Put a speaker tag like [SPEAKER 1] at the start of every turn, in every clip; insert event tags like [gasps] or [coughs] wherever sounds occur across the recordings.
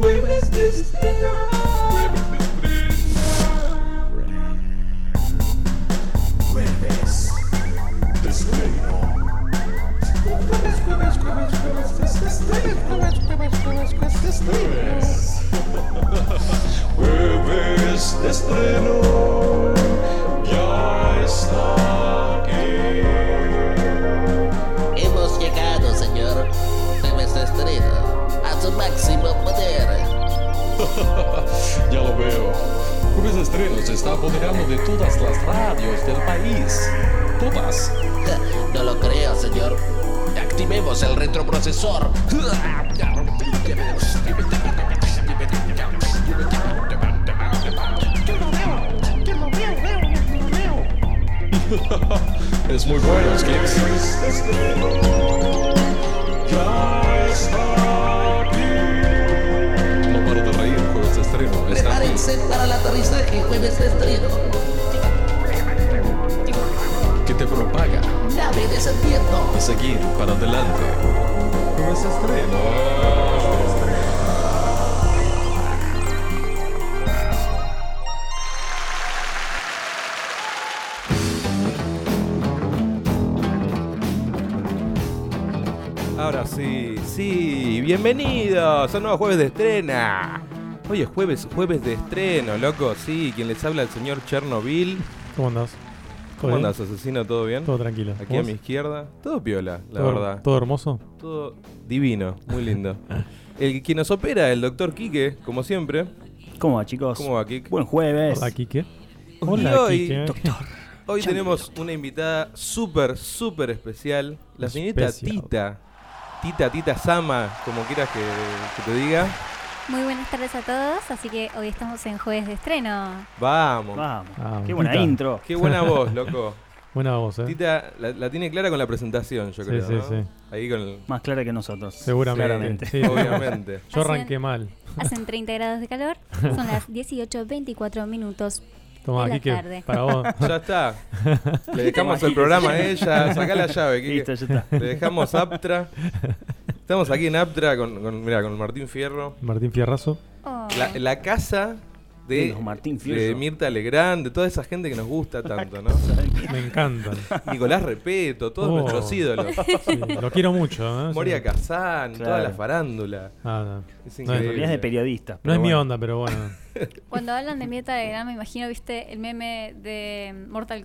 [SPEAKER 1] Jueves de estrella. Jueves de estrella. Jueves de estrella. Jueves, jueves, jueves, jueves de estrella. Jueves, jueves, jueves, jueves de estrella. Jueves de estreno ya está aquí.
[SPEAKER 2] Hemos llegado, señor. Jueves de estreno. A su máximo poder. [laughs]
[SPEAKER 1] ya lo veo. Jueves de estreno se está apoderando de todas las radios del país. Todas.
[SPEAKER 2] Ja, No lo creo, señor. Activemos el retroprocesor.
[SPEAKER 1] Es muy bueno, Skips. No paro de reír, jueves de estreno. Está aquí.
[SPEAKER 2] Prepárense para el aterrizaje, jueves de estreno.
[SPEAKER 1] que te propaga
[SPEAKER 2] Nave descendiendo.
[SPEAKER 1] y seguir para adelante. Jueves de estreno.
[SPEAKER 3] Ahora sí, sí, bienvenidos a un nuevo jueves de estrena. Oye, jueves, jueves de estreno, loco, sí, quien les habla el señor Chernobyl.
[SPEAKER 4] ¿Cómo andás?
[SPEAKER 3] ¿Cómo
[SPEAKER 4] bien?
[SPEAKER 3] andas, asesino? ¿Todo bien?
[SPEAKER 4] Todo tranquilo.
[SPEAKER 3] Aquí a
[SPEAKER 4] ¿Vos?
[SPEAKER 3] mi izquierda, todo piola, la
[SPEAKER 4] ¿Todo,
[SPEAKER 3] verdad.
[SPEAKER 4] ¿Todo hermoso?
[SPEAKER 3] Todo divino, muy lindo. El que nos opera, el doctor Quique, como siempre.
[SPEAKER 5] ¿Cómo va, chicos?
[SPEAKER 3] ¿Cómo va, Kik?
[SPEAKER 5] Buen jueves.
[SPEAKER 4] Hola, Quique.
[SPEAKER 3] Y hoy,
[SPEAKER 4] Quique.
[SPEAKER 3] Hoy tenemos una invitada súper, súper especial. La señorita
[SPEAKER 4] Especial.
[SPEAKER 3] Tita. Tita, Tita Sama, como quieras que, que te diga.
[SPEAKER 6] Muy buenas tardes a todos, así que hoy estamos en jueves de
[SPEAKER 3] [laughs]
[SPEAKER 6] estreno.
[SPEAKER 3] Vamos.
[SPEAKER 5] Vamos.
[SPEAKER 4] Vamos,
[SPEAKER 5] Qué buena
[SPEAKER 4] Tita.
[SPEAKER 5] intro.
[SPEAKER 3] Qué
[SPEAKER 4] [laughs]
[SPEAKER 3] buena voz, loco.
[SPEAKER 4] [laughs] Buena voz, ¿eh?
[SPEAKER 3] Tita la, la tiene clara con la presentación, yo
[SPEAKER 4] Sí,
[SPEAKER 3] creo.
[SPEAKER 4] sí,
[SPEAKER 3] ¿no?
[SPEAKER 4] sí.
[SPEAKER 3] Ahí con el.
[SPEAKER 5] Más clara que nosotros.
[SPEAKER 4] Seguramente.
[SPEAKER 3] claramente,
[SPEAKER 4] Sí,
[SPEAKER 3] obviamente.
[SPEAKER 4] Yo arranqué mal.
[SPEAKER 6] Hacen 30 grados de calor, son las 18.24 minutos.
[SPEAKER 4] Toma,
[SPEAKER 6] De la
[SPEAKER 4] Quique,
[SPEAKER 6] tarde.
[SPEAKER 4] para vos.
[SPEAKER 3] Ya está. Le dejamos el programa a
[SPEAKER 5] [laughs]
[SPEAKER 3] ella. Sacá la llave, Kike.
[SPEAKER 5] Listo, ya está.
[SPEAKER 3] Le dejamos Aptra. Estamos aquí en Aptra con, con, mirá, con Martín Fierro.
[SPEAKER 4] Martín Fierrazo.
[SPEAKER 6] Oh,
[SPEAKER 3] La, la casa de,
[SPEAKER 5] De los Martín Fierro.
[SPEAKER 3] de Mirta Legrand, de toda esa gente que nos gusta tanto,
[SPEAKER 5] [laughs]
[SPEAKER 3] ¿no?
[SPEAKER 4] Me encantan.
[SPEAKER 3] Nicolás Repeto, todos
[SPEAKER 4] Oh.
[SPEAKER 3] nuestros ídolos.
[SPEAKER 5] [laughs]
[SPEAKER 4] Sí, lo quiero mucho, ¿eh?
[SPEAKER 3] Moria
[SPEAKER 4] Sí.
[SPEAKER 3] Kazán, toda
[SPEAKER 5] Claro.
[SPEAKER 3] la farándula.
[SPEAKER 4] Ah, no.
[SPEAKER 3] Es
[SPEAKER 4] No, en
[SPEAKER 3] increíble.
[SPEAKER 4] realidad
[SPEAKER 5] Teorías
[SPEAKER 4] [laughs]
[SPEAKER 5] de periodistas.
[SPEAKER 4] No
[SPEAKER 5] pero
[SPEAKER 4] es mi
[SPEAKER 5] bueno.
[SPEAKER 4] onda, pero bueno.
[SPEAKER 7] Cuando hablan de Mirta de Gran, me imagino, viste, el meme de Mortal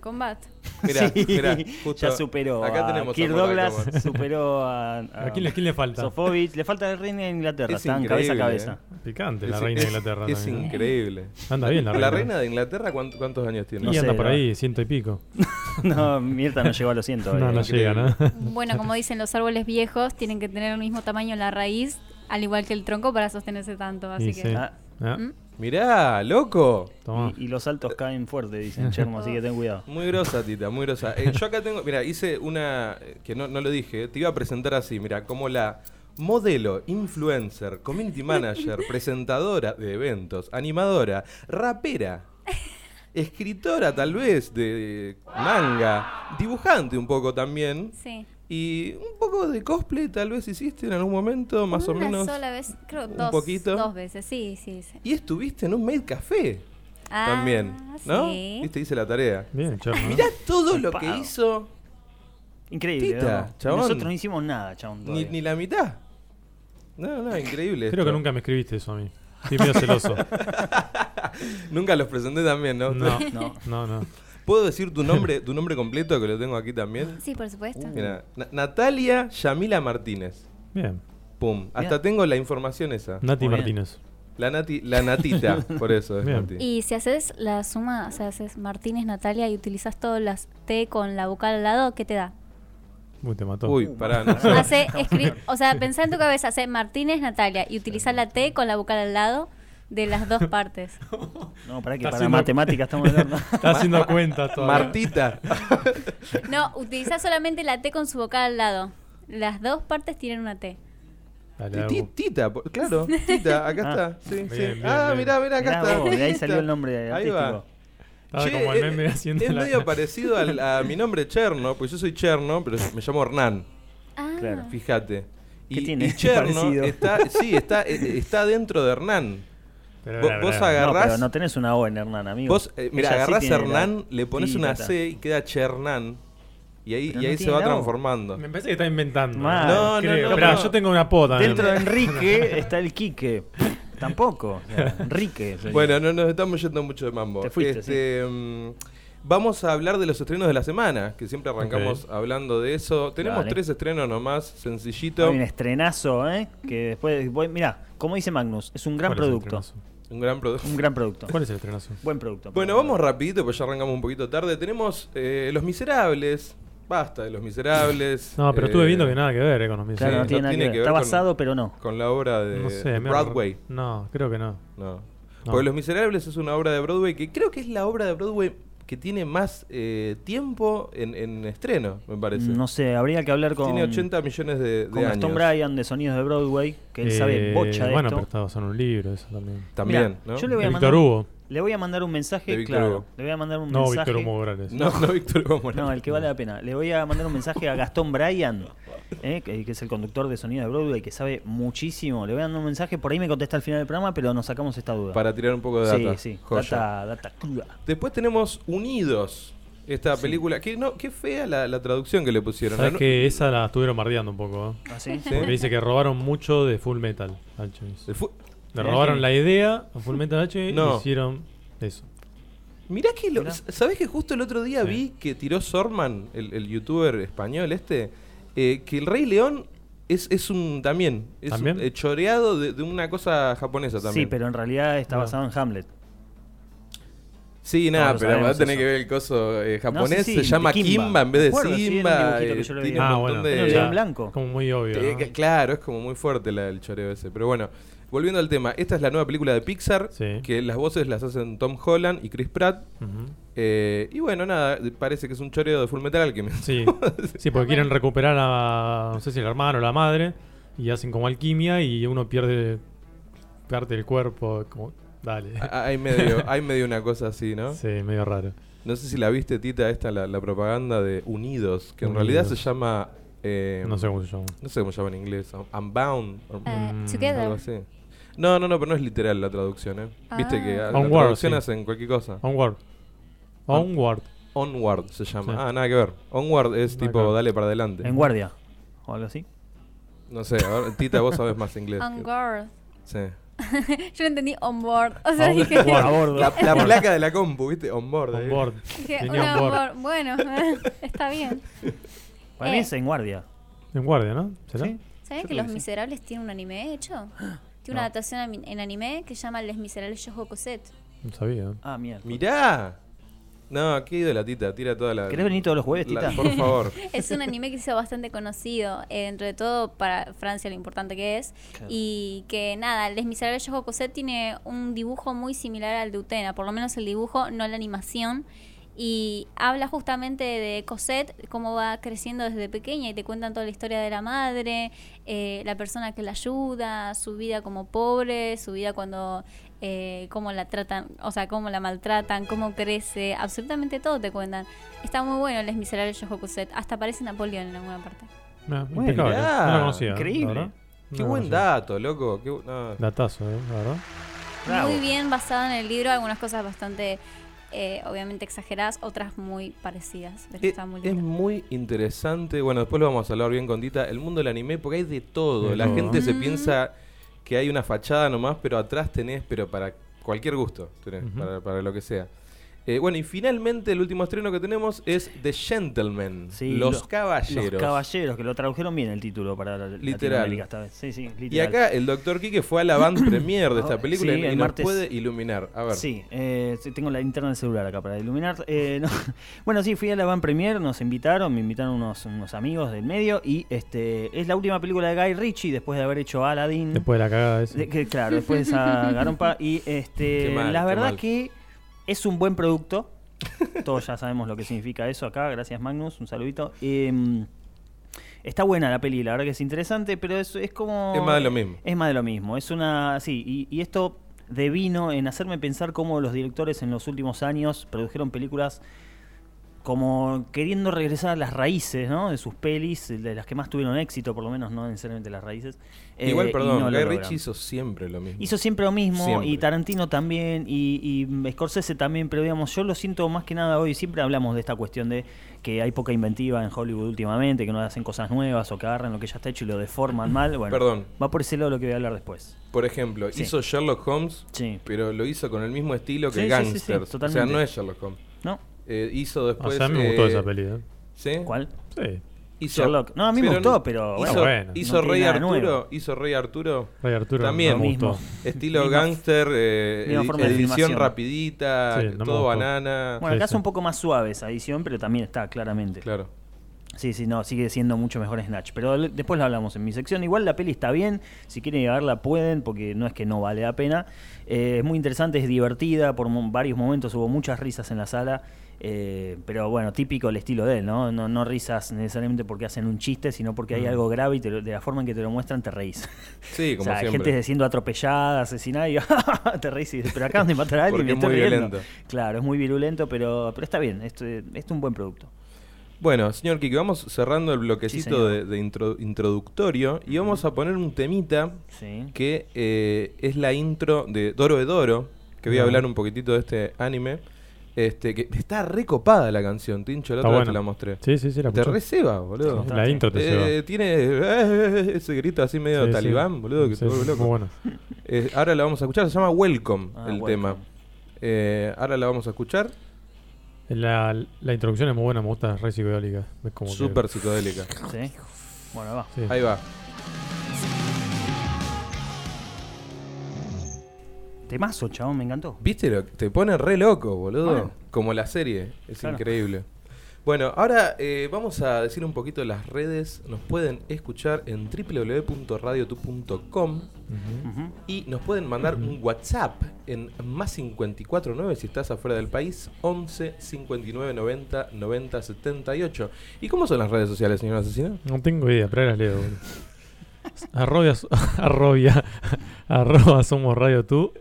[SPEAKER 3] [laughs]
[SPEAKER 7] Kombat.
[SPEAKER 3] Mirá,
[SPEAKER 5] Sí,
[SPEAKER 3] mirá, justo
[SPEAKER 5] ya superó
[SPEAKER 3] acá
[SPEAKER 5] a
[SPEAKER 3] tenemos a
[SPEAKER 5] Kirk
[SPEAKER 3] Mortal
[SPEAKER 5] Douglas, [laughs]
[SPEAKER 3] Kombat.
[SPEAKER 5] superó a,
[SPEAKER 4] ¿A quién, le- quién le falta?
[SPEAKER 5] Sofovich, le falta el reino de Inglaterra,
[SPEAKER 3] Es
[SPEAKER 5] están cabeza a
[SPEAKER 3] increíble,
[SPEAKER 5] cabeza.
[SPEAKER 4] Picante, la
[SPEAKER 3] Es-
[SPEAKER 4] reina
[SPEAKER 3] es-
[SPEAKER 4] de Inglaterra.
[SPEAKER 3] Es
[SPEAKER 4] también, ¿eh?
[SPEAKER 3] increíble.
[SPEAKER 4] Anda bien la reina.
[SPEAKER 3] La reina de Inglaterra, ¿cuánt- ¿cuántos años tiene?
[SPEAKER 4] Y
[SPEAKER 5] No sé,
[SPEAKER 4] anda por
[SPEAKER 5] la-
[SPEAKER 4] ahí, ciento
[SPEAKER 3] [laughs]
[SPEAKER 4] y pico.
[SPEAKER 5] [laughs] No, Mirta no llegó a los 100
[SPEAKER 4] eh. No,
[SPEAKER 5] eh.
[SPEAKER 4] no llega,
[SPEAKER 3] increíble.
[SPEAKER 4] ¿no?
[SPEAKER 7] Bueno, como dicen, los árboles viejos tienen que tener el mismo tamaño la raíz, al igual que el tronco, para sostenerse tanto. Así
[SPEAKER 4] Y
[SPEAKER 7] que.
[SPEAKER 4] sí.
[SPEAKER 5] Ah,
[SPEAKER 4] [laughs] Ah,
[SPEAKER 7] ¿Mm?
[SPEAKER 3] Mirá, loco.
[SPEAKER 4] Tomá.
[SPEAKER 5] y, y los saltos caen fuerte,
[SPEAKER 4] [laughs]
[SPEAKER 5] dicen Chermo, así que ten cuidado.
[SPEAKER 3] Muy grosa, Tita, muy grosa. Eh, yo acá tengo, mira, hice una, eh, que no, no lo dije, eh, te iba a presentar así, mira, como la modelo, influencer, community
[SPEAKER 7] [laughs]
[SPEAKER 3] manager, presentadora de eventos, animadora, rapera, escritora tal vez de manga, dibujante un poco también,
[SPEAKER 7] Sí.
[SPEAKER 3] y un poco de cosplay tal vez hiciste en algún momento, más o
[SPEAKER 7] Una
[SPEAKER 3] menos.
[SPEAKER 7] sola vez, creo
[SPEAKER 3] un
[SPEAKER 7] dos.
[SPEAKER 3] poquito.
[SPEAKER 7] Dos veces, sí, sí. sí.
[SPEAKER 3] Y estuviste en un maid café
[SPEAKER 7] Ah,
[SPEAKER 3] también, ¿no?
[SPEAKER 7] sí.
[SPEAKER 3] Viste, hice la tarea.
[SPEAKER 4] Bien, Cherno. ¿eh?
[SPEAKER 3] Mirá todo lo que
[SPEAKER 5] Zarpado.
[SPEAKER 3] hizo
[SPEAKER 5] Increíble,
[SPEAKER 3] Tita,
[SPEAKER 5] ¿verdad?
[SPEAKER 3] chabón.
[SPEAKER 5] Nosotros no hicimos nada, chabón.
[SPEAKER 3] Ni,
[SPEAKER 5] todavía.
[SPEAKER 3] ni la mitad. No, no, increíble.
[SPEAKER 4] Creo
[SPEAKER 3] esto.
[SPEAKER 4] que nunca me escribiste eso a mí. Estoy medio celoso.
[SPEAKER 3] Nunca los presenté también, [laughs] ¿no?
[SPEAKER 4] No,
[SPEAKER 5] No.
[SPEAKER 4] no, no.
[SPEAKER 3] [laughs] ¿Puedo decir tu nombre, tu nombre completo que lo tengo aquí también?
[SPEAKER 7] Sí, por supuesto.
[SPEAKER 3] Mira, Na- Natalia Yamila Martínez.
[SPEAKER 4] Bien.
[SPEAKER 3] Pum. Hasta
[SPEAKER 5] Mirá.
[SPEAKER 3] tengo la información esa.
[SPEAKER 4] Nati
[SPEAKER 5] Muy bien.
[SPEAKER 4] Martínez.
[SPEAKER 3] La nati, la
[SPEAKER 4] [laughs]
[SPEAKER 3] natita, por eso es
[SPEAKER 4] Bien.
[SPEAKER 3] Nati.
[SPEAKER 7] Y si haces la suma, o sea, haces Martínez, Natalia y utilizas todas las T con la vocal al lado, ¿qué
[SPEAKER 5] [laughs]
[SPEAKER 7] te da?
[SPEAKER 4] Uy, te mató.
[SPEAKER 3] Uy, pará, no sé.
[SPEAKER 7] Hace, escri- o sea, pensá en tu cabeza, hace Martínez, Natalia y utilizar la T con la vocal al lado de las dos partes.
[SPEAKER 5] No, para que
[SPEAKER 4] Está
[SPEAKER 5] para
[SPEAKER 4] haciendo-
[SPEAKER 5] matemáticas estamos hablando.
[SPEAKER 4] [laughs] Está haciendo cuentas todavía. [laughs]
[SPEAKER 3] Martita.
[SPEAKER 7] No, utilizá solamente la T con su vocal al lado. Las dos partes tienen una T.
[SPEAKER 4] Dale,
[SPEAKER 3] Ti-
[SPEAKER 4] hago.
[SPEAKER 3] ti- Tita, por- claro, Tita, acá
[SPEAKER 5] Ah.
[SPEAKER 3] está. Sí, sí.
[SPEAKER 4] Bien, bien,
[SPEAKER 3] ah,
[SPEAKER 4] bien.
[SPEAKER 3] mirá, mirá, acá
[SPEAKER 5] Mirá
[SPEAKER 3] está.
[SPEAKER 5] vos, de ahí
[SPEAKER 3] Tita.
[SPEAKER 5] salió el nombre
[SPEAKER 3] Ahí va.
[SPEAKER 5] artístico.
[SPEAKER 4] Estaba
[SPEAKER 3] Che,
[SPEAKER 4] como
[SPEAKER 3] eh,
[SPEAKER 4] el meme haciendo
[SPEAKER 3] es
[SPEAKER 4] la- [laughs]
[SPEAKER 3] medio parecido al- a mi nombre Cherno, pues yo soy Cherno, pero me llamo Hernán.
[SPEAKER 7] Ah,
[SPEAKER 5] Claro.
[SPEAKER 3] Fíjate.
[SPEAKER 5] ¿Qué
[SPEAKER 3] Y,
[SPEAKER 5] [laughs] tiene
[SPEAKER 3] y Cherno
[SPEAKER 5] parecido?
[SPEAKER 3] está, sí, está, eh, está dentro de Hernán.
[SPEAKER 4] Pero
[SPEAKER 3] Vos-
[SPEAKER 4] era
[SPEAKER 3] vos
[SPEAKER 4] bravo.
[SPEAKER 3] agarrás-
[SPEAKER 5] No, pero no tenés una O en Hernán, amigo.
[SPEAKER 3] Vos, eh, mira,
[SPEAKER 5] Ella sí
[SPEAKER 3] agarrás
[SPEAKER 5] tiene la-
[SPEAKER 3] Hernán, le pones
[SPEAKER 5] Sí,
[SPEAKER 3] una
[SPEAKER 5] tata.
[SPEAKER 3] C y queda Chernán. Y ahí,
[SPEAKER 5] Pero
[SPEAKER 3] y
[SPEAKER 5] no
[SPEAKER 3] ahí se
[SPEAKER 5] tiene
[SPEAKER 3] va
[SPEAKER 5] la O.
[SPEAKER 3] transformando.
[SPEAKER 4] Me parece que está inventando.
[SPEAKER 5] Mal.
[SPEAKER 3] No, no,
[SPEAKER 4] creo.
[SPEAKER 3] no,
[SPEAKER 4] Esperá,
[SPEAKER 3] no.
[SPEAKER 4] yo tengo una pota.
[SPEAKER 5] Dentro
[SPEAKER 4] [laughs]
[SPEAKER 5] de Enrique está el Quique. Tampoco. o sea, Enrique. sería.
[SPEAKER 3] Bueno, no nos estamos yendo mucho de mambo.
[SPEAKER 5] Te fuiste,
[SPEAKER 3] Este, mm, Vamos a hablar de los estrenos de la semana, que siempre arrancamos hablando de eso. Tenemos
[SPEAKER 5] Dale.
[SPEAKER 3] tres estrenos nomás, sencillito.
[SPEAKER 5] Hay un estrenazo, ¿eh? Que después. Voy, mirá, como dice Magnus, es un gran producto.
[SPEAKER 3] Un gran producto.
[SPEAKER 5] Un gran producto.
[SPEAKER 4] ¿Cuál es el estrenazo?
[SPEAKER 5] Buen producto.
[SPEAKER 3] Bueno, vamos rapidito, pues ya arrancamos un poquito tarde. Tenemos eh, Los Miserables. Basta de Los Miserables.
[SPEAKER 4] [laughs] No, pero estuve
[SPEAKER 3] Eh,
[SPEAKER 4] viendo que nada que ver eh, con los
[SPEAKER 5] Claro, no
[SPEAKER 4] miserables.
[SPEAKER 3] Sí, no
[SPEAKER 5] tiene nada que
[SPEAKER 3] tiene
[SPEAKER 5] ver.
[SPEAKER 3] que ver
[SPEAKER 5] Está
[SPEAKER 3] con-
[SPEAKER 5] basado, pero no.
[SPEAKER 3] Con la obra de
[SPEAKER 4] no sé, me-
[SPEAKER 3] Eh, Broadway.
[SPEAKER 4] No, creo que no.
[SPEAKER 3] No.
[SPEAKER 4] No.
[SPEAKER 3] Porque Los Miserables es una obra de Broadway que creo que es la obra de Broadway que tiene más eh, tiempo en, en estreno, me parece.
[SPEAKER 5] No sé, habría que hablar con.
[SPEAKER 3] tiene 80 millones de, de
[SPEAKER 5] con
[SPEAKER 3] años.
[SPEAKER 5] Gastón Bryan de Sonidos de Broadway, que él sabe
[SPEAKER 4] Eh,
[SPEAKER 5] bocha de
[SPEAKER 4] Bueno,
[SPEAKER 5] esto.
[SPEAKER 4] pero está basado en un libro, eso también.
[SPEAKER 3] También,
[SPEAKER 5] Mirá,
[SPEAKER 3] ¿no?
[SPEAKER 5] Yo le voy,
[SPEAKER 4] De
[SPEAKER 5] a
[SPEAKER 4] Víctor
[SPEAKER 5] mandar,
[SPEAKER 4] Hugo.
[SPEAKER 5] le voy a mandar un
[SPEAKER 3] De
[SPEAKER 5] mensaje,
[SPEAKER 3] Víctor
[SPEAKER 5] claro.
[SPEAKER 3] Hugo.
[SPEAKER 5] Le voy a mandar un
[SPEAKER 4] No,
[SPEAKER 5] mensaje.
[SPEAKER 4] Víctor Hugo
[SPEAKER 3] [laughs]
[SPEAKER 4] Morales.
[SPEAKER 3] No, no Víctor Hugo Morales.
[SPEAKER 5] No, el que vale la pena. Le voy a mandar un mensaje a Gastón Bryan, eh, que, que es el conductor de Sonidos de Broadway, que sabe muchísimo. Le voy a mandar un mensaje, por ahí me contesta al final del programa, pero nos sacamos esta duda.
[SPEAKER 3] Para tirar un poco de data.
[SPEAKER 5] Sí, sí.
[SPEAKER 3] Joya.
[SPEAKER 5] Data, data cruda.
[SPEAKER 3] Después tenemos Unidos, esta película. Que no, qué fea la, la traducción que le pusieron.
[SPEAKER 4] Sabes
[SPEAKER 3] La-
[SPEAKER 4] que esa la estuvieron bardeando un poco. ¿eh?
[SPEAKER 5] ¿Ah, sí?
[SPEAKER 3] Sí.
[SPEAKER 4] Porque dice que robaron mucho de Full Metal Alchemist.
[SPEAKER 3] El fu-
[SPEAKER 4] Le
[SPEAKER 5] Mirá
[SPEAKER 4] robaron
[SPEAKER 5] que-
[SPEAKER 4] la idea a Full Metal
[SPEAKER 3] [laughs]
[SPEAKER 4] Alchemist
[SPEAKER 3] No.
[SPEAKER 4] y hicieron eso.
[SPEAKER 3] Mirá que lo,
[SPEAKER 5] Mirá.
[SPEAKER 3] ¿Sabés que justo el otro día
[SPEAKER 4] Sí.
[SPEAKER 3] vi que tiró Sorman, el, el youtuber español este, eh, que el Rey León es, es un también, es
[SPEAKER 4] ¿También?
[SPEAKER 3] un, eh, choreado de, de una cosa japonesa también.
[SPEAKER 5] Sí, pero en realidad está
[SPEAKER 4] No.
[SPEAKER 5] basado en Hamlet.
[SPEAKER 3] Sí, nada,
[SPEAKER 5] No, lo
[SPEAKER 3] pero
[SPEAKER 5] sabemos
[SPEAKER 3] va a tener
[SPEAKER 5] eso.
[SPEAKER 3] que ver el coso eh,
[SPEAKER 5] No,
[SPEAKER 3] japonés,
[SPEAKER 5] sí, sí,
[SPEAKER 3] se llama
[SPEAKER 5] de Kimba.
[SPEAKER 3] Kimba, en vez de
[SPEAKER 5] Me acuerdo, sí, era un
[SPEAKER 3] Simba.
[SPEAKER 5] dibujito que
[SPEAKER 3] eh,
[SPEAKER 5] yo lo
[SPEAKER 3] tiene
[SPEAKER 5] veía.
[SPEAKER 3] un
[SPEAKER 4] ah,
[SPEAKER 3] montón
[SPEAKER 4] bueno.
[SPEAKER 3] de-
[SPEAKER 5] Pero
[SPEAKER 4] ya,
[SPEAKER 5] en blanco.
[SPEAKER 4] Como muy obvio.
[SPEAKER 3] Eh,
[SPEAKER 4] ¿no?
[SPEAKER 3] que- Claro, es como muy fuerte la- el choreo ese. Pero bueno, volviendo al tema, esta es la nueva película de Pixar,
[SPEAKER 4] Sí.
[SPEAKER 3] que las voces las hacen Tom Holland y Chris Pratt.
[SPEAKER 4] Ujú.
[SPEAKER 3] [laughs] Eh, y bueno, nada, parece que es un choreo de Full Metal que me... [laughs]
[SPEAKER 4] Sí, sí, porque quieren recuperar a, no sé si el hermano o la madre, y hacen como alquimia y uno pierde parte del cuerpo, como, dale.
[SPEAKER 3] Hay medio, hay medio una cosa así, Ah, ¿no?
[SPEAKER 4] Sí, medio raro.
[SPEAKER 3] No sé si la viste, Tita, esta, la, la propaganda de Unidos, que en
[SPEAKER 4] Unidos.
[SPEAKER 3] realidad se llama... eh,
[SPEAKER 4] No sé cómo se llama.
[SPEAKER 3] no sé cómo se llama en inglés. Unbound. o
[SPEAKER 7] Eh,
[SPEAKER 4] Mm,
[SPEAKER 3] Algo
[SPEAKER 7] together.
[SPEAKER 3] así. No, no, no, pero no es literal la traducción, ¿eh? Viste que a- la
[SPEAKER 4] Onward,
[SPEAKER 3] traducción
[SPEAKER 4] sí.
[SPEAKER 3] hacen cualquier cosa.
[SPEAKER 4] Onward.
[SPEAKER 3] Ah,
[SPEAKER 4] Onward.
[SPEAKER 3] Onward se llama.
[SPEAKER 4] Sí.
[SPEAKER 3] Ah, nada que ver. Onward es
[SPEAKER 4] Nada
[SPEAKER 3] tipo
[SPEAKER 4] que ver.
[SPEAKER 3] dale para adelante.
[SPEAKER 5] En guardia. O algo así.
[SPEAKER 3] No sé, a ver, Tita, vos sabés más inglés.
[SPEAKER 7] On
[SPEAKER 3] que-
[SPEAKER 7] board.
[SPEAKER 3] Sí.
[SPEAKER 7] Yo lo entendí on board. O sea, dije,
[SPEAKER 5] A bordo.
[SPEAKER 3] La, la placa de la compu, ¿viste? Onboard. eh. ahí.
[SPEAKER 4] Onboard.
[SPEAKER 3] [laughs]
[SPEAKER 7] dije,
[SPEAKER 4] Venía
[SPEAKER 7] una on
[SPEAKER 4] onboard.
[SPEAKER 7] board. Bueno, [laughs] está bien.
[SPEAKER 5] Para mí es en guardia.
[SPEAKER 4] En guardia, ¿no? ¿Será?
[SPEAKER 5] Sí.
[SPEAKER 7] ¿Saben
[SPEAKER 5] Yo
[SPEAKER 7] que
[SPEAKER 5] creo
[SPEAKER 7] Los
[SPEAKER 5] que sí.
[SPEAKER 7] Miserables tiene un anime
[SPEAKER 5] [gasps]
[SPEAKER 7] hecho? Tiene una
[SPEAKER 5] No.
[SPEAKER 7] adaptación ami- en anime que se llama Les Miserables Yojo
[SPEAKER 5] [laughs]
[SPEAKER 7] Cosette.
[SPEAKER 4] No sabía.
[SPEAKER 5] Ah, mierda.
[SPEAKER 3] Mirá. No, qué ídola, Tita. Tira toda la...
[SPEAKER 5] ¿Querés venir todos los jueves,
[SPEAKER 3] la-
[SPEAKER 5] Tita?
[SPEAKER 3] Por favor.
[SPEAKER 7] Es un anime que se hizo bastante conocido, eh, entre todo para Francia lo importante que es.
[SPEAKER 5] Claro.
[SPEAKER 7] Y que nada, Les Miserables Yojo Cosette tiene un dibujo muy similar al de Utena, por lo menos el dibujo, no la animación. Y habla justamente de Cosette, cómo va creciendo desde pequeña y te cuentan toda la historia de la madre, eh, la persona que la ayuda, su vida como pobre, su vida cuando, eh, cómo la tratan, o sea, cómo la maltratan, cómo crece, absolutamente todo te cuentan. Está muy bueno Les Miserables Yojo Cosette, hasta aparece Napoleón en alguna parte.
[SPEAKER 4] Mira,
[SPEAKER 5] Bueno,
[SPEAKER 4] impecable.
[SPEAKER 3] mirá.
[SPEAKER 4] No lo conocía. la
[SPEAKER 5] Increíble.
[SPEAKER 4] verdad. No
[SPEAKER 3] Qué
[SPEAKER 4] lo
[SPEAKER 3] buen
[SPEAKER 4] conocía.
[SPEAKER 3] dato, loco. Qué bu- no.
[SPEAKER 4] Datazo, ¿eh? La verdad.
[SPEAKER 5] Bravo.
[SPEAKER 7] Muy bien basado en el libro, algunas cosas bastante, eh, obviamente exageradas, otras muy parecidas, pero
[SPEAKER 3] Eh,
[SPEAKER 7] está muy
[SPEAKER 3] es
[SPEAKER 7] lindo.
[SPEAKER 3] muy interesante. Bueno, después lo vamos a hablar bien con Tita. El mundo del anime, porque hay de todo.
[SPEAKER 4] De
[SPEAKER 3] la
[SPEAKER 4] todo.
[SPEAKER 3] gente se
[SPEAKER 7] Mm.
[SPEAKER 3] piensa que hay una fachada nomás, pero atrás tenés, pero para cualquier gusto, tenés,
[SPEAKER 4] Ujú.
[SPEAKER 3] para, para lo que sea. Eh, bueno, y finalmente el último estreno que tenemos es The Gentlemen,
[SPEAKER 5] [laughs] Sí,
[SPEAKER 3] Los
[SPEAKER 5] lo-
[SPEAKER 3] Caballeros.
[SPEAKER 5] Los caballeros, que lo tradujeron bien el título para la- Latinoamérica esta vez. Sí, sí, literal.
[SPEAKER 3] y acá el doctor Quique fue a
[SPEAKER 5] [clears throat]
[SPEAKER 3] la band premiere de esta
[SPEAKER 5] Ah,
[SPEAKER 3] película
[SPEAKER 5] sí,
[SPEAKER 3] y,
[SPEAKER 5] el
[SPEAKER 3] y nos
[SPEAKER 5] martes.
[SPEAKER 3] puede iluminar. A ver.
[SPEAKER 5] Sí, eh, sí, tengo la interna del celular acá para iluminar. Eh, [laughs] no. Bueno, sí, fui a la Van Premier, nos invitaron, me invitaron unos, unos amigos del medio y este es la última película de Guy Ritchie después de haber hecho Aladdin.
[SPEAKER 4] Después de la cagada esa.
[SPEAKER 5] De- que, claro, después de esa garompa. Y este,
[SPEAKER 3] Qué mal,
[SPEAKER 5] la
[SPEAKER 3] qué
[SPEAKER 5] verdad
[SPEAKER 3] mal.
[SPEAKER 5] que es un buen producto. Todos ya sabemos lo que significa eso acá. Gracias, Magnus. Un saludito. Em, está buena la peli, la verdad que es interesante, pero es, es como.
[SPEAKER 3] Es más de lo mismo.
[SPEAKER 5] Es más de lo mismo. Es una. Sí, y, y esto devino en hacerme pensar cómo los directores en los últimos años produjeron películas como queriendo regresar a las raíces, ¿no? De sus pelis, de las que más tuvieron éxito, por lo menos, no necesariamente las raíces. Eh,
[SPEAKER 3] Igual,
[SPEAKER 5] y
[SPEAKER 3] perdón,
[SPEAKER 5] no lo
[SPEAKER 3] Guy
[SPEAKER 5] logran.
[SPEAKER 3] Ritchie hizo siempre lo mismo.
[SPEAKER 5] Hizo siempre lo mismo,
[SPEAKER 3] Siempre.
[SPEAKER 5] y Tarantino también, y, y Scorsese también, pero digamos, yo lo siento más que nada hoy, siempre hablamos de esta cuestión de que hay poca inventiva en Hollywood últimamente, que no hacen cosas nuevas o que agarran lo que ya está hecho y lo deforman mal. Bueno,
[SPEAKER 3] Perdón.
[SPEAKER 5] va por ese lado lo que voy a hablar después.
[SPEAKER 3] Por ejemplo,
[SPEAKER 5] Sí.
[SPEAKER 3] hizo Sherlock Holmes,
[SPEAKER 5] Sí.
[SPEAKER 3] pero lo hizo con el mismo estilo que
[SPEAKER 5] Sí, sí, sí, sí,
[SPEAKER 3] Gangsters. o sea,
[SPEAKER 5] totalmente.
[SPEAKER 3] no es Sherlock Holmes.
[SPEAKER 5] ¿No?
[SPEAKER 3] Eh, hizo
[SPEAKER 4] Ah, O
[SPEAKER 3] después.
[SPEAKER 4] sea, a mí me gustó
[SPEAKER 3] eh,
[SPEAKER 4] esa peli. ¿eh?
[SPEAKER 3] ¿Sí?
[SPEAKER 5] ¿Cuál?
[SPEAKER 4] Sí.
[SPEAKER 3] Hizo-
[SPEAKER 5] Sherlock. No, a mí me gustó, pero
[SPEAKER 3] Hizo,
[SPEAKER 4] bueno. Bueno.
[SPEAKER 3] hizo
[SPEAKER 5] No tiene
[SPEAKER 3] Rey
[SPEAKER 5] nada
[SPEAKER 3] Arturo.
[SPEAKER 5] nuevo.
[SPEAKER 3] Hizo Rey Arturo.
[SPEAKER 4] Rey Arturo
[SPEAKER 3] También.
[SPEAKER 4] no me
[SPEAKER 5] Mismo.
[SPEAKER 4] gustó.
[SPEAKER 3] Estilo
[SPEAKER 5] Misma-
[SPEAKER 3] gangster, eh,
[SPEAKER 5] misma
[SPEAKER 3] edi-
[SPEAKER 5] forma de
[SPEAKER 3] edición
[SPEAKER 5] filmación.
[SPEAKER 3] rapidita,
[SPEAKER 4] Sí, no me
[SPEAKER 3] todo
[SPEAKER 4] gustó.
[SPEAKER 3] banana.
[SPEAKER 5] Bueno,
[SPEAKER 4] Sí,
[SPEAKER 5] acá es
[SPEAKER 4] sí.
[SPEAKER 5] un poco más suave esa edición, pero también está claramente.
[SPEAKER 3] Claro.
[SPEAKER 5] Sí, sí, no, sigue siendo mucho mejor Snatch. Pero l- después lo hablamos en mi sección. Igual la peli está bien, si quieren ir a verla pueden, porque no es que no vale la pena. Eh, es muy interesante, es divertida, por mo- varios momentos hubo muchas risas en la sala. eh, pero bueno, típico el estilo de él, ¿no? No, no risas necesariamente porque hacen un chiste, sino porque hay algo grave y te lo- de la forma en que te lo muestran te reís.
[SPEAKER 3] Sí, como
[SPEAKER 5] o sea,
[SPEAKER 3] siempre.
[SPEAKER 5] gente siendo atropellada, asesinada y [laughs] te reís y dices, pero acaban de matar a alguien,
[SPEAKER 3] Porque
[SPEAKER 5] me
[SPEAKER 3] es
[SPEAKER 5] estoy
[SPEAKER 3] muy
[SPEAKER 5] riendo".
[SPEAKER 3] violento.
[SPEAKER 5] Claro, es muy virulento, pero, pero está bien, esto, esto es un buen producto.
[SPEAKER 3] Bueno, señor Kiki, vamos cerrando el bloquecito
[SPEAKER 5] señor.
[SPEAKER 3] de, de intro- introductorio y vamos a poner un temita
[SPEAKER 5] Sí.
[SPEAKER 3] que eh, es la intro de Doro de Doro, que voy a
[SPEAKER 4] Ujú.
[SPEAKER 3] hablar un poquitito de este anime. Este, que está recopada la canción, Tincho, la
[SPEAKER 4] Está
[SPEAKER 3] otra vez te
[SPEAKER 4] bueno.
[SPEAKER 3] la mostré.
[SPEAKER 4] Sí, sí, sí, la
[SPEAKER 3] te
[SPEAKER 4] escuché.
[SPEAKER 3] receba, boludo.
[SPEAKER 5] Sí,
[SPEAKER 4] La intro te lleva.
[SPEAKER 3] Eh, tiene eh, ese grito así medio
[SPEAKER 4] Sí, sí.
[SPEAKER 3] talibán, boludo, que
[SPEAKER 4] Sí,
[SPEAKER 3] te vuelve
[SPEAKER 4] sí,
[SPEAKER 3] loco.
[SPEAKER 4] Muy bueno.
[SPEAKER 3] Eh, ahora la vamos a escuchar, se llama Welcome
[SPEAKER 5] Ah,
[SPEAKER 3] el
[SPEAKER 5] Welcome.
[SPEAKER 3] tema. Eh, ahora la vamos a escuchar,
[SPEAKER 4] La, la introducción es muy buena, me gusta, es re psicodélica. Es como que-
[SPEAKER 3] súper psicodélica.
[SPEAKER 5] Sí. Bueno, va.
[SPEAKER 4] Sí.
[SPEAKER 3] Ahí va.
[SPEAKER 5] Temazo, chabón, me encantó.
[SPEAKER 3] ¿Viste? Lo, te pone re loco, boludo.
[SPEAKER 5] Bueno.
[SPEAKER 3] Como la serie. Es
[SPEAKER 5] Claro.
[SPEAKER 3] increíble. Bueno, ahora eh, vamos a decir un poquito las redes. Nos pueden escuchar en www.radiotu.com
[SPEAKER 4] Ujú.
[SPEAKER 5] Ujú.
[SPEAKER 3] y nos pueden mandar un WhatsApp en más 549 si estás afuera del país, 11 59 90 90 78. ¿Y cómo son las redes sociales, señor asesino?
[SPEAKER 4] No tengo idea, pero ahora las leo. boludo. [laughs] arrobia, [laughs] arrobia, arroba somos radio tú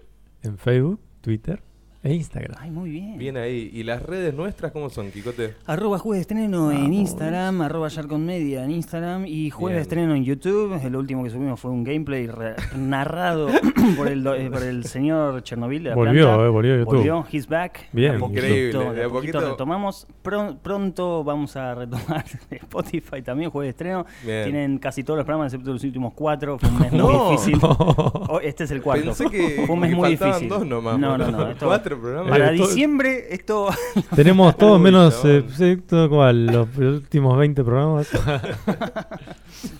[SPEAKER 4] en Facebook, Twitter e Instagram.
[SPEAKER 3] [laughs]
[SPEAKER 5] Ay, muy bien.
[SPEAKER 3] Bien ahí. ¿Y las redes nuestras cómo son, Quicote?
[SPEAKER 5] Arroba jueves de estreno en Instagram, arroba Yarkon Media en Instagram y jueves de
[SPEAKER 3] Bien.
[SPEAKER 5] estreno en YouTube. El último que subimos fue un gameplay re-
[SPEAKER 4] [coughs]
[SPEAKER 5] narrado por, el do- eh, por el señor Chernobyl. de la
[SPEAKER 4] Volvió,
[SPEAKER 5] planta.
[SPEAKER 4] eh, volvió a YouTube.
[SPEAKER 5] Volvió, he's back.
[SPEAKER 4] Bien.
[SPEAKER 5] De a poquito,
[SPEAKER 3] Increíble,
[SPEAKER 5] De a poquito retomamos. Pro- pronto vamos a retomar [laughs] Spotify también, jueves de estreno.
[SPEAKER 3] Bien.
[SPEAKER 5] Tienen casi todos los programas excepto los últimos cuatro. Fue un mes
[SPEAKER 3] [laughs]
[SPEAKER 5] muy
[SPEAKER 3] No.
[SPEAKER 5] difícil. Oh, Este es el cuarto.
[SPEAKER 3] Pensé que,
[SPEAKER 5] Fue un mes
[SPEAKER 3] que
[SPEAKER 5] muy
[SPEAKER 3] faltaban
[SPEAKER 5] difícil.
[SPEAKER 3] dos nomás.
[SPEAKER 5] No,
[SPEAKER 3] [laughs]
[SPEAKER 5] no,
[SPEAKER 3] boludo.
[SPEAKER 5] no. esto-
[SPEAKER 3] Cuatro programas.
[SPEAKER 5] Para
[SPEAKER 4] Eh, todo-
[SPEAKER 5] diciembre, esto.
[SPEAKER 4] Tenemos todo
[SPEAKER 3] Uy,
[SPEAKER 4] menos
[SPEAKER 3] chabón.
[SPEAKER 4] eh, sí, todo cual, los últimos 20 programas.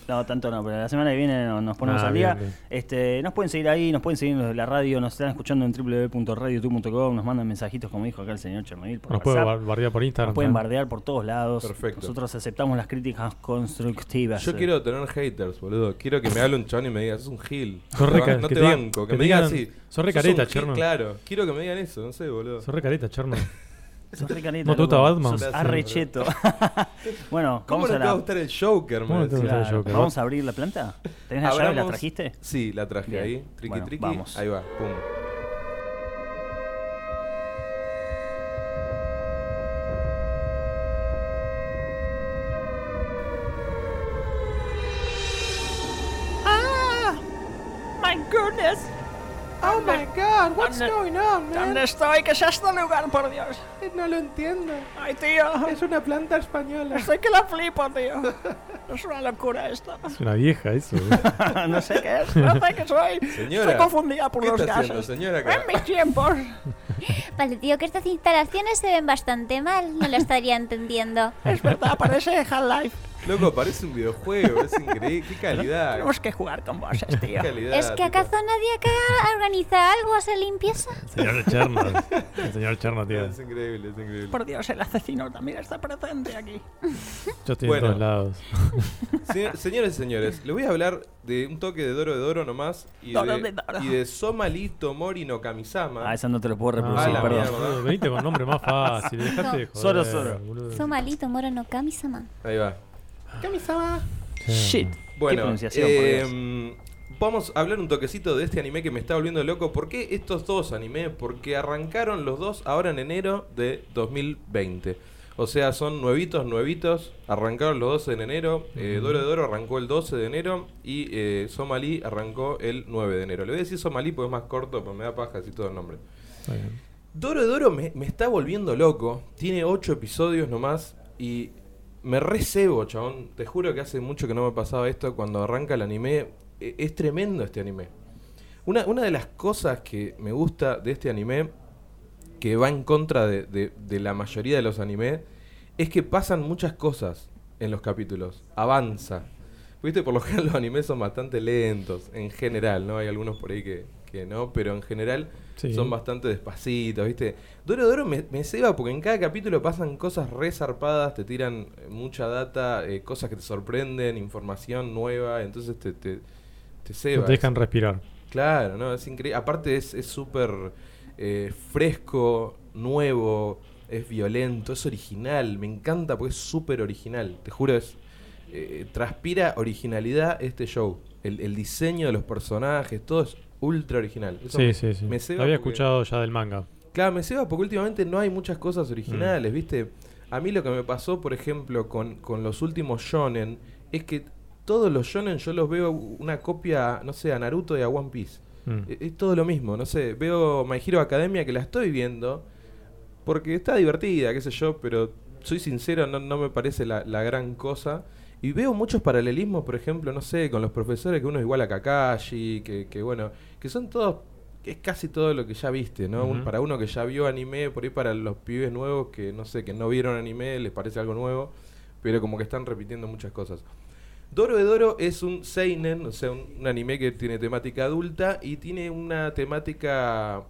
[SPEAKER 5] No, tanto no, pero la semana que viene no- nos ponemos
[SPEAKER 4] Ah,
[SPEAKER 5] al
[SPEAKER 4] bien,
[SPEAKER 5] día.
[SPEAKER 4] bien.
[SPEAKER 5] Este, nos pueden seguir ahí, nos pueden seguir en los de la radio, nos están escuchando en www.radiotu.com, nos mandan mensajitos, como dijo acá el señor Chernobyl. Por
[SPEAKER 4] Nos pueden
[SPEAKER 5] WhatsApp.
[SPEAKER 4] bar- bardear por Instagram.
[SPEAKER 5] Nos pueden
[SPEAKER 4] también.
[SPEAKER 5] bardear por todos lados.
[SPEAKER 3] Perfecto.
[SPEAKER 5] Nosotros aceptamos las críticas constructivas.
[SPEAKER 3] Yo quiero tener haters, boludo. Quiero que me hable un chon y me diga, sos un gil.
[SPEAKER 4] Sos re
[SPEAKER 3] No te
[SPEAKER 4] ca-
[SPEAKER 3] ban- no
[SPEAKER 4] que
[SPEAKER 3] te
[SPEAKER 4] te digan-
[SPEAKER 3] banco, que,
[SPEAKER 4] que
[SPEAKER 3] me
[SPEAKER 4] te
[SPEAKER 3] digan
[SPEAKER 4] digan,
[SPEAKER 3] así.
[SPEAKER 4] "Sos re
[SPEAKER 3] un
[SPEAKER 4] careta,
[SPEAKER 3] gil",
[SPEAKER 4] Cherno.
[SPEAKER 3] Claro, quiero que me digan eso, no sé, boludo.
[SPEAKER 4] Sos re careta, Cherno.
[SPEAKER 5] Sos re careta,
[SPEAKER 4] ¿No te gusta
[SPEAKER 5] loco.
[SPEAKER 4] Batman?
[SPEAKER 5] Sos
[SPEAKER 4] Sí.
[SPEAKER 5] arrecheto. [laughs] bueno,
[SPEAKER 3] ¿Cómo
[SPEAKER 5] vamos
[SPEAKER 3] no
[SPEAKER 5] a
[SPEAKER 3] te va a
[SPEAKER 5] la...
[SPEAKER 3] gustar el Joker,
[SPEAKER 4] ¿Cómo
[SPEAKER 3] me
[SPEAKER 4] no te
[SPEAKER 3] decía.
[SPEAKER 4] va a gustar el
[SPEAKER 5] Claro,
[SPEAKER 4] Joker?
[SPEAKER 5] ¿Vamos a abrir la planta? ¿Tenés la llave? Ah, ¿La
[SPEAKER 3] Abramos-
[SPEAKER 5] trajiste?
[SPEAKER 3] Sí, la traje
[SPEAKER 5] Bien.
[SPEAKER 3] ahí. Triqui,
[SPEAKER 5] Bueno,
[SPEAKER 3] triqui.
[SPEAKER 5] vamos.
[SPEAKER 3] Ahí va, pum.
[SPEAKER 8] My goodness.
[SPEAKER 1] Oh my god, what's
[SPEAKER 8] Ande-
[SPEAKER 1] going on,
[SPEAKER 8] ¿Dónde
[SPEAKER 1] man?
[SPEAKER 8] estoy? ¿Qué es este lugar, por Dios?
[SPEAKER 1] Eh, No lo entiendo.
[SPEAKER 8] Ay, tío.
[SPEAKER 1] Es una planta española.
[SPEAKER 8] Estoy que la flipo, tío. Es una locura
[SPEAKER 1] [laughs]
[SPEAKER 8] esto.
[SPEAKER 4] Es una vieja eso. eh.
[SPEAKER 1] Ah,
[SPEAKER 8] No sé qué es. No sé qué soy.
[SPEAKER 3] Señora,
[SPEAKER 8] Estoy confundida por
[SPEAKER 3] ¿Qué
[SPEAKER 8] los
[SPEAKER 3] está haciendo,
[SPEAKER 8] gases.
[SPEAKER 3] señora? acá?
[SPEAKER 8] En mis tiempos.
[SPEAKER 6] Vale, tío, que estas instalaciones se ven bastante mal. No lo estaría entendiendo.
[SPEAKER 8] Es verdad, parece Half-Life.
[SPEAKER 3] Loco, parece un videojuego, es increíble. Qué
[SPEAKER 5] [laughs]
[SPEAKER 3] calidad.
[SPEAKER 8] Tenemos que jugar con voces,
[SPEAKER 3] Qué
[SPEAKER 8] tío.
[SPEAKER 3] [laughs] calidad.
[SPEAKER 6] ¿Es que
[SPEAKER 3] tipo.
[SPEAKER 6] acaso nadie acá organiza algo, hace limpieza?
[SPEAKER 4] Señor Cherno. El señor Cherno, tío.
[SPEAKER 3] Es increíble, es increíble.
[SPEAKER 8] Por Dios, el asesino también está presente aquí.
[SPEAKER 4] Yo estoy
[SPEAKER 3] Bueno.
[SPEAKER 4] en todos lados.
[SPEAKER 3] Se- señores y señores, les voy a hablar de un toque de Doro de Doro nomás y,
[SPEAKER 8] Doro
[SPEAKER 3] de,
[SPEAKER 8] de Doro.
[SPEAKER 3] y de Somalito Morino Kamisama.
[SPEAKER 5] Ah, esa no te lo puedo
[SPEAKER 4] Ah,
[SPEAKER 5] reproducir,
[SPEAKER 3] la
[SPEAKER 5] perdón.
[SPEAKER 3] mierda.
[SPEAKER 4] boludo, Venite con nombre más fácil. Dejate de joder.
[SPEAKER 5] Solo, solo.
[SPEAKER 4] boludo.
[SPEAKER 6] Somalito, Moro no Kami-sama.
[SPEAKER 3] Ahí va.
[SPEAKER 1] Kamisama.
[SPEAKER 4] Che.
[SPEAKER 5] Shit. Qué
[SPEAKER 3] Bueno,
[SPEAKER 5] pronunciación, por Dios.
[SPEAKER 3] em, vamos a hablar un toquecito de este anime que me está volviendo loco. ¿Por qué estos dos animes? Porque arrancaron los dos ahora en enero de 2020. O sea, son nuevitos, nuevitos. Arrancaron los 12 de enero. eh, Doro de Doro arrancó el 12 de enero. Y eh, Somalí arrancó el 9 de enero. Le voy a decir Somalí porque es más corto, pues me da paja así todo el nombre.
[SPEAKER 4] Está bien.
[SPEAKER 3] Doro de Doro me, me está volviendo loco. Tiene 8 episodios nomás. Y me recebo, chabón. Te juro que hace mucho que no me pasaba esto. Cuando arranca el anime, e- es tremendo este anime. Una, una de las cosas que me gusta de este anime, que va en contra de, de- de la mayoría de los animes, es que pasan muchas cosas en los capítulos. Avanza. Viste, por lo general los animes son bastante lentos, en general, ¿no? Hay algunos por ahí que, que no, pero en general
[SPEAKER 4] Sí.
[SPEAKER 3] son bastante despacitos, ¿viste? Doro Doro me, me ceba porque en cada capítulo pasan cosas re zarpadas, te tiran eh, mucha data, eh, cosas que te sorprenden, información nueva, entonces te, te, te ceba.
[SPEAKER 4] No te dejan respirar.
[SPEAKER 3] Claro, no, es increíble. Aparte es es súper eh, fresco, nuevo, es violento, es original. Me encanta porque es súper original. Te juro, es eh, transpira originalidad este show. El, el diseño de los personajes, todo es ultra original. Eso
[SPEAKER 4] sí,
[SPEAKER 3] me-
[SPEAKER 4] sí, sí.
[SPEAKER 3] me
[SPEAKER 4] Lo
[SPEAKER 3] ceba
[SPEAKER 4] había
[SPEAKER 3] porque-
[SPEAKER 4] escuchado ya del manga.
[SPEAKER 3] Claro, me ceba porque últimamente no hay muchas cosas originales, ¿viste? A mí lo que me pasó, por ejemplo, con, con los últimos shonen, es que todos los shonen yo los veo una copia, no sé, a Naruto y a One Piece.
[SPEAKER 4] Mm.
[SPEAKER 3] E- Es todo lo mismo, no sé. Veo My Hero Academia que la estoy viendo porque está divertida, qué sé yo, pero soy sincero, no, no me parece la, la gran cosa. Y veo muchos paralelismos, por ejemplo, no sé, con los profesores que uno es igual a Kakashi, que, que bueno, que son todos, es casi todo lo que ya viste, ¿no? Un-
[SPEAKER 4] Ujú.
[SPEAKER 3] Para uno que ya vio anime, por ahí para los pibes nuevos que no sé, que no vieron anime, les parece algo nuevo, pero como que están repitiendo muchas cosas. Doro de Doro es un seinen, o sea, un, un anime que tiene temática adulta y tiene una temática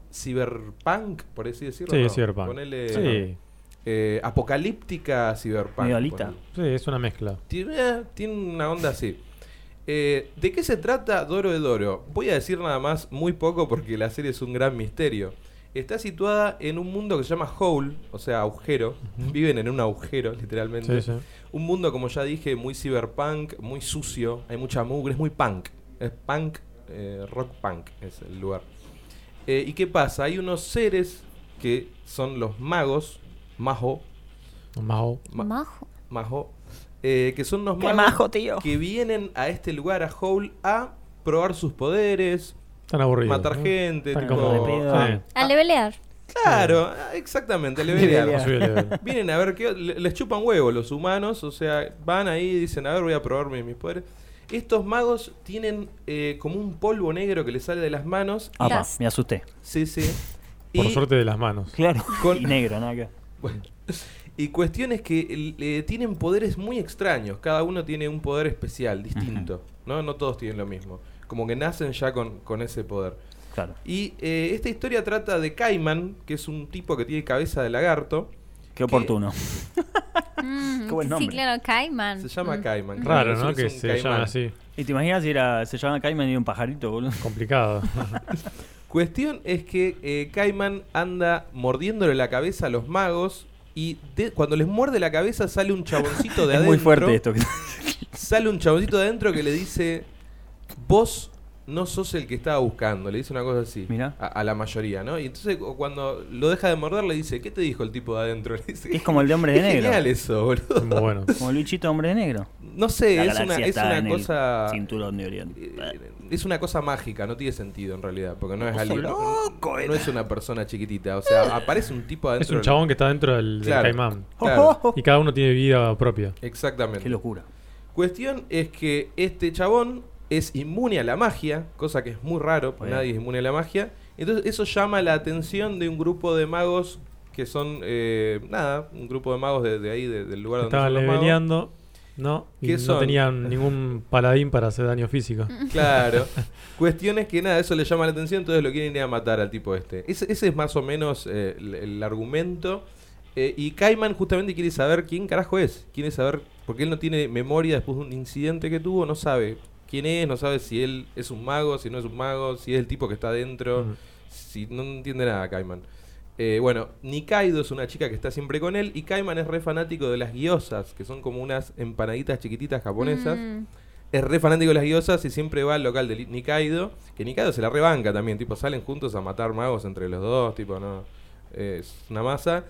[SPEAKER 3] cyberpunk, por así decirlo.
[SPEAKER 4] Sí,
[SPEAKER 3] ¿no?
[SPEAKER 4] es cyberpunk.
[SPEAKER 3] Ponele,
[SPEAKER 4] sí,
[SPEAKER 3] eh, apocalíptica cyberpunk.
[SPEAKER 5] Medio alita.
[SPEAKER 3] ponele.
[SPEAKER 4] sí, es una mezcla.
[SPEAKER 3] Tiene, eh, tiene una onda así. Eh, ¿De qué se trata Doro de Doro? Voy a decir nada más muy poco porque la serie es un gran misterio. Está situada en un mundo que se llama Hole, o sea, agujero. Viven en un agujero, literalmente.
[SPEAKER 4] Sí, sí.
[SPEAKER 3] Un mundo, como ya dije, muy cyberpunk, muy sucio, hay mucha mugre, es muy punk. Es punk, eh, rock punk es el lugar. Eh, ¿Y qué pasa? Hay unos seres que son los magos, majo,
[SPEAKER 4] Majo.
[SPEAKER 3] ma-
[SPEAKER 7] Majo.
[SPEAKER 3] majo, eh, que son unos
[SPEAKER 8] Qué
[SPEAKER 3] magos
[SPEAKER 8] majo, tío.
[SPEAKER 3] que vienen a este lugar, a Howl, a probar sus poderes,
[SPEAKER 4] Están aburridos.
[SPEAKER 3] matar
[SPEAKER 4] ¿no?
[SPEAKER 3] gente,
[SPEAKER 4] Están
[SPEAKER 3] tipo-
[SPEAKER 4] como
[SPEAKER 5] de pedo.
[SPEAKER 4] Sí.
[SPEAKER 7] A levelear.
[SPEAKER 3] Claro, ah, exactamente,
[SPEAKER 4] [laughs]
[SPEAKER 3] le vería algo.
[SPEAKER 4] No
[SPEAKER 3] [laughs]
[SPEAKER 4] sube de-
[SPEAKER 3] Vienen a ver qué. le- Les chupan huevo los humanos, o sea, van ahí y dicen, a ver, voy a probar mis, mis poderes. Estos magos tienen eh, como un polvo negro que les sale de las manos.
[SPEAKER 5] Ah, pa,
[SPEAKER 7] Las-
[SPEAKER 5] me asusté.
[SPEAKER 3] Sí, sí.
[SPEAKER 4] Por
[SPEAKER 3] y,
[SPEAKER 4] suerte de las manos.
[SPEAKER 5] Claro.
[SPEAKER 3] Con-
[SPEAKER 5] Y negro, nada que-
[SPEAKER 3] [laughs] bueno, y cuestiones que el- eh, tienen poderes muy extraños. Cada uno tiene un poder especial, distinto. ¿no? no todos tienen lo mismo. Como que nacen ya con, con ese poder.
[SPEAKER 5] Claro.
[SPEAKER 3] Y eh, esta historia trata de Caiman, que es un tipo que tiene cabeza de lagarto.
[SPEAKER 5] Qué oportuno.
[SPEAKER 7] Mm,
[SPEAKER 5] Qué buen
[SPEAKER 7] sí,
[SPEAKER 5] nombre.
[SPEAKER 7] claro, Cayman.
[SPEAKER 3] Se llama
[SPEAKER 7] Mm.
[SPEAKER 3] Caiman.
[SPEAKER 4] Raro,
[SPEAKER 3] Es
[SPEAKER 4] ¿no?
[SPEAKER 3] un
[SPEAKER 4] Que se
[SPEAKER 3] caimán.
[SPEAKER 4] llaman así.
[SPEAKER 5] ¿Y te imaginas si era, se llama Cayman y era un
[SPEAKER 3] [laughs]
[SPEAKER 5] pajarito, boludo?
[SPEAKER 4] Complicado. [laughs]
[SPEAKER 3] Cuestión es que eh, Caiman anda mordiéndole la cabeza a los magos y de- cuando les muerde la cabeza sale un chaboncito de
[SPEAKER 5] [laughs] Es
[SPEAKER 3] adentro.
[SPEAKER 5] muy fuerte esto.
[SPEAKER 3] Sale un chaboncito de adentro que le dice, vos no sos el que estaba buscando. Le dice una cosa así
[SPEAKER 5] Mirá.
[SPEAKER 3] a, a la mayoría, ¿no? Y entonces cu- cuando lo deja de morder le dice, ¿qué te dijo el tipo de adentro? [laughs] Le dice,
[SPEAKER 5] Es como el de hombre de
[SPEAKER 3] [laughs] "Es genial
[SPEAKER 5] negro.
[SPEAKER 3] eso, boludo.
[SPEAKER 4] Es muy bueno.
[SPEAKER 5] Como Luchito hombre de negro.
[SPEAKER 3] No sé,
[SPEAKER 5] La
[SPEAKER 3] es una,
[SPEAKER 5] galaxia
[SPEAKER 3] es
[SPEAKER 5] está
[SPEAKER 3] una
[SPEAKER 5] en el
[SPEAKER 3] cosa...
[SPEAKER 5] Cinturón de Oriente.
[SPEAKER 3] Eh, es una cosa mágica, no tiene sentido en realidad, porque no es alguien, no-
[SPEAKER 5] loco, eh?
[SPEAKER 3] no es una persona chiquitita, o sea, aparece un tipo adentro.
[SPEAKER 4] Es un
[SPEAKER 3] del-
[SPEAKER 4] chabón que está dentro del, del
[SPEAKER 3] Claro.
[SPEAKER 4] caimán.
[SPEAKER 3] Claro,
[SPEAKER 4] Y cada uno tiene vida propia.
[SPEAKER 5] Oh, [laughs] Qué
[SPEAKER 3] exactamente.
[SPEAKER 5] locura.
[SPEAKER 3] Cuestión es que este chabón es inmune a la magia, cosa que es muy raro, porque
[SPEAKER 5] Bueno.
[SPEAKER 3] nadie es inmune a la magia. Entonces eso llama la atención de un grupo de magos que son, eh, nada, un grupo de magos de, de ahí, de- del lugar donde
[SPEAKER 4] Estaban
[SPEAKER 3] son los magos.
[SPEAKER 4] leveleando. No, y
[SPEAKER 3] ¿Qué
[SPEAKER 4] no
[SPEAKER 3] son?
[SPEAKER 4] tenían ningún paladín para hacer daño físico.
[SPEAKER 3] Claro. Cuestiones que nada, eso le llama la atención, entonces lo quieren ir a matar al tipo este. Ese, ese es más o menos eh, el, el argumento. Eh, y Cayman justamente quiere saber quién carajo es. Quiere saber, porque él no tiene memoria después de un incidente que tuvo, no sabe quién es, no sabe si él es un mago, si no es un mago, si es el tipo que está adentro.
[SPEAKER 4] Mm.
[SPEAKER 3] Si, no entiende nada Cayman. Eh, bueno, Nikaido es una chica que está siempre con él y Cayman es re fanático de las guiosas, que son como unas empanaditas chiquititas japonesas
[SPEAKER 7] Mm.
[SPEAKER 3] es re fanático de las guiosas y siempre va al local de Li- Nikaido, que Nikaido se la rebanca también, tipo, salen juntos a matar magos entre los dos, tipo, no, es una masa.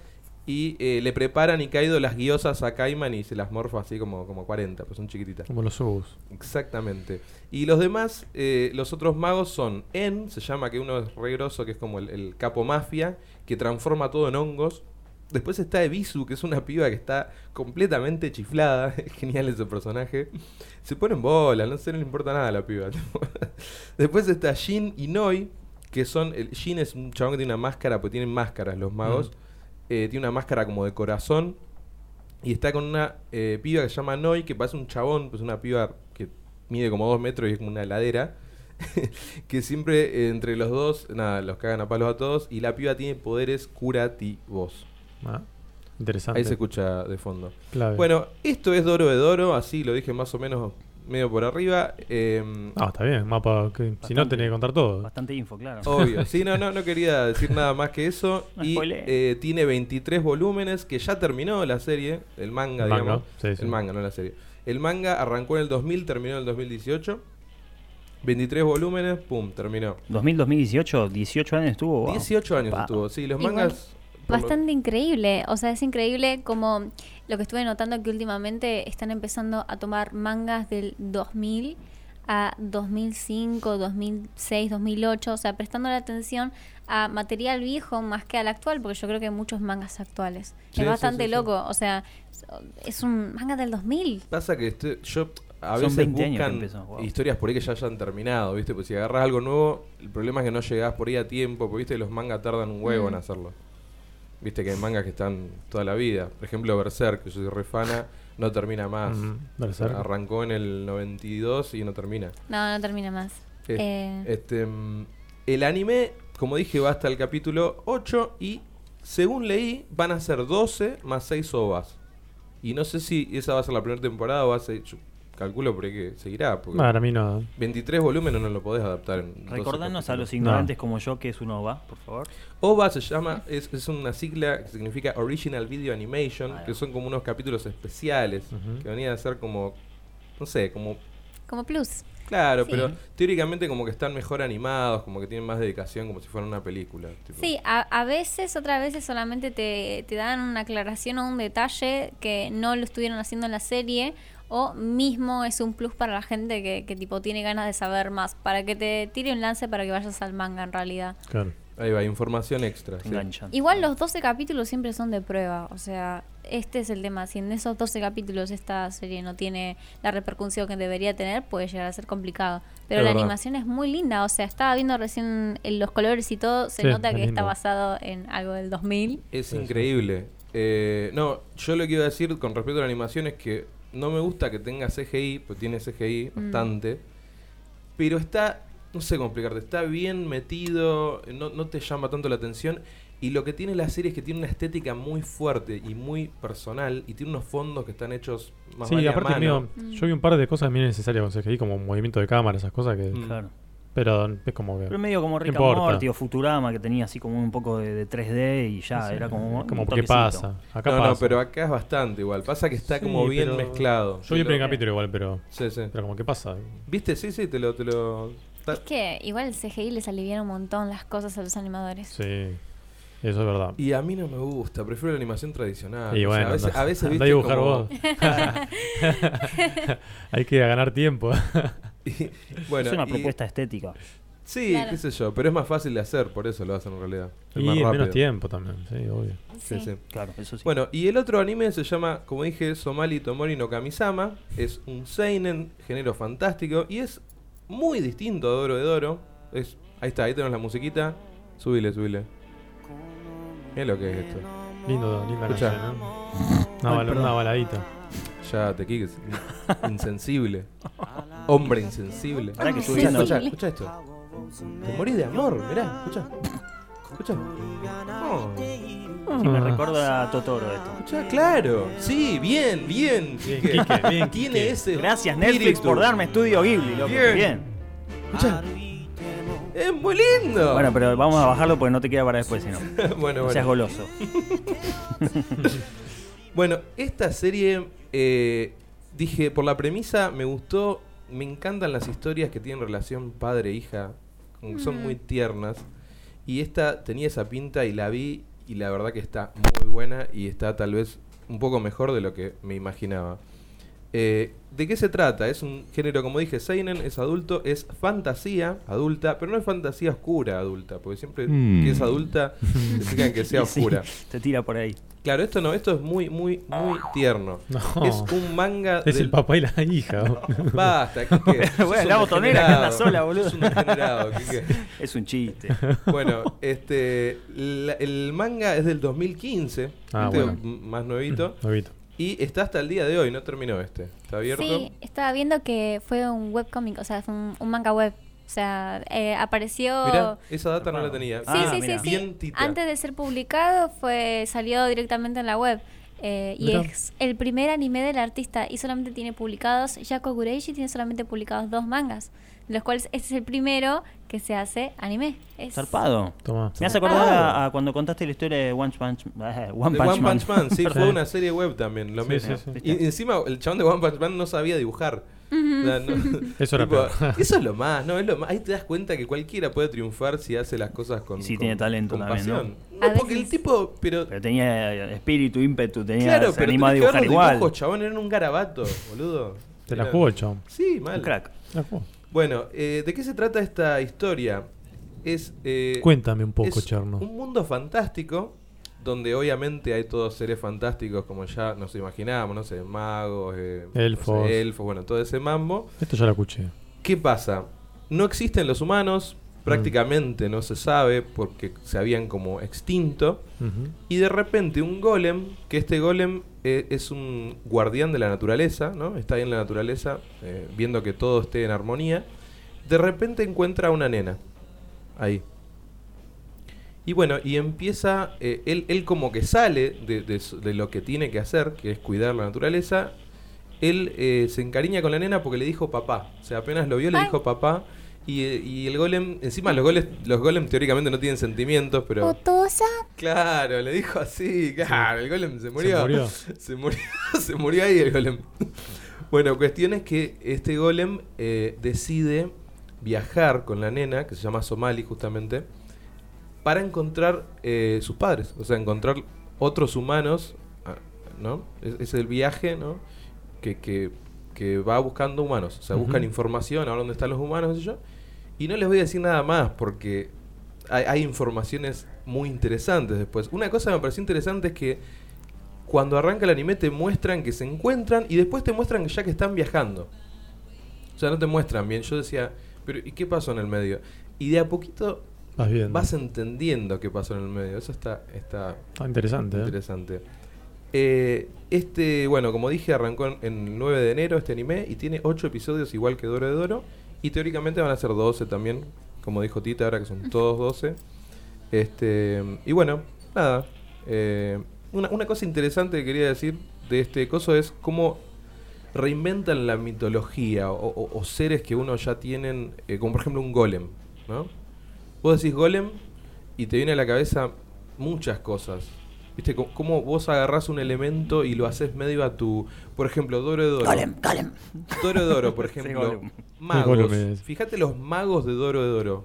[SPEAKER 3] Y eh, le preparan y Kaido las guiosas a Kaiman y se las morfa así como, como 40, pues son chiquititas.
[SPEAKER 4] Como los Ubus.
[SPEAKER 3] Exactamente. Y los demás, eh, los otros magos son En, se llama que uno es re grosso, que es como el, el capo mafia, que transforma todo en hongos. Después está Ebisu, que es una piba que está completamente chiflada. [laughs] Es genial ese personaje. Se pone en bola, no sé, no le importa nada a la piba. [laughs] tipo. Después está Jin y Noi, que son. El, Jin es un chabón que tiene una máscara, pues tienen máscaras los magos. Eh, tiene una máscara como de corazón. Y está con una eh, piba que se llama Noi, que parece un chabón, pues una piba que mide como dos metros y es como una heladera. [laughs] que siempre eh, entre los dos, nada, los cagan a palos a todos. Y la piba tiene poderes curativos.
[SPEAKER 4] Ah, interesante.
[SPEAKER 3] Ahí se escucha de fondo.
[SPEAKER 4] Clave.
[SPEAKER 3] Bueno, esto es Doro de Doro, así lo dije más o menos medio por arriba. em,
[SPEAKER 4] Ah, está bien, mapa. que- si no,
[SPEAKER 5] Bastante.
[SPEAKER 4] tenés que contar todo.
[SPEAKER 5] Bastante info, claro.
[SPEAKER 3] Obvio, sí, no, no, no quería decir nada más que eso.
[SPEAKER 5] No
[SPEAKER 3] Y
[SPEAKER 5] spoilees.
[SPEAKER 3] eh, tiene 23 volúmenes, que ya terminó la serie, el manga,
[SPEAKER 4] El manga,
[SPEAKER 3] digamos.
[SPEAKER 4] sí, sí.
[SPEAKER 3] El manga, no la serie. El manga arrancó en el 2000, terminó en el 2018. 23 volúmenes, pum, terminó.
[SPEAKER 5] 2000-2018, 18 años estuvo. wow.
[SPEAKER 3] 18 años
[SPEAKER 5] Pa.
[SPEAKER 3] estuvo, sí, los
[SPEAKER 7] Igual,
[SPEAKER 3] mangas... por lo-
[SPEAKER 7] Bastante increíble, o sea, es increíble como lo que estuve notando que últimamente están empezando a tomar mangas del 2000 a 2005, 2006, 2008, o sea, prestando la atención a material viejo más que al actual, porque yo creo que hay muchos mangas actuales.
[SPEAKER 3] Sí, sí,
[SPEAKER 7] es bastante
[SPEAKER 3] sí, sí.
[SPEAKER 7] loco, o sea, es un manga del 2000.
[SPEAKER 3] Pasa que este- yo a
[SPEAKER 5] Son
[SPEAKER 3] veces
[SPEAKER 5] 20 años que
[SPEAKER 3] buscan
[SPEAKER 5] empezó, wow.
[SPEAKER 3] historias por ahí que ya hayan terminado, ¿viste? Pues si agarras algo nuevo, el problema es que no llegás por ahí a tiempo, porque viste los mangas tardan un huevo en hacerlo. Viste que hay mangas que están toda la vida. Por ejemplo, Berserk, que yo soy re fana, no termina más.
[SPEAKER 4] Mm, Berserk.
[SPEAKER 3] Arrancó en el 92 y no termina.
[SPEAKER 7] No, no termina más.
[SPEAKER 3] Es-
[SPEAKER 7] Eh,
[SPEAKER 3] Este, mm, el anime, como dije, va hasta el capítulo 8 y según leí van a ser 12 más 6 ovas. Y no sé si esa va a ser la primera temporada o va a ser... yo calculo por ahí que seguirá. Porque
[SPEAKER 4] Para mí no.
[SPEAKER 3] 23 volúmenes no lo podés adaptar en... 12
[SPEAKER 5] Recordanos a los
[SPEAKER 3] capítulos.
[SPEAKER 5] ignorantes como yo que es un OVA, por favor.
[SPEAKER 3] OVA se llama, es, es una sigla que significa Original Video Animation, que son como unos capítulos especiales, que venían a ser como, no sé, como
[SPEAKER 7] como plus.
[SPEAKER 3] Claro,
[SPEAKER 7] Sí.
[SPEAKER 3] pero teóricamente como que están mejor animados, como que tienen más dedicación, como si fuera una película. tipo.
[SPEAKER 7] Sí, a, a veces, otras veces solamente te, te dan una aclaración o un detalle que no lo estuvieron haciendo en la serie o mismo es un plus para la gente que, que tipo tiene ganas de saber más, para que te tire un lance para que vayas al manga en realidad.
[SPEAKER 4] Claro.
[SPEAKER 3] Ahí va, información extra.
[SPEAKER 5] Te
[SPEAKER 3] sí.
[SPEAKER 5] enganchan.
[SPEAKER 7] Igual los 12 capítulos siempre son de prueba, o sea, este es el tema, si en esos 12 capítulos esta serie no tiene la repercusión que debería tener, puede llegar a ser complicado. Pero
[SPEAKER 3] Es
[SPEAKER 7] la
[SPEAKER 3] verdad.
[SPEAKER 7] animación es muy linda, o sea, estaba viendo recién eh, los colores y todo, se
[SPEAKER 4] Sí,
[SPEAKER 7] nota
[SPEAKER 4] es
[SPEAKER 7] que está
[SPEAKER 4] lindo.
[SPEAKER 7] basado en algo del 2000.
[SPEAKER 3] Es increíble. Eh, no, yo lo que iba a decir con respecto a la animación es que no me gusta que tenga CGI, pues tiene CGI
[SPEAKER 7] Mm.
[SPEAKER 3] bastante, pero está, no sé cómo explicarte, está bien metido, no, no te llama tanto la atención. Y lo que tiene la serie es que tiene una estética muy fuerte y muy personal, y tiene unos fondos que están hechos más
[SPEAKER 4] Sí,
[SPEAKER 3] vale a
[SPEAKER 4] aparte,
[SPEAKER 3] mano.
[SPEAKER 4] mío, yo vi un par de cosas bien necesarias con CGI, como movimiento de cámara, esas cosas que.
[SPEAKER 3] Mm.
[SPEAKER 5] Claro.
[SPEAKER 4] Pero es como que.
[SPEAKER 5] Pero medio como Rick and
[SPEAKER 4] importa.
[SPEAKER 5] Morty o Futurama que tenía así como un poco de, de 3D y ya
[SPEAKER 4] Sí,
[SPEAKER 5] era como
[SPEAKER 4] es
[SPEAKER 5] un
[SPEAKER 4] como ¿qué
[SPEAKER 5] toquecito.
[SPEAKER 4] pasa? Acá
[SPEAKER 3] no,
[SPEAKER 4] pasa.
[SPEAKER 3] no, pero acá es bastante igual. Pasa que está
[SPEAKER 4] Sí,
[SPEAKER 3] como bien
[SPEAKER 4] pero-
[SPEAKER 3] mezclado.
[SPEAKER 4] Yo vi el
[SPEAKER 3] Te lo-
[SPEAKER 4] primer capítulo igual, pero.
[SPEAKER 3] Sí, sí.
[SPEAKER 4] Pero como que pasa.
[SPEAKER 3] ¿Viste? Sí, sí, te lo. Te lo... ta-
[SPEAKER 7] Es que igual el CGI les aliviaron un montón las cosas a los animadores.
[SPEAKER 4] Sí. Eso es verdad.
[SPEAKER 3] Y a mí no me gusta, prefiero la animación tradicional.
[SPEAKER 4] Y
[SPEAKER 3] O sea, Ah,
[SPEAKER 4] bueno,
[SPEAKER 3] a veces,
[SPEAKER 4] andá-
[SPEAKER 3] a veces
[SPEAKER 4] andá
[SPEAKER 3] viste
[SPEAKER 4] a dibujar
[SPEAKER 3] como-
[SPEAKER 4] vos. Hay que ganar tiempo.
[SPEAKER 3] bueno,
[SPEAKER 5] es
[SPEAKER 3] [laughs]
[SPEAKER 5] una
[SPEAKER 3] y-
[SPEAKER 5] propuesta estética.
[SPEAKER 3] Sí,
[SPEAKER 7] Claro.
[SPEAKER 3] qué sé yo, pero es más fácil de hacer, por eso lo hacen en realidad. Es
[SPEAKER 4] y
[SPEAKER 3] más
[SPEAKER 4] en
[SPEAKER 3] rápido.
[SPEAKER 4] menos tiempo también, sí, obvio.
[SPEAKER 3] Sí, sí.
[SPEAKER 5] Claro, eso sí.
[SPEAKER 3] Bueno, y el otro anime se llama, como dije, Somali Tomori no Kamisama. Es un seinen, género fantástico, y es muy distinto a Doro de Doro. Es, ahí está, ahí tenemos la musiquita. Subile, subile. Mira lo que es esto.
[SPEAKER 4] Lindo, linda
[SPEAKER 3] Escuchá.
[SPEAKER 4] canción, ¿eh? ¿no?
[SPEAKER 3] [laughs]
[SPEAKER 4] Una, bala-
[SPEAKER 5] perdón.
[SPEAKER 4] una baladita.
[SPEAKER 3] Ya te quiques. Insensible. Hombre insensible.
[SPEAKER 5] Pará que
[SPEAKER 3] Escuchá,
[SPEAKER 5] suena.
[SPEAKER 3] escuchá, escuchá esto. Te morís de amor, mirá, escuchá. Escuchá. Oh,
[SPEAKER 5] Sí, me recuerda a Totoro esto.
[SPEAKER 3] escuchá, claro. Sí, bien, bien.
[SPEAKER 4] Bien,
[SPEAKER 3] Quique.
[SPEAKER 4] Quique, bien,
[SPEAKER 3] Tiene
[SPEAKER 4] Quique.
[SPEAKER 3] ese.
[SPEAKER 5] Gracias Netflix
[SPEAKER 3] espíritu.
[SPEAKER 5] por darme estudio Ghibli, loco.
[SPEAKER 3] Bien.
[SPEAKER 5] Bien.
[SPEAKER 3] Escuchá. Es muy lindo.
[SPEAKER 5] Bueno, pero vamos a bajarlo porque no te queda para después, sino.
[SPEAKER 3] [laughs] bueno,
[SPEAKER 5] No
[SPEAKER 3] bueno.
[SPEAKER 5] seas
[SPEAKER 3] [laughs]
[SPEAKER 5] goloso.
[SPEAKER 3] Bueno, esta serie, eh, dije, por la premisa me gustó, me encantan las historias que tienen relación e padre-hija, como que son muy tiernas, y esta tenía esa pinta y la vi y la verdad que está muy buena y está tal vez un poco mejor de lo que me imaginaba. Eh, ¿De qué se trata? Es un género, como dije, Seinen, es adulto, es fantasía adulta, pero no es fantasía oscura adulta, porque siempre
[SPEAKER 9] Mm.
[SPEAKER 3] que es
[SPEAKER 5] [laughs]
[SPEAKER 3] adulta significa que sea
[SPEAKER 5] Sí,
[SPEAKER 3] oscura.
[SPEAKER 5] [laughs] te tira por ahí.
[SPEAKER 3] Claro, esto no, esto es muy, muy, muy tierno.
[SPEAKER 4] No.
[SPEAKER 3] Es un manga
[SPEAKER 4] Es
[SPEAKER 3] Ah, del-
[SPEAKER 4] el papá y la
[SPEAKER 3] [laughs]
[SPEAKER 4] hija. [laughs] boludo.
[SPEAKER 3] Basta, Quique.
[SPEAKER 4] [laughs]
[SPEAKER 3] sos
[SPEAKER 5] Bueno,
[SPEAKER 3] un
[SPEAKER 5] la botonera que
[SPEAKER 3] degenerado.
[SPEAKER 5] anda sola, boludo.
[SPEAKER 3] Sos un degenerado, Quique.
[SPEAKER 5] Es
[SPEAKER 3] [laughs]
[SPEAKER 5] un chiste.
[SPEAKER 3] Bueno, este, la- el manga es del 2015,
[SPEAKER 4] Ah,
[SPEAKER 3] este,
[SPEAKER 4] bueno.
[SPEAKER 3] m- más nuevito,
[SPEAKER 4] Novito.
[SPEAKER 3] y está hasta el día de hoy, no terminó este. ¿Está abierto?
[SPEAKER 7] Sí, estaba viendo que fue un webcomic, o sea, fue un, un manga web. O sea, eh, apareció...
[SPEAKER 3] Mirá, esa data no la tenía.
[SPEAKER 7] Sí,
[SPEAKER 5] Ah,
[SPEAKER 7] sí,
[SPEAKER 5] mira.
[SPEAKER 7] sí, sí.
[SPEAKER 3] Bien tita.
[SPEAKER 7] Antes de ser publicado fue salió directamente en la web. Eh, y
[SPEAKER 4] Mirá.
[SPEAKER 7] es el primer anime del artista y solamente tiene publicados, Yako Gureishi tiene solamente publicados dos mangas, de los cuales este es el primero que se hace anime. Es
[SPEAKER 5] Zarpado.
[SPEAKER 4] Toma.
[SPEAKER 5] Me has acordado a, a cuando contaste la historia de One Punch, eh, One
[SPEAKER 3] Ah. De
[SPEAKER 5] Punch
[SPEAKER 3] One
[SPEAKER 5] Man.
[SPEAKER 3] Punch Man,
[SPEAKER 5] [laughs]
[SPEAKER 3] sí, fue una serie web también, lo
[SPEAKER 4] Sí,
[SPEAKER 3] mismo.
[SPEAKER 4] sí, sí.
[SPEAKER 3] Y y encima el chabón de One Punch Man no sabía dibujar. O sea, no-
[SPEAKER 7] [laughs]
[SPEAKER 4] Eso era peor. [laughs]
[SPEAKER 3] eso es lo más, no es lo más. Ahí te das cuenta que cualquiera puede triunfar si hace las cosas con
[SPEAKER 5] Sí,
[SPEAKER 3] con-
[SPEAKER 5] tiene talento
[SPEAKER 3] con
[SPEAKER 5] también, ¿no?
[SPEAKER 3] pasión.
[SPEAKER 7] A
[SPEAKER 3] No, porque el
[SPEAKER 7] veces-
[SPEAKER 3] tipo, pero
[SPEAKER 5] Pero tenía eh, espíritu, ímpetu, tenía,
[SPEAKER 3] claro,
[SPEAKER 5] se
[SPEAKER 3] pero
[SPEAKER 5] animó a
[SPEAKER 3] tenés que ver
[SPEAKER 5] dibujar
[SPEAKER 3] los
[SPEAKER 5] igual.
[SPEAKER 3] dibujos, chabón, era un garabato, boludo.
[SPEAKER 4] Te la
[SPEAKER 3] Era-
[SPEAKER 4] jugó el chabón.
[SPEAKER 3] Sí,
[SPEAKER 5] Un
[SPEAKER 3] mal.
[SPEAKER 5] crack.
[SPEAKER 4] Te la jugó.
[SPEAKER 3] Bueno, eh, ¿de qué se trata esta historia? Es eh,
[SPEAKER 4] Cuéntame un poco,
[SPEAKER 3] es
[SPEAKER 4] Cherno.
[SPEAKER 3] Un mundo fantástico, donde obviamente hay todos seres fantásticos, como ya nos imaginábamos, no sé, magos, eh, no sé,
[SPEAKER 4] Elfos.
[SPEAKER 3] elfos, bueno, todo ese mambo.
[SPEAKER 4] Esto ya lo escuché.
[SPEAKER 3] ¿Qué pasa? No existen los humanos, prácticamente no se sabe, porque se habían como extinto.
[SPEAKER 4] Ujú.
[SPEAKER 3] Y de repente un golem, que este golem eh, es un guardián de la naturaleza, ¿no? Está ahí en la naturaleza, eh, viendo que todo esté en armonía. De repente encuentra a una nena. Ahí. Y bueno, y empieza, eh, él, él como que sale de, de su- de lo que tiene que hacer, que es cuidar la naturaleza. Él eh, se encariña con la nena porque le dijo papá. O sea, apenas lo vio le
[SPEAKER 7] Ay.
[SPEAKER 3] dijo papá. Y, eh, y el golem, encima los goles, los golem teóricamente no tienen sentimientos, pero...
[SPEAKER 6] Potosa.
[SPEAKER 3] Claro, le dijo así. Claro, el golem se murió.
[SPEAKER 4] Se murió.
[SPEAKER 3] [laughs] Se murió, se murió ahí el golem. [laughs] Bueno, cuestión es que este golem eh, decide viajar con la nena, que se llama Somali justamente, para encontrar eh, sus padres. O sea, encontrar otros humanos, ah, ¿no? Es, es el viaje, ¿no? Que, que- que va buscando humanos. O sea, buscan
[SPEAKER 4] Ujú.
[SPEAKER 3] información, ahora dónde están los humanos, qué sé yo. Y no les voy a decir nada más porque hay, hay informaciones muy interesantes después. Una cosa que me pareció interesante es que cuando arranca el anime te muestran que se encuentran y después te muestran que ya que están viajando. O sea, no te muestran bien. Yo decía, pero ¿y qué pasó en el medio? Y de a poquito
[SPEAKER 4] Vas viendo.
[SPEAKER 3] vas entendiendo qué pasó en el medio. Eso está, está
[SPEAKER 4] Ah, interesante. ¿eh?
[SPEAKER 3] interesante. Eh, este, bueno, como dije, arrancó en, en el 9 de enero este anime y tiene 8 episodios igual que Doro de Doro. Y teóricamente van a ser 12 también, como dijo Tita, ahora que son todos 12. Este, y bueno, nada. eh, una, una cosa interesante que quería decir de este coso es cómo reinventan la mitología o, o- o seres que uno ya tienen, eh, como por ejemplo un golem, ¿no? Vos decís golem y te viene a la cabeza muchas cosas. ¿Viste? Co- Cómo vos agarrás un elemento y lo haces medio a tu... Por ejemplo, Doro de Doro.
[SPEAKER 5] Golem, golem.
[SPEAKER 3] Doro de
[SPEAKER 5] [laughs]
[SPEAKER 3] Doro, por
[SPEAKER 5] Sí,
[SPEAKER 3] ejemplo.
[SPEAKER 5] golem.
[SPEAKER 4] Sí,
[SPEAKER 3] magos.
[SPEAKER 4] golem es.
[SPEAKER 3] Fíjate los magos de Doro de Doro.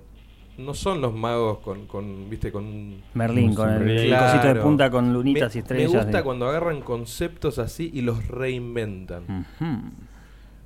[SPEAKER 3] No son los magos con, con ¿viste? Con un
[SPEAKER 5] Merlín
[SPEAKER 4] Un
[SPEAKER 5] con el, el
[SPEAKER 4] sombrero.
[SPEAKER 5] cosito de
[SPEAKER 3] Claro.
[SPEAKER 5] punta con lunitas
[SPEAKER 3] me,
[SPEAKER 5] y estrellas.
[SPEAKER 3] me gusta
[SPEAKER 5] de-
[SPEAKER 3] cuando agarran conceptos así y los reinventan.
[SPEAKER 5] Ujú.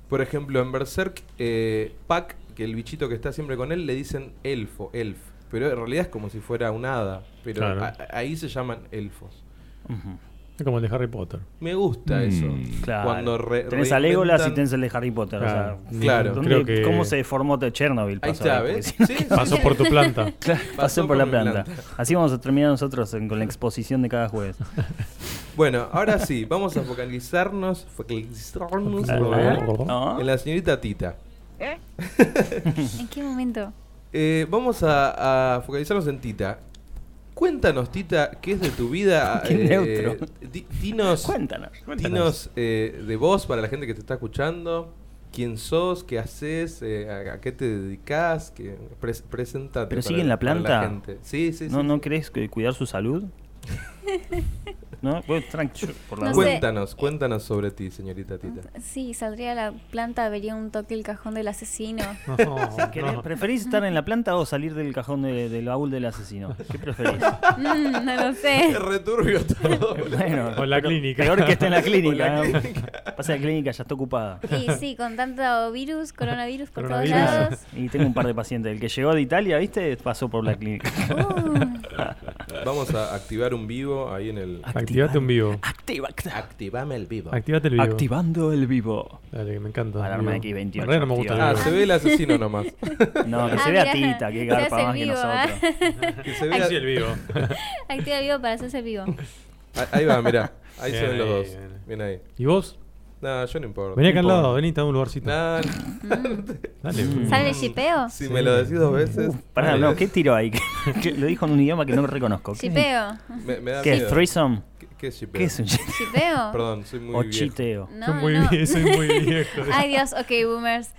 [SPEAKER 3] Por ejemplo, en Berserk, eh, Pac, que el bichito que está siempre con él, le dicen elfo, elf. Pero en realidad es como si fuera un hada. Pero
[SPEAKER 4] Claro.
[SPEAKER 3] a- ahí se llaman elfos.
[SPEAKER 5] Ujú.
[SPEAKER 4] Es como el de Harry
[SPEAKER 3] [laughs]
[SPEAKER 4] Potter.
[SPEAKER 3] Me gusta
[SPEAKER 9] Mm.
[SPEAKER 3] eso.
[SPEAKER 5] Claro.
[SPEAKER 3] Cuando re-
[SPEAKER 5] tenés a Legolas y
[SPEAKER 3] reinventan-
[SPEAKER 5] tenés el de Harry Potter. o sea,
[SPEAKER 4] Claro.
[SPEAKER 3] Claro.
[SPEAKER 5] ¿dónde-
[SPEAKER 4] Creo que-
[SPEAKER 5] ¿Cómo se deformó de Chernobyl?
[SPEAKER 3] Ahí
[SPEAKER 5] Pasó
[SPEAKER 3] está,
[SPEAKER 5] ahí, [laughs]
[SPEAKER 3] ¿ves?
[SPEAKER 5] porque si-
[SPEAKER 3] Sí, sí,
[SPEAKER 4] Pasó
[SPEAKER 3] sí.
[SPEAKER 4] por
[SPEAKER 3] [laughs]
[SPEAKER 4] tu planta.
[SPEAKER 5] Pasó por la planta. Así vamos a terminar nosotros en- con la exposición de cada
[SPEAKER 3] [laughs]
[SPEAKER 5] jueves.
[SPEAKER 3] Bueno, ahora sí, vamos a focalizarnos, focalizarnos
[SPEAKER 5] ¿No?
[SPEAKER 3] en la señorita Tita.
[SPEAKER 7] [laughs] ¿En qué momento?
[SPEAKER 3] Eh, vamos a, a focalizarnos en Tita. Cuéntanos, Tita, ¿qué es de tu vida?
[SPEAKER 5] [laughs] Qué
[SPEAKER 3] Eh,
[SPEAKER 5] neutro.
[SPEAKER 3] di- dinos,
[SPEAKER 5] Cuéntanos. cuéntanos.
[SPEAKER 3] dinos eh, de vos para la gente que te está escuchando. ¿Quién sos? ¿Qué haces? eh, a, a qué te dedicas? Que pres- presentate.
[SPEAKER 5] ¿Pero
[SPEAKER 3] para-
[SPEAKER 5] sigue en la
[SPEAKER 3] para
[SPEAKER 5] planta?
[SPEAKER 3] gente. Sí, sí, sí.
[SPEAKER 5] ¿No, no
[SPEAKER 3] sí.
[SPEAKER 5] querés cu- cuidar su salud? ¿no? Bueno, tranqui- por la
[SPEAKER 7] No
[SPEAKER 5] duda.
[SPEAKER 7] sé.
[SPEAKER 3] Cuéntanos, cuéntanos sobre ti, señorita Tita.
[SPEAKER 7] Sí, saldría a la planta, vería un toque el cajón del asesino.
[SPEAKER 4] No,
[SPEAKER 5] ¿Querés-
[SPEAKER 4] no.
[SPEAKER 5] ¿Preferís estar en la planta o salir del cajón de- del baúl del asesino?
[SPEAKER 3] [laughs]
[SPEAKER 5] ¿Qué preferís?
[SPEAKER 7] Mm, no lo
[SPEAKER 3] Es [laughs]
[SPEAKER 7] sé.
[SPEAKER 3] returbio todo.
[SPEAKER 5] [laughs] Bueno,
[SPEAKER 4] O la
[SPEAKER 5] pero
[SPEAKER 4] clínica.
[SPEAKER 5] Peor que esté en la
[SPEAKER 3] [laughs]
[SPEAKER 5] clínica.
[SPEAKER 3] O la
[SPEAKER 5] ¿no? Pasa que la clínica ya está ocupada.
[SPEAKER 7] Y sí, con tanto virus, coronavirus por
[SPEAKER 4] Coronavirus.
[SPEAKER 5] [laughs]
[SPEAKER 7] todos lados.
[SPEAKER 5] Y tengo un par de pacientes. El que llegó de Italia, ¿viste? Pasó por la clínica.
[SPEAKER 7] Uh,
[SPEAKER 3] Vamos a activar un vivo ahí en
[SPEAKER 5] [laughs]
[SPEAKER 3] el.
[SPEAKER 4] Activate un vivo.
[SPEAKER 5] Activa,
[SPEAKER 3] Activame el vivo.
[SPEAKER 4] Activate el vivo.
[SPEAKER 5] activando el vivo.
[SPEAKER 4] Dale, que me encanta.
[SPEAKER 5] Alarma
[SPEAKER 4] el vivo.
[SPEAKER 5] X28,
[SPEAKER 4] En realidad no me gusta el
[SPEAKER 5] activa.
[SPEAKER 3] Ah,
[SPEAKER 4] vivo.
[SPEAKER 3] se ve el asesino
[SPEAKER 5] [laughs]
[SPEAKER 3] nomás.
[SPEAKER 5] No, que
[SPEAKER 7] Ah,
[SPEAKER 5] se vea
[SPEAKER 7] mirá,
[SPEAKER 5] Tita, que
[SPEAKER 7] se
[SPEAKER 5] garpa
[SPEAKER 7] hace
[SPEAKER 5] más que
[SPEAKER 7] vivo, ¿eh?
[SPEAKER 5] nosotros.
[SPEAKER 3] Que Ah, se vea-
[SPEAKER 4] Sí, el vivo.
[SPEAKER 3] [laughs]
[SPEAKER 7] [laughs] activa el vivo para
[SPEAKER 4] [laughs]
[SPEAKER 7] hacerse vivo.
[SPEAKER 3] Ah, Ahí va, mirá. Ahí se
[SPEAKER 4] Bien
[SPEAKER 3] ven los
[SPEAKER 4] ahí,
[SPEAKER 3] dos.
[SPEAKER 4] bien.
[SPEAKER 3] Bien ahí.
[SPEAKER 4] ¿Y vos?
[SPEAKER 3] No, yo no importa.
[SPEAKER 4] Vení acá al
[SPEAKER 3] No
[SPEAKER 4] lado, vení, te damos un lugarcito.
[SPEAKER 3] importa.
[SPEAKER 4] Dale.
[SPEAKER 3] Mm.
[SPEAKER 7] ¿Sale el shipeo?
[SPEAKER 3] No, [laughs] si me lo decís dos veces.
[SPEAKER 5] Pará, no,
[SPEAKER 3] me-
[SPEAKER 5] ¿qué tiro ahí? [laughs] Que lo dijo en un idioma que no reconozco. ¿Qué,
[SPEAKER 7] Shipeo.
[SPEAKER 3] Me, me da
[SPEAKER 5] ¿Qué es
[SPEAKER 3] miedo.
[SPEAKER 5] threesome?
[SPEAKER 3] ¿Qué- ¿Qué es shipeo?
[SPEAKER 5] ¿Qué es un chiste?
[SPEAKER 7] ¿Shipeo?
[SPEAKER 3] Perdón, soy muy
[SPEAKER 5] O
[SPEAKER 3] viejo.
[SPEAKER 5] chiteo.
[SPEAKER 7] No,
[SPEAKER 4] soy, muy
[SPEAKER 7] no.
[SPEAKER 4] vie- soy muy
[SPEAKER 7] [laughs]
[SPEAKER 4] viejo.
[SPEAKER 7] Ay Dios, ok boomers,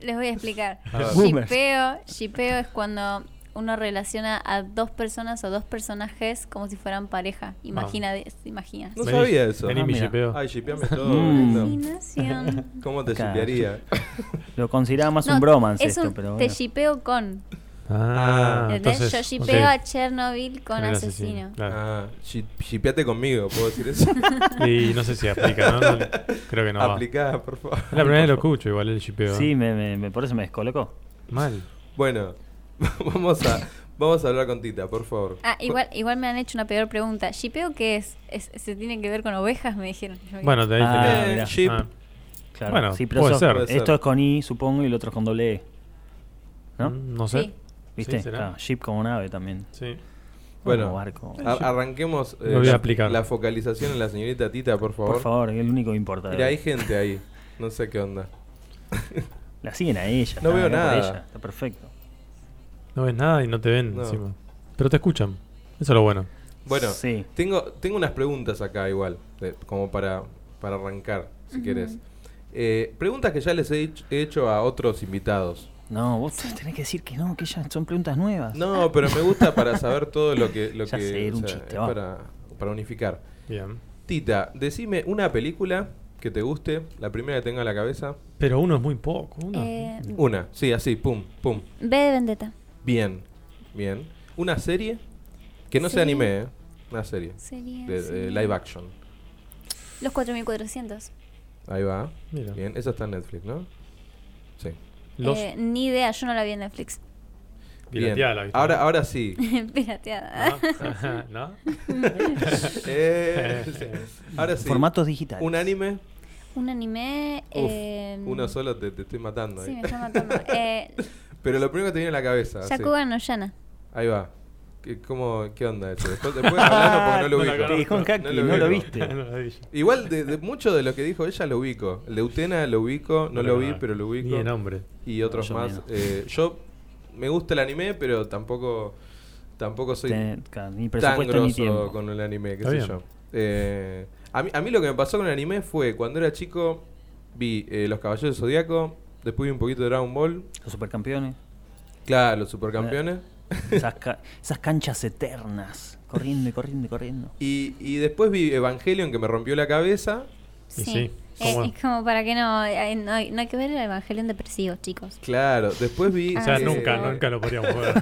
[SPEAKER 7] les voy
[SPEAKER 4] [laughs]
[SPEAKER 7] a explicar.
[SPEAKER 3] A ver.
[SPEAKER 5] Boomers.
[SPEAKER 7] Shippeo, shippeo es cuando uno relaciona a dos personas o dos personajes como si fueran pareja.
[SPEAKER 4] Ah.
[SPEAKER 7] Imagina, de- imagina.
[SPEAKER 3] No
[SPEAKER 4] Vení,
[SPEAKER 3] sabía eso.
[SPEAKER 4] Vení,
[SPEAKER 5] Ah,
[SPEAKER 4] mi
[SPEAKER 5] mira.
[SPEAKER 4] shipeo.
[SPEAKER 3] Ay, shipeame todo.
[SPEAKER 5] Mm.
[SPEAKER 3] lindo.
[SPEAKER 4] [laughs]
[SPEAKER 7] Imaginación.
[SPEAKER 3] ¿Cómo te
[SPEAKER 5] Acá.
[SPEAKER 3] shipearía?
[SPEAKER 5] Lo consideraba más
[SPEAKER 7] No,
[SPEAKER 5] un bromance
[SPEAKER 7] es
[SPEAKER 5] esto,
[SPEAKER 7] un-
[SPEAKER 5] pero
[SPEAKER 7] Te
[SPEAKER 5] bueno.
[SPEAKER 7] shippeo con.
[SPEAKER 4] Ah,
[SPEAKER 7] ¿entendés?
[SPEAKER 4] entonces.
[SPEAKER 7] Yo
[SPEAKER 4] ok.
[SPEAKER 7] shippeo a Chernobyl con
[SPEAKER 4] Con el
[SPEAKER 7] asesino.
[SPEAKER 4] claro.
[SPEAKER 3] Ah, shi- shipeate conmigo, ¿puedo decir eso?
[SPEAKER 5] [laughs]
[SPEAKER 3] Ah.
[SPEAKER 4] Y no sé si aplica, ¿no? No, Creo que no. va. Es
[SPEAKER 3] Aplicá, por favor.
[SPEAKER 4] la primera vez que lo escucho, igual el shipeo.
[SPEAKER 5] Sí, me, me- me- por eso me descolocó.
[SPEAKER 4] Mal.
[SPEAKER 3] Bueno, [laughs] vamos a, vamos a hablar con Tita, por favor.
[SPEAKER 7] Ah, igual, igual me han hecho una peor pregunta. ¿Shipeo qué es? ¿Es- ¿Se tiene que ver con ovejas? Me dijeron.
[SPEAKER 4] Bueno, te dije.
[SPEAKER 5] Ah,
[SPEAKER 3] Eh,
[SPEAKER 5] mirá.
[SPEAKER 3] ship.
[SPEAKER 4] Ah,
[SPEAKER 5] Claro.
[SPEAKER 4] Bueno,
[SPEAKER 5] sí, pero
[SPEAKER 4] puede
[SPEAKER 5] sos-
[SPEAKER 4] ser.
[SPEAKER 3] Puede
[SPEAKER 5] Esto
[SPEAKER 3] ser.
[SPEAKER 5] es con I, supongo, y el otro es con doble E. ¿No?
[SPEAKER 4] mm, No sé.
[SPEAKER 7] Sí.
[SPEAKER 5] ¿Viste?
[SPEAKER 4] ¿será?
[SPEAKER 5] Claro, ship como nave también.
[SPEAKER 4] Sí.
[SPEAKER 5] Como
[SPEAKER 3] Bueno,
[SPEAKER 5] barco.
[SPEAKER 3] a- arranquemos eh,
[SPEAKER 4] Lo voy a
[SPEAKER 3] la-
[SPEAKER 4] aplicar.
[SPEAKER 3] la focalización en la señorita Tita, por favor.
[SPEAKER 5] Por favor, es lo único que importa. de
[SPEAKER 3] Mira, hay
[SPEAKER 5] verdad.
[SPEAKER 3] gente ahí. No sé qué onda.
[SPEAKER 5] La siguen a ella.
[SPEAKER 3] No
[SPEAKER 5] está
[SPEAKER 3] veo
[SPEAKER 5] bien por
[SPEAKER 3] nada.
[SPEAKER 5] ella, Está perfecto.
[SPEAKER 4] No ves nada y no te ven
[SPEAKER 3] No.
[SPEAKER 4] encima. Pero te escuchan. Eso es lo bueno.
[SPEAKER 3] Bueno,
[SPEAKER 5] Sí.
[SPEAKER 3] tengo, tengo unas preguntas acá igual, de- como para, para arrancar, si querés. Eh, preguntas que ya les he hecho, he hecho a otros invitados.
[SPEAKER 5] No, vos tenés que decir que no, que ya son preguntas nuevas.
[SPEAKER 3] No, pero me gusta para saber todo lo que... Lo
[SPEAKER 5] Ah. [laughs] Ya
[SPEAKER 3] que
[SPEAKER 5] sé, era un
[SPEAKER 3] es
[SPEAKER 5] chiste, va.
[SPEAKER 3] para, para unificar.
[SPEAKER 4] Bien.
[SPEAKER 3] Tita, decime una película que te guste, la primera que tenga en la cabeza.
[SPEAKER 4] Pero uno es muy poco. Uno.
[SPEAKER 7] Eh,
[SPEAKER 5] Mm.
[SPEAKER 3] Una, sí, así, pum, pum.
[SPEAKER 7] B de Vendetta.
[SPEAKER 3] Bien, bien. Una serie que no sea
[SPEAKER 7] Serie.
[SPEAKER 3] anime, ¿eh? Una serie
[SPEAKER 7] Sería,
[SPEAKER 3] de, de
[SPEAKER 7] sería-
[SPEAKER 3] live action.
[SPEAKER 7] Los 4400.
[SPEAKER 3] Ahí va.
[SPEAKER 4] Mira.
[SPEAKER 3] Bien, esa está en Netflix, ¿no? Sí.
[SPEAKER 4] Los.
[SPEAKER 7] Eh, ni idea, yo no la vi en Netflix. [laughs]
[SPEAKER 3] Bien.
[SPEAKER 4] Pirateala, ¿viste?
[SPEAKER 3] Ahora, ahora sí.
[SPEAKER 7] Pirateada.
[SPEAKER 4] Ah, ¿No?
[SPEAKER 3] Eh, sí. ahora sí.
[SPEAKER 5] Formatos digitales.
[SPEAKER 3] Un anime.
[SPEAKER 7] Un anime.
[SPEAKER 3] Uf,
[SPEAKER 7] eh,
[SPEAKER 3] uno solo te, te estoy matando.
[SPEAKER 7] Sí,
[SPEAKER 3] ahí.
[SPEAKER 7] me
[SPEAKER 3] [laughs]
[SPEAKER 7] está matando. Eh,
[SPEAKER 3] Pero lo primero que te viene a la cabeza. sí.
[SPEAKER 7] Yakuga no Yana.
[SPEAKER 3] Ahí va. ¿Qué, cómo, ¿Qué onda eso? Después, después hablando porque no lo
[SPEAKER 4] [laughs] No
[SPEAKER 3] ubico.
[SPEAKER 4] la
[SPEAKER 5] Te dejó
[SPEAKER 3] [laughs]
[SPEAKER 5] en
[SPEAKER 3] No
[SPEAKER 5] caqui,
[SPEAKER 3] lo
[SPEAKER 5] no,
[SPEAKER 3] veo.
[SPEAKER 5] lo viste.
[SPEAKER 4] No la dije.
[SPEAKER 3] Igual de, de mucho de lo que dijo ella lo ubico. El de Utena lo ubico, no lo vi, pero lo ubico.
[SPEAKER 4] Ni de nombre.
[SPEAKER 3] y otros
[SPEAKER 5] Yo
[SPEAKER 3] más.
[SPEAKER 5] menos.
[SPEAKER 3] Eh, yo me gusta el anime, pero tampoco tampoco soy
[SPEAKER 5] Ten- ca- ni
[SPEAKER 3] tan
[SPEAKER 5] presupuesto ni
[SPEAKER 3] grosso
[SPEAKER 5] tiempo.
[SPEAKER 3] con el anime, qué
[SPEAKER 4] Está
[SPEAKER 3] sé
[SPEAKER 4] bien.
[SPEAKER 3] yo. Eh, a, mí, a mí lo que me pasó con el anime fue cuando era chico vi eh, Los Caballeros del Zodíaco, después vi un poquito de Dragon Ball, [laughs]
[SPEAKER 5] Los supercampeones.
[SPEAKER 3] claro, Los Supercampeones.
[SPEAKER 5] Esas, ca- esas canchas eternas. Corriendo y corriendo y corriendo.
[SPEAKER 3] Y, y después vi Evangelion que me rompió la cabeza.
[SPEAKER 4] Y sí,
[SPEAKER 7] Eh,
[SPEAKER 4] ¿cómo?
[SPEAKER 7] es como para que no, eh, no, hay, no hay que ver el Evangelio en depresivo, chicos.
[SPEAKER 3] Claro, después vi. eh,
[SPEAKER 7] Ah,
[SPEAKER 4] O sea,
[SPEAKER 3] [laughs]
[SPEAKER 7] sí.
[SPEAKER 4] nunca,
[SPEAKER 7] no.
[SPEAKER 4] nunca lo podríamos ver.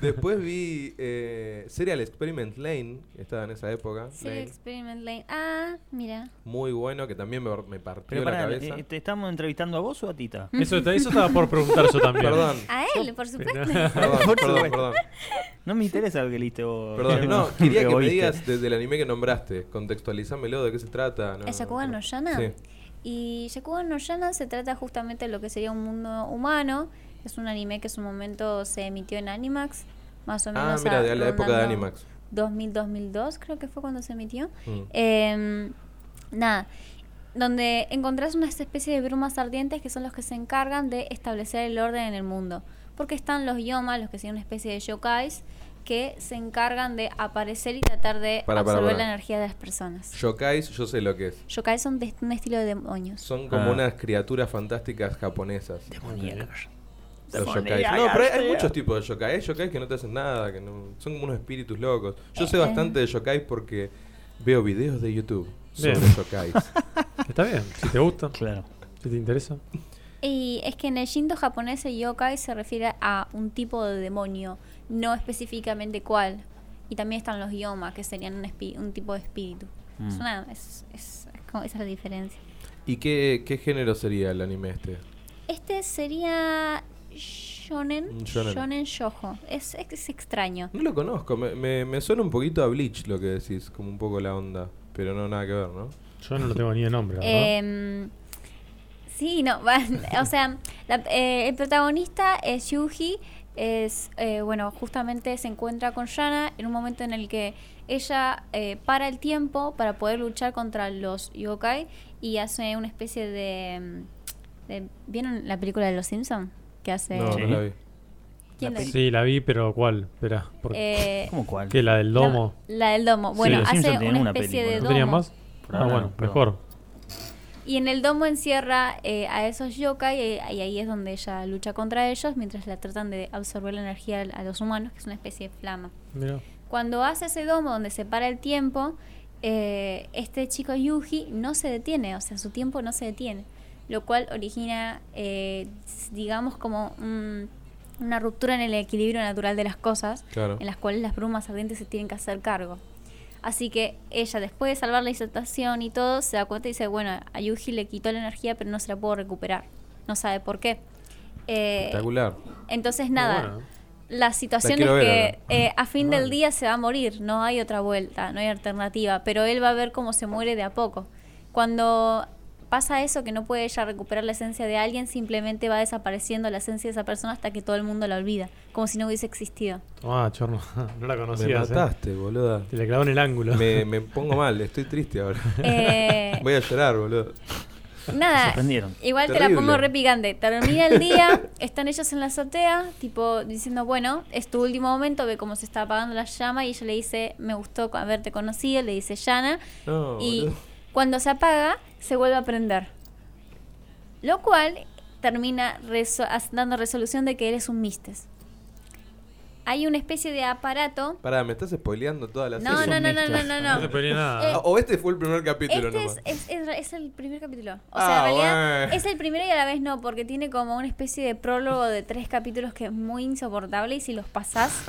[SPEAKER 3] Después vi eh, Serial Experiment Lane, que estaba en esa época.
[SPEAKER 7] Sí,
[SPEAKER 3] Lane,
[SPEAKER 7] Experiment Lane. Ah, mira.
[SPEAKER 3] muy bueno, que también me, me partió
[SPEAKER 5] Pero
[SPEAKER 3] la
[SPEAKER 5] pará,
[SPEAKER 3] cabeza.
[SPEAKER 5] eh, ¿te estamos entrevistando a vos o a Tita?
[SPEAKER 4] Eso, está- eso estaba por preguntar yo también.
[SPEAKER 3] Perdón.
[SPEAKER 7] A él,
[SPEAKER 3] [laughs]
[SPEAKER 7] por
[SPEAKER 4] [laughs]
[SPEAKER 5] [laughs]
[SPEAKER 7] supuesto.
[SPEAKER 3] Perdón, perdón, perdón.
[SPEAKER 5] No me interesa lo que leíste vos.
[SPEAKER 3] Perdón,
[SPEAKER 5] Guillermo,
[SPEAKER 3] no, [laughs] quería
[SPEAKER 5] lo
[SPEAKER 3] que me
[SPEAKER 5] viste.
[SPEAKER 3] digas desde el anime que nombraste, contextualizámelo, de qué se trata. No,
[SPEAKER 7] Es Yakugan no Yana. Y Yakugan no Yana se trata justamente de lo que sería un mundo humano. Es un anime que en su momento se emitió en Animax. Más o
[SPEAKER 3] Ah,
[SPEAKER 7] menos.
[SPEAKER 3] mira, de la época de
[SPEAKER 7] rondando-
[SPEAKER 3] Animax.
[SPEAKER 7] 2000-2002 creo que fue cuando se emitió.
[SPEAKER 3] Mm.
[SPEAKER 7] Em, nada, donde encontrás una especie de brumas ardientes que son los que se encargan de establecer el orden en el mundo. Porque están los yomas, los que son una especie de yokais, que se encargan de aparecer y tratar de
[SPEAKER 3] Para, para,
[SPEAKER 7] absorber
[SPEAKER 3] para.
[SPEAKER 7] la energía de las personas.
[SPEAKER 3] Yokais, yo sé lo que es.
[SPEAKER 7] Yokais son de un estilo de demonios.
[SPEAKER 3] Son como
[SPEAKER 5] Ah.
[SPEAKER 3] unas criaturas fantásticas japonesas.
[SPEAKER 5] Demoníacas.
[SPEAKER 3] Los yokais. No, pero hay, hay muchos tipos de yokais. Hay yokais que no te hacen nada, que no- son como unos espíritus locos. Yo sé
[SPEAKER 7] Eh.
[SPEAKER 3] bastante de yokais porque Veo videos de YouTube sobre
[SPEAKER 4] Bien.
[SPEAKER 3] yokais. [laughs]
[SPEAKER 4] Está bien, si te gusta,
[SPEAKER 5] Claro.
[SPEAKER 4] si te interesa.
[SPEAKER 7] Y es que en el Shinto japonés el yokai se refiere a un tipo de demonio, no específicamente cuál. Y también están los yomas, que serían un, espi- un tipo de espíritu.
[SPEAKER 5] Mm.
[SPEAKER 7] Es una- es- es- es como- esa es la diferencia.
[SPEAKER 3] ¿Y qué, qué género sería el anime este?
[SPEAKER 7] Este sería
[SPEAKER 3] Un
[SPEAKER 7] shonen,
[SPEAKER 3] shonen.
[SPEAKER 7] shonen, shoujo. Es, es, es extraño.
[SPEAKER 3] No lo conozco, me, me- me suena un poquito a Bleach lo que decís, como un poco la onda, pero no nada que ver, ¿no?
[SPEAKER 4] Yo no lo tengo ni de nombre, la ¿verdad?
[SPEAKER 7] Em, sí, no, [laughs] va- o sea, la- eh, el protagonista es Yuji, es, eh, bueno, justamente se encuentra con Shana en un momento en el que ella eh, para el tiempo para poder luchar contra los yokai y hace una especie de... mm, de- ¿Vieron la película de Los Simpsons? Que hace...
[SPEAKER 3] No,
[SPEAKER 5] Sí.
[SPEAKER 3] no la vi.
[SPEAKER 7] ¿Quién la-
[SPEAKER 4] Sí, la vi, pero ¿cuál? Espera, porque
[SPEAKER 7] Eh,
[SPEAKER 5] ¿Cómo cuál?
[SPEAKER 4] ¿qué? ¿La del domo?
[SPEAKER 7] La, la del domo. Bueno,
[SPEAKER 5] Los
[SPEAKER 7] hace
[SPEAKER 5] Simpson
[SPEAKER 7] una,
[SPEAKER 5] tenían una
[SPEAKER 7] especie
[SPEAKER 5] película.
[SPEAKER 7] de
[SPEAKER 4] ¿No
[SPEAKER 7] domo.
[SPEAKER 4] tenían más?
[SPEAKER 5] Por
[SPEAKER 4] Ah,
[SPEAKER 5] ahora
[SPEAKER 4] bueno,
[SPEAKER 5] no, pero-
[SPEAKER 4] mejor.
[SPEAKER 7] Y en el domo encierra eh, a esos yokai eh, y ahí es donde ella lucha contra ellos mientras la tratan de absorber la energía al- a los humanos, que es una especie de flama.
[SPEAKER 4] Mira.
[SPEAKER 7] Cuando hace ese domo donde se para el tiempo, eh, este chico Yuji no se detiene, o sea, su tiempo no se detiene, lo cual origina, eh, s- digamos, como un- una ruptura en el equilibrio natural de las cosas,
[SPEAKER 3] Claro.
[SPEAKER 7] en las cuales las brumas ardientes se tienen que hacer cargo. Así que ella, después de salvar la disertación y todo, se da cuenta y dice, bueno, a Yuji le quitó la energía, pero no se la puedo recuperar. No sabe por qué. Eh,
[SPEAKER 3] Espectacular.
[SPEAKER 7] entonces, nada,
[SPEAKER 4] bueno.
[SPEAKER 7] la situación
[SPEAKER 3] quiero
[SPEAKER 7] es
[SPEAKER 3] ver
[SPEAKER 7] que eh, a fin del
[SPEAKER 4] Vale.
[SPEAKER 7] día se va a morir, no hay otra vuelta, no hay alternativa, pero él va a ver cómo se muere de a poco. Cuando pasa eso, que no puede ella recuperar la esencia de alguien, simplemente va desapareciendo la esencia de esa persona hasta que todo el mundo la olvida, como si no hubiese existido.
[SPEAKER 4] Ah, chorno, [laughs] no la
[SPEAKER 3] me
[SPEAKER 4] conocías. eh.
[SPEAKER 3] mataste,
[SPEAKER 4] [laughs]
[SPEAKER 3] boluda.
[SPEAKER 4] Te la clavó en el ángulo.
[SPEAKER 3] Me, me pongo mal, estoy triste ahora.
[SPEAKER 7] Eh,
[SPEAKER 3] [laughs] Voy a llorar, boludo.
[SPEAKER 5] Se
[SPEAKER 7] Nada,
[SPEAKER 5] sorprendieron.
[SPEAKER 7] Igual te
[SPEAKER 3] Terrible.
[SPEAKER 7] la pongo re picante. Termina el día, [laughs] están ellos en la azotea, tipo diciendo, bueno, es tu último momento, ve cómo se está apagando la llama y ella le dice, me gustó co- haberte conocido, le dice Yana.
[SPEAKER 3] No,
[SPEAKER 7] y
[SPEAKER 3] Oh, boludo.
[SPEAKER 7] cuando se apaga, se vuelve a prender. Lo cual termina reso- as- dando resolución de que eres un mistes. Hay una especie de aparato...
[SPEAKER 3] Pará, me estás spoileando toda la
[SPEAKER 7] No,
[SPEAKER 3] serie.
[SPEAKER 7] no, no, no, no, no,
[SPEAKER 4] No te
[SPEAKER 7] no.
[SPEAKER 4] perdí nada.
[SPEAKER 7] Eh,
[SPEAKER 3] Ah, O este fue el primer capítulo
[SPEAKER 7] Este
[SPEAKER 3] nomás.
[SPEAKER 7] es, es- es- es el primer capítulo. O sea,
[SPEAKER 3] Ah,
[SPEAKER 7] en realidad
[SPEAKER 3] bueno.
[SPEAKER 7] es el primero y a la vez no, porque tiene como una especie de prólogo de tres capítulos que es muy insoportable y si
[SPEAKER 3] [laughs]
[SPEAKER 7] los pasás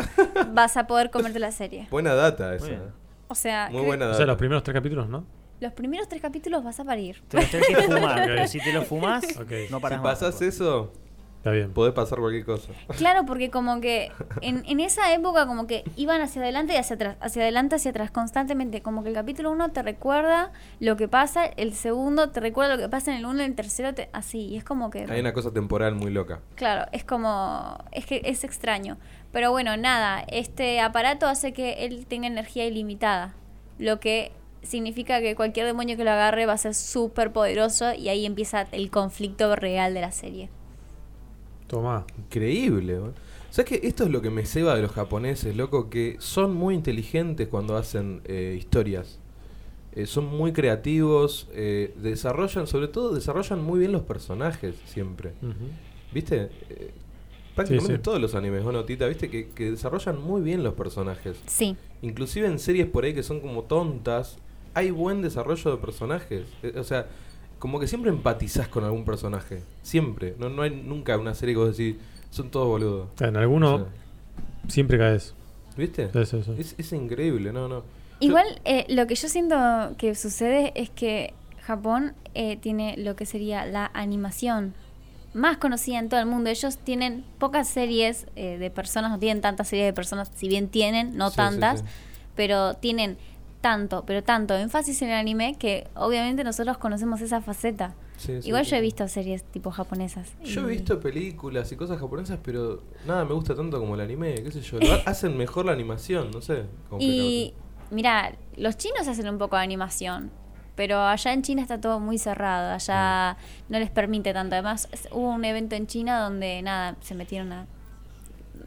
[SPEAKER 7] vas a poder comerte la serie.
[SPEAKER 3] Buena data esa.
[SPEAKER 5] Bueno.
[SPEAKER 7] O sea,
[SPEAKER 3] Muy
[SPEAKER 7] creo-
[SPEAKER 3] buena
[SPEAKER 4] o
[SPEAKER 3] data.
[SPEAKER 4] sea, los primeros tres capítulos, ¿no?
[SPEAKER 7] los primeros tres capítulos vas a parir.
[SPEAKER 5] Te lo
[SPEAKER 3] [laughs]
[SPEAKER 5] tenés que fumar, pero
[SPEAKER 4] Ok.
[SPEAKER 5] si te lo fumás,
[SPEAKER 4] Ok.
[SPEAKER 5] no parás
[SPEAKER 3] si
[SPEAKER 5] más.
[SPEAKER 3] pasás eso,
[SPEAKER 4] Está bien.
[SPEAKER 3] podés pasar cualquier cosa.
[SPEAKER 7] Claro, porque como que en, en esa época como que iban hacia adelante y hacia atrás, hacia adelante, hacia atrás constantemente. Como que el capítulo 1 te recuerda lo que pasa, el segundo te recuerda lo que pasa en el 1, el tercero te- así. Y es como que...
[SPEAKER 3] Hay una cosa temporal muy loca.
[SPEAKER 7] Claro, es como. Es que es extraño. Pero bueno, nada, este aparato hace que él tenga energía ilimitada. Lo que significa que cualquier demonio que lo agarre va a ser súper poderoso y ahí empieza el conflicto real de la serie.
[SPEAKER 4] Tomá.
[SPEAKER 3] Increíble, boludo. ¿Sabes que esto es lo que me ceba de los japoneses, loco? Que son muy inteligentes cuando hacen eh, historias. Eh, son muy creativos, eh, desarrollan, sobre todo, desarrollan muy bien los personajes siempre.
[SPEAKER 4] Ujú.
[SPEAKER 3] ¿Viste? Eh, prácticamente
[SPEAKER 4] Sí, sí.
[SPEAKER 3] todos los animes, ¿o no, Tita? ¿Viste? Que, que desarrollan muy bien los personajes.
[SPEAKER 7] Sí.
[SPEAKER 3] Inclusive en series por ahí que son como tontas, hay buen desarrollo de personajes. Eh, o sea, como que siempre empatizás con algún personaje. Siempre. No, no hay nunca una serie que vos decís, son todos boludos.
[SPEAKER 4] O sea, En alguno
[SPEAKER 3] O sea,
[SPEAKER 4] siempre caes.
[SPEAKER 3] ¿Viste?
[SPEAKER 4] Sí, sí, sí.
[SPEAKER 3] Es, es increíble, no, no.
[SPEAKER 7] Igual, eh, lo que yo siento que sucede es que Japón eh, tiene lo que sería la animación más conocida en todo el mundo. Ellos tienen pocas series eh, de personas, no tienen tantas series de personas, si bien tienen, no
[SPEAKER 3] Sí, sí,
[SPEAKER 7] tantas,
[SPEAKER 3] sí.
[SPEAKER 7] pero tienen tanto, pero tanto énfasis en el anime que obviamente nosotros conocemos esa faceta.
[SPEAKER 3] Sí, sí,
[SPEAKER 7] Igual
[SPEAKER 3] sí,
[SPEAKER 7] yo he
[SPEAKER 3] sí.
[SPEAKER 7] visto series tipo japonesas.
[SPEAKER 3] Yo he
[SPEAKER 7] y-
[SPEAKER 3] visto películas y cosas japonesas, pero nada me gusta tanto como el anime, qué sé yo. Lo ha- hacen mejor la animación, no sé. cómo
[SPEAKER 7] Y
[SPEAKER 3] explicarlo.
[SPEAKER 7] mira, los chinos hacen un poco de animación, pero allá en China está todo muy cerrado, allá
[SPEAKER 4] Mm.
[SPEAKER 7] no les permite tanto. Además, es- hubo un evento en China donde nada, se metieron a...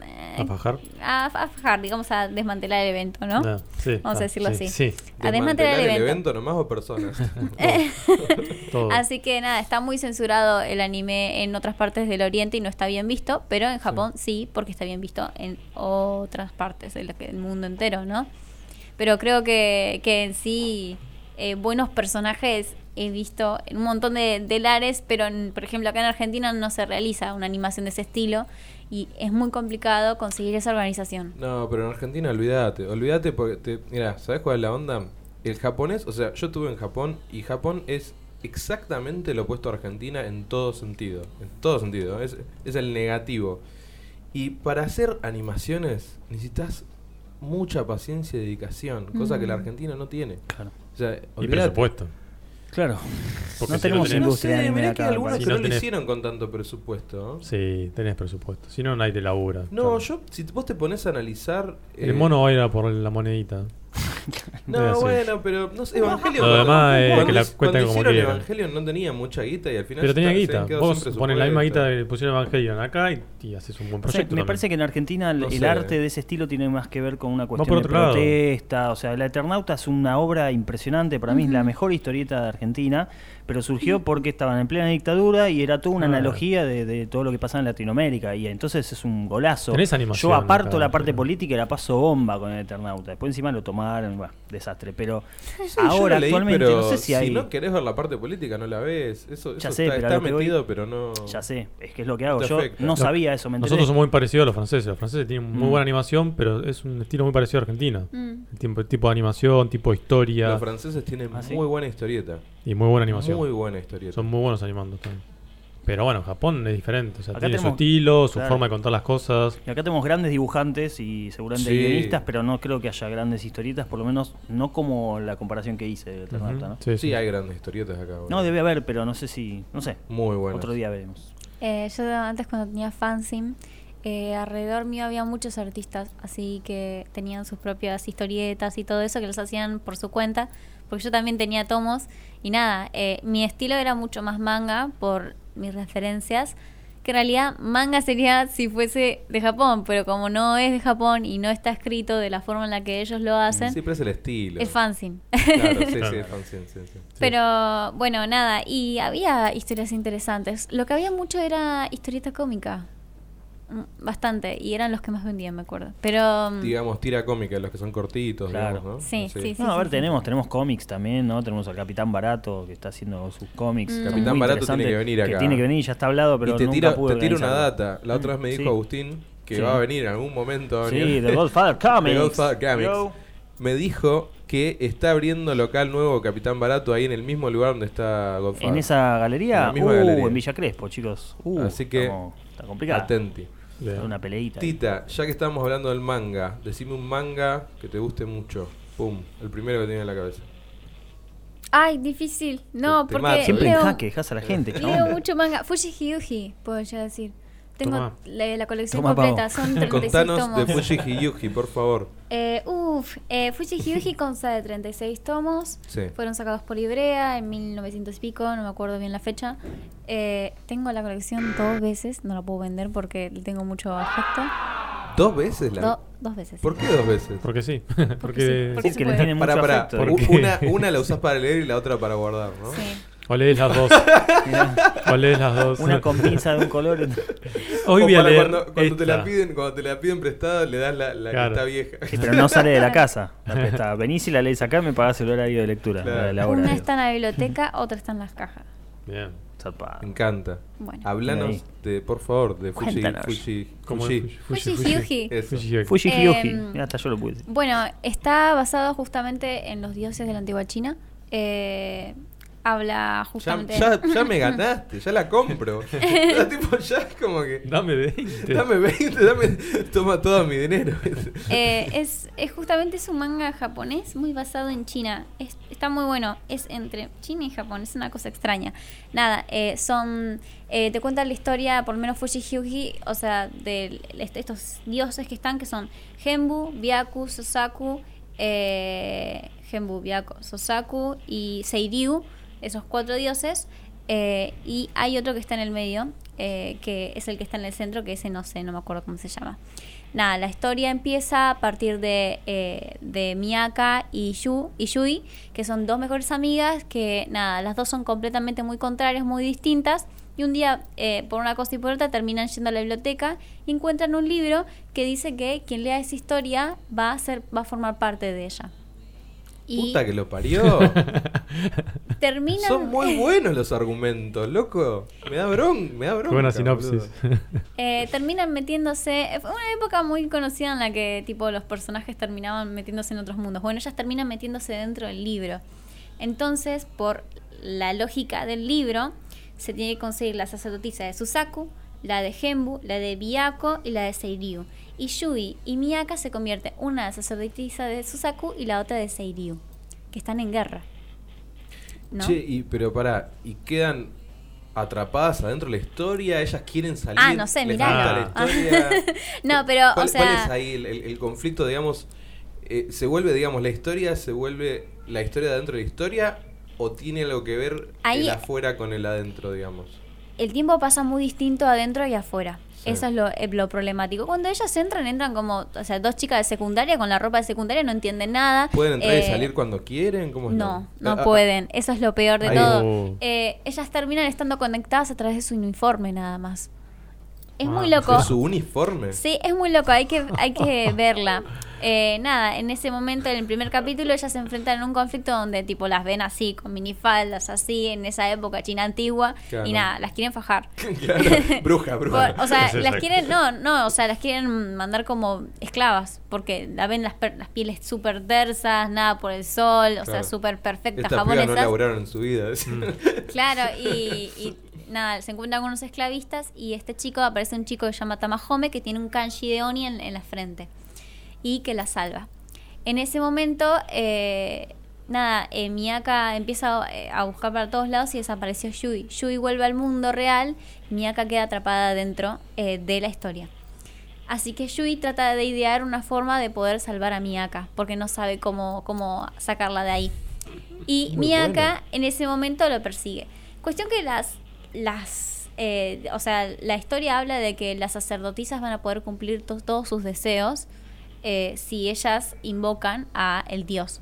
[SPEAKER 7] eh,
[SPEAKER 4] ¿A fajar?
[SPEAKER 7] A, a fajar, digamos, a desmantelar el evento, ¿no?
[SPEAKER 4] Ah, sí,
[SPEAKER 7] Vamos a
[SPEAKER 4] ah,
[SPEAKER 7] decirlo
[SPEAKER 4] sí,
[SPEAKER 7] así.
[SPEAKER 4] sí.
[SPEAKER 7] A desmantelar el
[SPEAKER 3] el
[SPEAKER 7] evento.
[SPEAKER 3] evento nomás o personas.
[SPEAKER 7] [laughs]
[SPEAKER 4] Todo.
[SPEAKER 7] Así que nada, está muy censurado el anime en otras partes del oriente y no está bien visto, pero en Japón sí, porque está bien visto en otras partes del, del mundo entero, ¿no? Pero creo que, que en sí eh, buenos personajes he visto en un montón de, de lares, pero en- por ejemplo acá en Argentina no se realiza una animación de ese estilo y es muy complicado conseguir esa organización.
[SPEAKER 3] No, pero en Argentina olvídate, olvídate porque te, mira, ¿sabes cuál es la onda? El japonés, o sea, yo estuve en Japón y Japón es exactamente lo opuesto a Argentina en todo sentido, en todo sentido, es, es el negativo. Y para hacer animaciones necesitas mucha paciencia y dedicación, cosa
[SPEAKER 5] Mm.
[SPEAKER 3] que la Argentina no tiene.
[SPEAKER 5] Claro.
[SPEAKER 3] O sea,
[SPEAKER 4] Y
[SPEAKER 3] olvídate.
[SPEAKER 4] presupuesto.
[SPEAKER 5] Claro.
[SPEAKER 4] Porque
[SPEAKER 5] no
[SPEAKER 4] si
[SPEAKER 5] tenemos
[SPEAKER 4] no tenés-
[SPEAKER 5] industria
[SPEAKER 3] No sé,
[SPEAKER 5] anime
[SPEAKER 3] mirá
[SPEAKER 5] acá,
[SPEAKER 3] que
[SPEAKER 5] me
[SPEAKER 3] algunos
[SPEAKER 5] parece.
[SPEAKER 4] Si
[SPEAKER 3] que
[SPEAKER 4] no
[SPEAKER 3] no, lo
[SPEAKER 4] tenés-
[SPEAKER 3] hicieron con tanto presupuesto. ¿no?
[SPEAKER 4] Sí, tenés presupuesto. Si no, nadie te labura.
[SPEAKER 3] No, yo, si vos te pones a analizar... eh,
[SPEAKER 4] El mono baila por la monedita. Debe
[SPEAKER 3] [laughs] No,
[SPEAKER 4] ser.
[SPEAKER 3] bueno, pero no sé, Evangelion.
[SPEAKER 4] Lo
[SPEAKER 3] cuando-
[SPEAKER 4] demás es
[SPEAKER 3] cuando
[SPEAKER 4] que la
[SPEAKER 3] hic-
[SPEAKER 4] cuenten
[SPEAKER 3] cuando
[SPEAKER 4] como
[SPEAKER 3] hicieron
[SPEAKER 4] quieran.
[SPEAKER 3] Evangelion no tenía mucha guita y al final.
[SPEAKER 4] Pero tenía
[SPEAKER 3] se- se
[SPEAKER 4] guita.
[SPEAKER 3] han quedado
[SPEAKER 4] Vos
[SPEAKER 3] sin
[SPEAKER 4] pones la misma guita
[SPEAKER 3] presupuesto.
[SPEAKER 4] que pusieron Evangelion acá y, y haces un buen
[SPEAKER 5] O sea,
[SPEAKER 4] proyecto.
[SPEAKER 5] me
[SPEAKER 4] también.
[SPEAKER 5] parece que en Argentina el,
[SPEAKER 3] No
[SPEAKER 5] el
[SPEAKER 3] sé.
[SPEAKER 5] arte de ese estilo tiene más que ver con una
[SPEAKER 4] por
[SPEAKER 5] cuestión de
[SPEAKER 4] otro lado.
[SPEAKER 5] protesta. O sea, La Eternauta es una obra impresionante. Para mí es la mejor historieta de Argentina, pero surgió porque estaban en plena dictadura y era toda una
[SPEAKER 4] Ah.
[SPEAKER 5] analogía de, de todo lo que pasa en Latinoamérica. Y entonces es un golazo.
[SPEAKER 4] Tenés animación
[SPEAKER 5] Yo aparto
[SPEAKER 4] acá,
[SPEAKER 5] la parte
[SPEAKER 4] claro.
[SPEAKER 5] política y la paso bomba con el Eternauta. Después encima lo tomaron, bah, desastre. Pero
[SPEAKER 3] Sí, yo
[SPEAKER 5] ahora
[SPEAKER 3] la leí,
[SPEAKER 5] actualmente
[SPEAKER 3] pero
[SPEAKER 5] no sé si hay.
[SPEAKER 3] no querés ver la parte política, no la ves. Eso,
[SPEAKER 5] Ya
[SPEAKER 3] eso
[SPEAKER 5] sé,
[SPEAKER 3] está,
[SPEAKER 5] pero a
[SPEAKER 3] está
[SPEAKER 5] lo que voy-
[SPEAKER 3] metido, pero no.
[SPEAKER 5] Ya sé, es que es lo que hago.
[SPEAKER 3] Te
[SPEAKER 5] Yo
[SPEAKER 3] afecta.
[SPEAKER 5] no
[SPEAKER 3] No,
[SPEAKER 5] sabía eso, me enteré.
[SPEAKER 4] Nosotros somos muy parecidos a los franceses. Los franceses tienen muy
[SPEAKER 5] Mm.
[SPEAKER 4] buena animación, pero es un estilo muy parecido a Argentina.
[SPEAKER 7] Mm.
[SPEAKER 4] El tipo, el tipo de animación, tipo de historia
[SPEAKER 3] Los franceses tienen
[SPEAKER 5] ¿Ah, sí?
[SPEAKER 3] muy buena historieta.
[SPEAKER 4] y muy buena animación.
[SPEAKER 3] Muy buena historieta.
[SPEAKER 4] Son muy buenos animando también. Pero bueno, Japón es diferente. O sea,
[SPEAKER 5] Acá
[SPEAKER 4] tiene su
[SPEAKER 5] tenemos-
[SPEAKER 4] estilo, su
[SPEAKER 5] claro.
[SPEAKER 4] forma de contar las cosas.
[SPEAKER 5] Y acá tenemos grandes dibujantes y seguramente
[SPEAKER 3] Sí.
[SPEAKER 5] guionistas, pero no creo que haya grandes historietas, por lo menos no como la comparación que hice de Eternauta, ¿no?
[SPEAKER 4] Ujú. Sí,
[SPEAKER 3] sí,
[SPEAKER 4] sí.
[SPEAKER 3] hay grandes historietas acá. boludo.
[SPEAKER 5] No, debe haber, pero no sé si. No sé.
[SPEAKER 3] Muy buenas.
[SPEAKER 5] Otro día veremos.
[SPEAKER 7] Eh, yo antes cuando tenía fanzine, eh, alrededor mío había muchos artistas, así que tenían sus propias historietas y todo eso que los hacían por su cuenta, porque yo también tenía tomos y nada, eh, mi estilo era mucho más manga por mis referencias, que en realidad manga sería si fuese de Japón, pero como no es de Japón y no está escrito de la forma en la que ellos lo hacen,
[SPEAKER 3] Siempre es el estilo.
[SPEAKER 7] es fanzine.
[SPEAKER 3] Claro, sí, sí,
[SPEAKER 5] [laughs]
[SPEAKER 4] Claro.
[SPEAKER 3] es fanzine, sí, sí.
[SPEAKER 7] Pero bueno, nada, y había historias interesantes. Lo que había mucho era historieta cómica. Mm, Bastante, y eran los que más vendían, me acuerdo. Pero mm,
[SPEAKER 3] Digamos, tira cómica, los que son cortitos,
[SPEAKER 5] Claro.
[SPEAKER 3] digamos, ¿no?
[SPEAKER 7] Sí, sí.
[SPEAKER 5] No, a ver, tenemos, tenemos cómics también, ¿no? Tenemos al Capitán Barato que está haciendo sus cómics.
[SPEAKER 7] Mm.
[SPEAKER 5] que son
[SPEAKER 3] Capitán
[SPEAKER 5] muy
[SPEAKER 3] Barato
[SPEAKER 5] interesantes,
[SPEAKER 3] tiene que venir
[SPEAKER 5] Que
[SPEAKER 3] acá.
[SPEAKER 5] tiene que venir, ya está hablado, pero
[SPEAKER 3] y te
[SPEAKER 5] nunca
[SPEAKER 3] tira,
[SPEAKER 5] pude
[SPEAKER 3] te tira una
[SPEAKER 5] organizarlo.
[SPEAKER 3] data. La otra vez me dijo
[SPEAKER 5] Sí.
[SPEAKER 3] Agustín que
[SPEAKER 5] Sí.
[SPEAKER 3] va a venir en algún momento. va a
[SPEAKER 5] Sí,
[SPEAKER 3] venir.
[SPEAKER 5] The Godfather
[SPEAKER 3] [laughs]
[SPEAKER 5] Comics.
[SPEAKER 3] The Godfather Comics.
[SPEAKER 5] Yo.
[SPEAKER 3] Me dijo que está abriendo local nuevo Capitán Barato ahí en el mismo lugar donde está Godfather.
[SPEAKER 5] En esa
[SPEAKER 3] En
[SPEAKER 5] galería,
[SPEAKER 3] la misma
[SPEAKER 5] uh,
[SPEAKER 3] galería.
[SPEAKER 5] en Villa Crespo, chicos. Uh,
[SPEAKER 3] Así que,
[SPEAKER 5] estamos- está complicado.
[SPEAKER 3] Atenti.
[SPEAKER 4] Bien.
[SPEAKER 5] Una peleita. ahí.
[SPEAKER 3] Tita, ya que estamos hablando del manga, decime un manga que te guste mucho. Pum, el primero que tiene en la cabeza.
[SPEAKER 7] Ay, difícil. No,
[SPEAKER 3] Te- te
[SPEAKER 7] porque
[SPEAKER 3] mato, eh.
[SPEAKER 5] Siempre en
[SPEAKER 7] Eh, leo,
[SPEAKER 5] jaque, dejas a la gente,
[SPEAKER 7] leo
[SPEAKER 5] chabón.
[SPEAKER 7] mucho manga. Fuji Hiyuji, puedo yo decir. Tengo
[SPEAKER 4] Tomá.
[SPEAKER 7] la, la colección
[SPEAKER 5] Tomá,
[SPEAKER 7] completa,
[SPEAKER 3] [laughs]
[SPEAKER 5] Pavo.
[SPEAKER 7] son 36
[SPEAKER 3] Contanos de
[SPEAKER 7] tomos.
[SPEAKER 3] Fuji Hiyuji, por favor.
[SPEAKER 7] Eh, uf, eh, Fuji
[SPEAKER 3] [laughs]
[SPEAKER 7] Hiyuji consta de 36 tomos.
[SPEAKER 3] Sí.
[SPEAKER 7] Fueron sacados por Ibrea en 1900 y pico, no me acuerdo bien la fecha. Eh, tengo la colección dos veces, no la puedo vender porque le tengo mucho afecto.
[SPEAKER 3] ¿Dos veces la.?
[SPEAKER 7] Do- dos veces.
[SPEAKER 3] ¿Por qué dos
[SPEAKER 5] [laughs]
[SPEAKER 3] veces? [laughs]
[SPEAKER 4] Porque sí.
[SPEAKER 7] sí,
[SPEAKER 4] Porque,
[SPEAKER 7] porque-
[SPEAKER 5] Sí, que le
[SPEAKER 7] puede.
[SPEAKER 5] tiene mucho
[SPEAKER 3] Pará, pará.
[SPEAKER 5] afecto.
[SPEAKER 4] ¿Por
[SPEAKER 3] U-
[SPEAKER 4] qué? [laughs]
[SPEAKER 3] Una, una la usás para leer y la otra para guardar, ¿no?
[SPEAKER 7] Sí.
[SPEAKER 3] [laughs]
[SPEAKER 4] O lees las dos. O lees las dos.
[SPEAKER 5] Una con pinza de un color.
[SPEAKER 4] [laughs]
[SPEAKER 3] [laughs]
[SPEAKER 4] Hoy
[SPEAKER 3] O
[SPEAKER 4] voy a
[SPEAKER 3] para
[SPEAKER 4] leer.
[SPEAKER 3] cuando, cuando te la
[SPEAKER 4] esta.
[SPEAKER 3] piden, cuando te la piden prestada, le das la, la que
[SPEAKER 4] Claro.
[SPEAKER 3] está
[SPEAKER 5] Sí,
[SPEAKER 3] vieja. [laughs]
[SPEAKER 5] pero no sale de la casa. La presta. Venís y la leís acá, me pagás el horario de lectura.
[SPEAKER 3] Claro.
[SPEAKER 5] la de la hora,
[SPEAKER 7] Una
[SPEAKER 5] digo.
[SPEAKER 7] está en
[SPEAKER 3] [laughs]
[SPEAKER 7] la biblioteca, otra está en las cajas.
[SPEAKER 4] Bien.
[SPEAKER 5] Zarpado.
[SPEAKER 3] Me encanta.
[SPEAKER 7] Bueno.
[SPEAKER 3] Hablanos de, por favor, de Fuji,
[SPEAKER 5] Cuéntanos.
[SPEAKER 3] Fuji,
[SPEAKER 4] Como
[SPEAKER 3] Fuji.
[SPEAKER 7] Fuji Hiyuji.
[SPEAKER 3] Eso.
[SPEAKER 4] Fuji Hiyuki.
[SPEAKER 5] Fuji Hiyoji.
[SPEAKER 7] Em,
[SPEAKER 5] Mirá, hasta yo lo pude decir.
[SPEAKER 7] Bueno, está basado justamente en los dioses de la antigua China. Eh, habla
[SPEAKER 3] Ya,
[SPEAKER 7] justamente.
[SPEAKER 3] ya, ya
[SPEAKER 7] [laughs]
[SPEAKER 3] me ganaste, ya la compro. Ya, tipo, ya es como que.
[SPEAKER 4] Dame 20. [laughs]
[SPEAKER 3] Dame 20, dame, toma todo mi dinero.
[SPEAKER 7] Eh, es, es justamente es un manga japonés muy basado en China. Es- está muy bueno. Es entre China y Japón. Es una cosa extraña. Nada, eh, son. eh, te cuentan la historia, por lo menos Fuji Hyugi, o sea, de est- estos dioses que están, que son Genbu, Byaku, Sosaku, eh, Genbu, Byaku, Sosaku y Seiryu, esos cuatro dioses. eh, y hay otro que está en el medio, eh, que es el que está en el centro, que ese no sé, no me acuerdo cómo se llama. Nada, la historia empieza a partir de, eh, de Miyaka y, Yu, y Yui, que son dos mejores amigas, que nada, las dos son completamente muy contrarias, muy distintas. Y un día, eh, por una cosa y por otra, terminan yendo a la biblioteca y encuentran un libro que dice que quien lea esa historia va a, ser, va a formar parte de ella. Y
[SPEAKER 3] Puta que lo
[SPEAKER 4] [laughs]
[SPEAKER 3] parió.
[SPEAKER 7] terminan.
[SPEAKER 3] Son
[SPEAKER 7] [laughs]
[SPEAKER 3] muy buenos los argumentos, loco. Me da bron, me da bronca.
[SPEAKER 4] Qué buena
[SPEAKER 3] boludo.
[SPEAKER 4] sinopsis.
[SPEAKER 7] Eh, terminan metiéndose. eh, Fue una época muy conocida en la que tipo los personajes terminaban metiéndose en otros mundos. Bueno, ellas terminan metiéndose dentro del libro. Entonces, por la lógica del libro, se tiene que conseguir la sacerdotisa de Susaku, la de Genbu, la de Byakuo y la de Seiryu. Y Yui y Miyaka se convierte una sacerdotisa de Susaku y la otra de Seiryu, que están en guerra. ¿No?
[SPEAKER 3] Che, y, pero pará, ¿y quedan atrapadas adentro de la historia? ¿Ellas quieren salir?
[SPEAKER 7] Ah, no sé,
[SPEAKER 3] ¿Les
[SPEAKER 7] mirá.
[SPEAKER 3] gusta
[SPEAKER 7] Ah.
[SPEAKER 3] la historia?
[SPEAKER 7] [laughs] No, pero, o
[SPEAKER 3] ¿Cuál,
[SPEAKER 7] sea-
[SPEAKER 3] cuál es ahí el, el- el conflicto, digamos? eh, ¿Se vuelve, digamos, la historia? ¿Se vuelve la historia dentro de la historia? ¿O tiene algo que ver
[SPEAKER 7] Ahí-
[SPEAKER 3] el afuera con el adentro, digamos?
[SPEAKER 7] el tiempo pasa muy distinto adentro y afuera.
[SPEAKER 3] Sí.
[SPEAKER 7] Eso es lo, es lo problemático. Cuando ellas entran, entran como, o sea, dos chicas de secundaria con la ropa de secundaria, no entienden nada.
[SPEAKER 3] ¿Pueden entrar y
[SPEAKER 7] Eh,
[SPEAKER 3] salir cuando quieren? ¿Cómo es
[SPEAKER 7] No,
[SPEAKER 3] la-
[SPEAKER 7] no
[SPEAKER 3] Ah, ah,
[SPEAKER 7] pueden. Eso es lo peor de
[SPEAKER 3] Ahí.
[SPEAKER 7] todo.
[SPEAKER 4] Oh.
[SPEAKER 7] Eh, ellas terminan estando conectadas a través de su uniforme nada más. Es
[SPEAKER 4] Ah,
[SPEAKER 7] muy
[SPEAKER 4] de
[SPEAKER 7] loco.
[SPEAKER 3] ¿Es su uniforme?
[SPEAKER 7] Sí, es muy loco, hay que,
[SPEAKER 3] [laughs]
[SPEAKER 7] hay que verla. Eh, nada, en ese momento, en el primer capítulo, ellas se enfrentan a un conflicto donde tipo las ven así, con minifaldas, así, en esa época china antigua,
[SPEAKER 3] Claro.
[SPEAKER 7] y nada, las quieren fajar.
[SPEAKER 3] [laughs] Claro,
[SPEAKER 7] [laughs]
[SPEAKER 3] bruja, bruja.
[SPEAKER 7] Por- o sea,
[SPEAKER 4] Sí,
[SPEAKER 7] las
[SPEAKER 4] sí.
[SPEAKER 7] quieren, no, no, o sea, las quieren mandar como esclavas, porque la ven las, per- las pieles súper tersas, nada por el sol, o sea,
[SPEAKER 3] Claro.
[SPEAKER 7] súper perfectas,
[SPEAKER 3] Estas pibas no
[SPEAKER 7] japonesas.
[SPEAKER 3] laburaron en su vida.
[SPEAKER 7] Mm.
[SPEAKER 3] [laughs]
[SPEAKER 7] Claro, y, y nada, se encuentran con unos esclavistas y este chico, aparece un chico que se llama Tamahome que tiene un kanji de Oni en, en la frente y que la salva. En ese momento, eh, nada, eh, Miyaka empieza eh, a buscar para todos lados y desapareció Yui. Yui vuelve al mundo real, Miyaka queda atrapada dentro eh, de la historia. Así que Yui trata de idear una forma de poder salvar a Miyaka, porque no sabe cómo, cómo sacarla de ahí. Y
[SPEAKER 3] Muy
[SPEAKER 7] Miyaka
[SPEAKER 3] bueno.
[SPEAKER 7] en ese momento lo persigue. Cuestión que las... las eh, o sea, la historia habla de que las sacerdotisas van a poder cumplir to- todos sus deseos eh, si ellas invocan a el dios.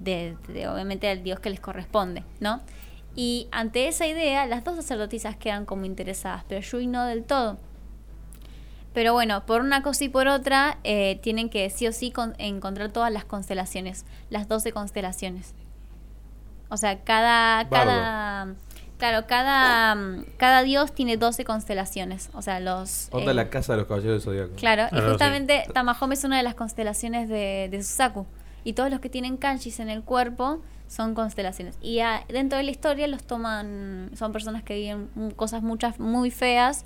[SPEAKER 7] De, de- obviamente al dios que les corresponde, ¿no? Y ante esa idea, las dos sacerdotisas quedan como interesadas, pero Yui no del todo. Pero bueno, por una cosa y por otra, eh, tienen que sí o sí con- encontrar todas las constelaciones, las 12 constelaciones. O sea, cada.
[SPEAKER 3] Bardo.
[SPEAKER 7] cada claro, cada, cada dios tiene 12 constelaciones. O sea, los.
[SPEAKER 3] Onda
[SPEAKER 7] eh,
[SPEAKER 3] la casa de los caballeros del zodiaco.
[SPEAKER 7] Claro,
[SPEAKER 4] Ah, no,
[SPEAKER 7] y
[SPEAKER 4] sí.
[SPEAKER 7] justamente Tamahome es una de las constelaciones de, de Susaku. Y todos los que tienen kanjis en el cuerpo son constelaciones. Y ah, dentro de la historia los toman, son personas que viven mm, cosas muchas muy feas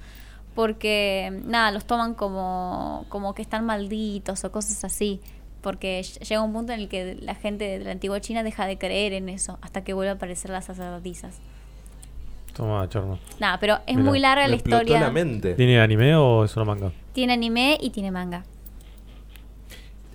[SPEAKER 7] porque, nada, los toman como, como que están malditos o cosas así. Porque ll- llega un punto en el que la gente de la antigua China deja de creer en eso hasta que vuelven a aparecer las sacerdotisas.
[SPEAKER 4] [laughs] Toma, chorno.
[SPEAKER 7] Nada, pero es
[SPEAKER 4] Mirá,
[SPEAKER 7] muy larga
[SPEAKER 3] Me
[SPEAKER 7] la
[SPEAKER 3] explotó
[SPEAKER 7] historia.
[SPEAKER 3] la mente.
[SPEAKER 4] ¿Tiene anime o es una manga?
[SPEAKER 7] Tiene anime y tiene manga.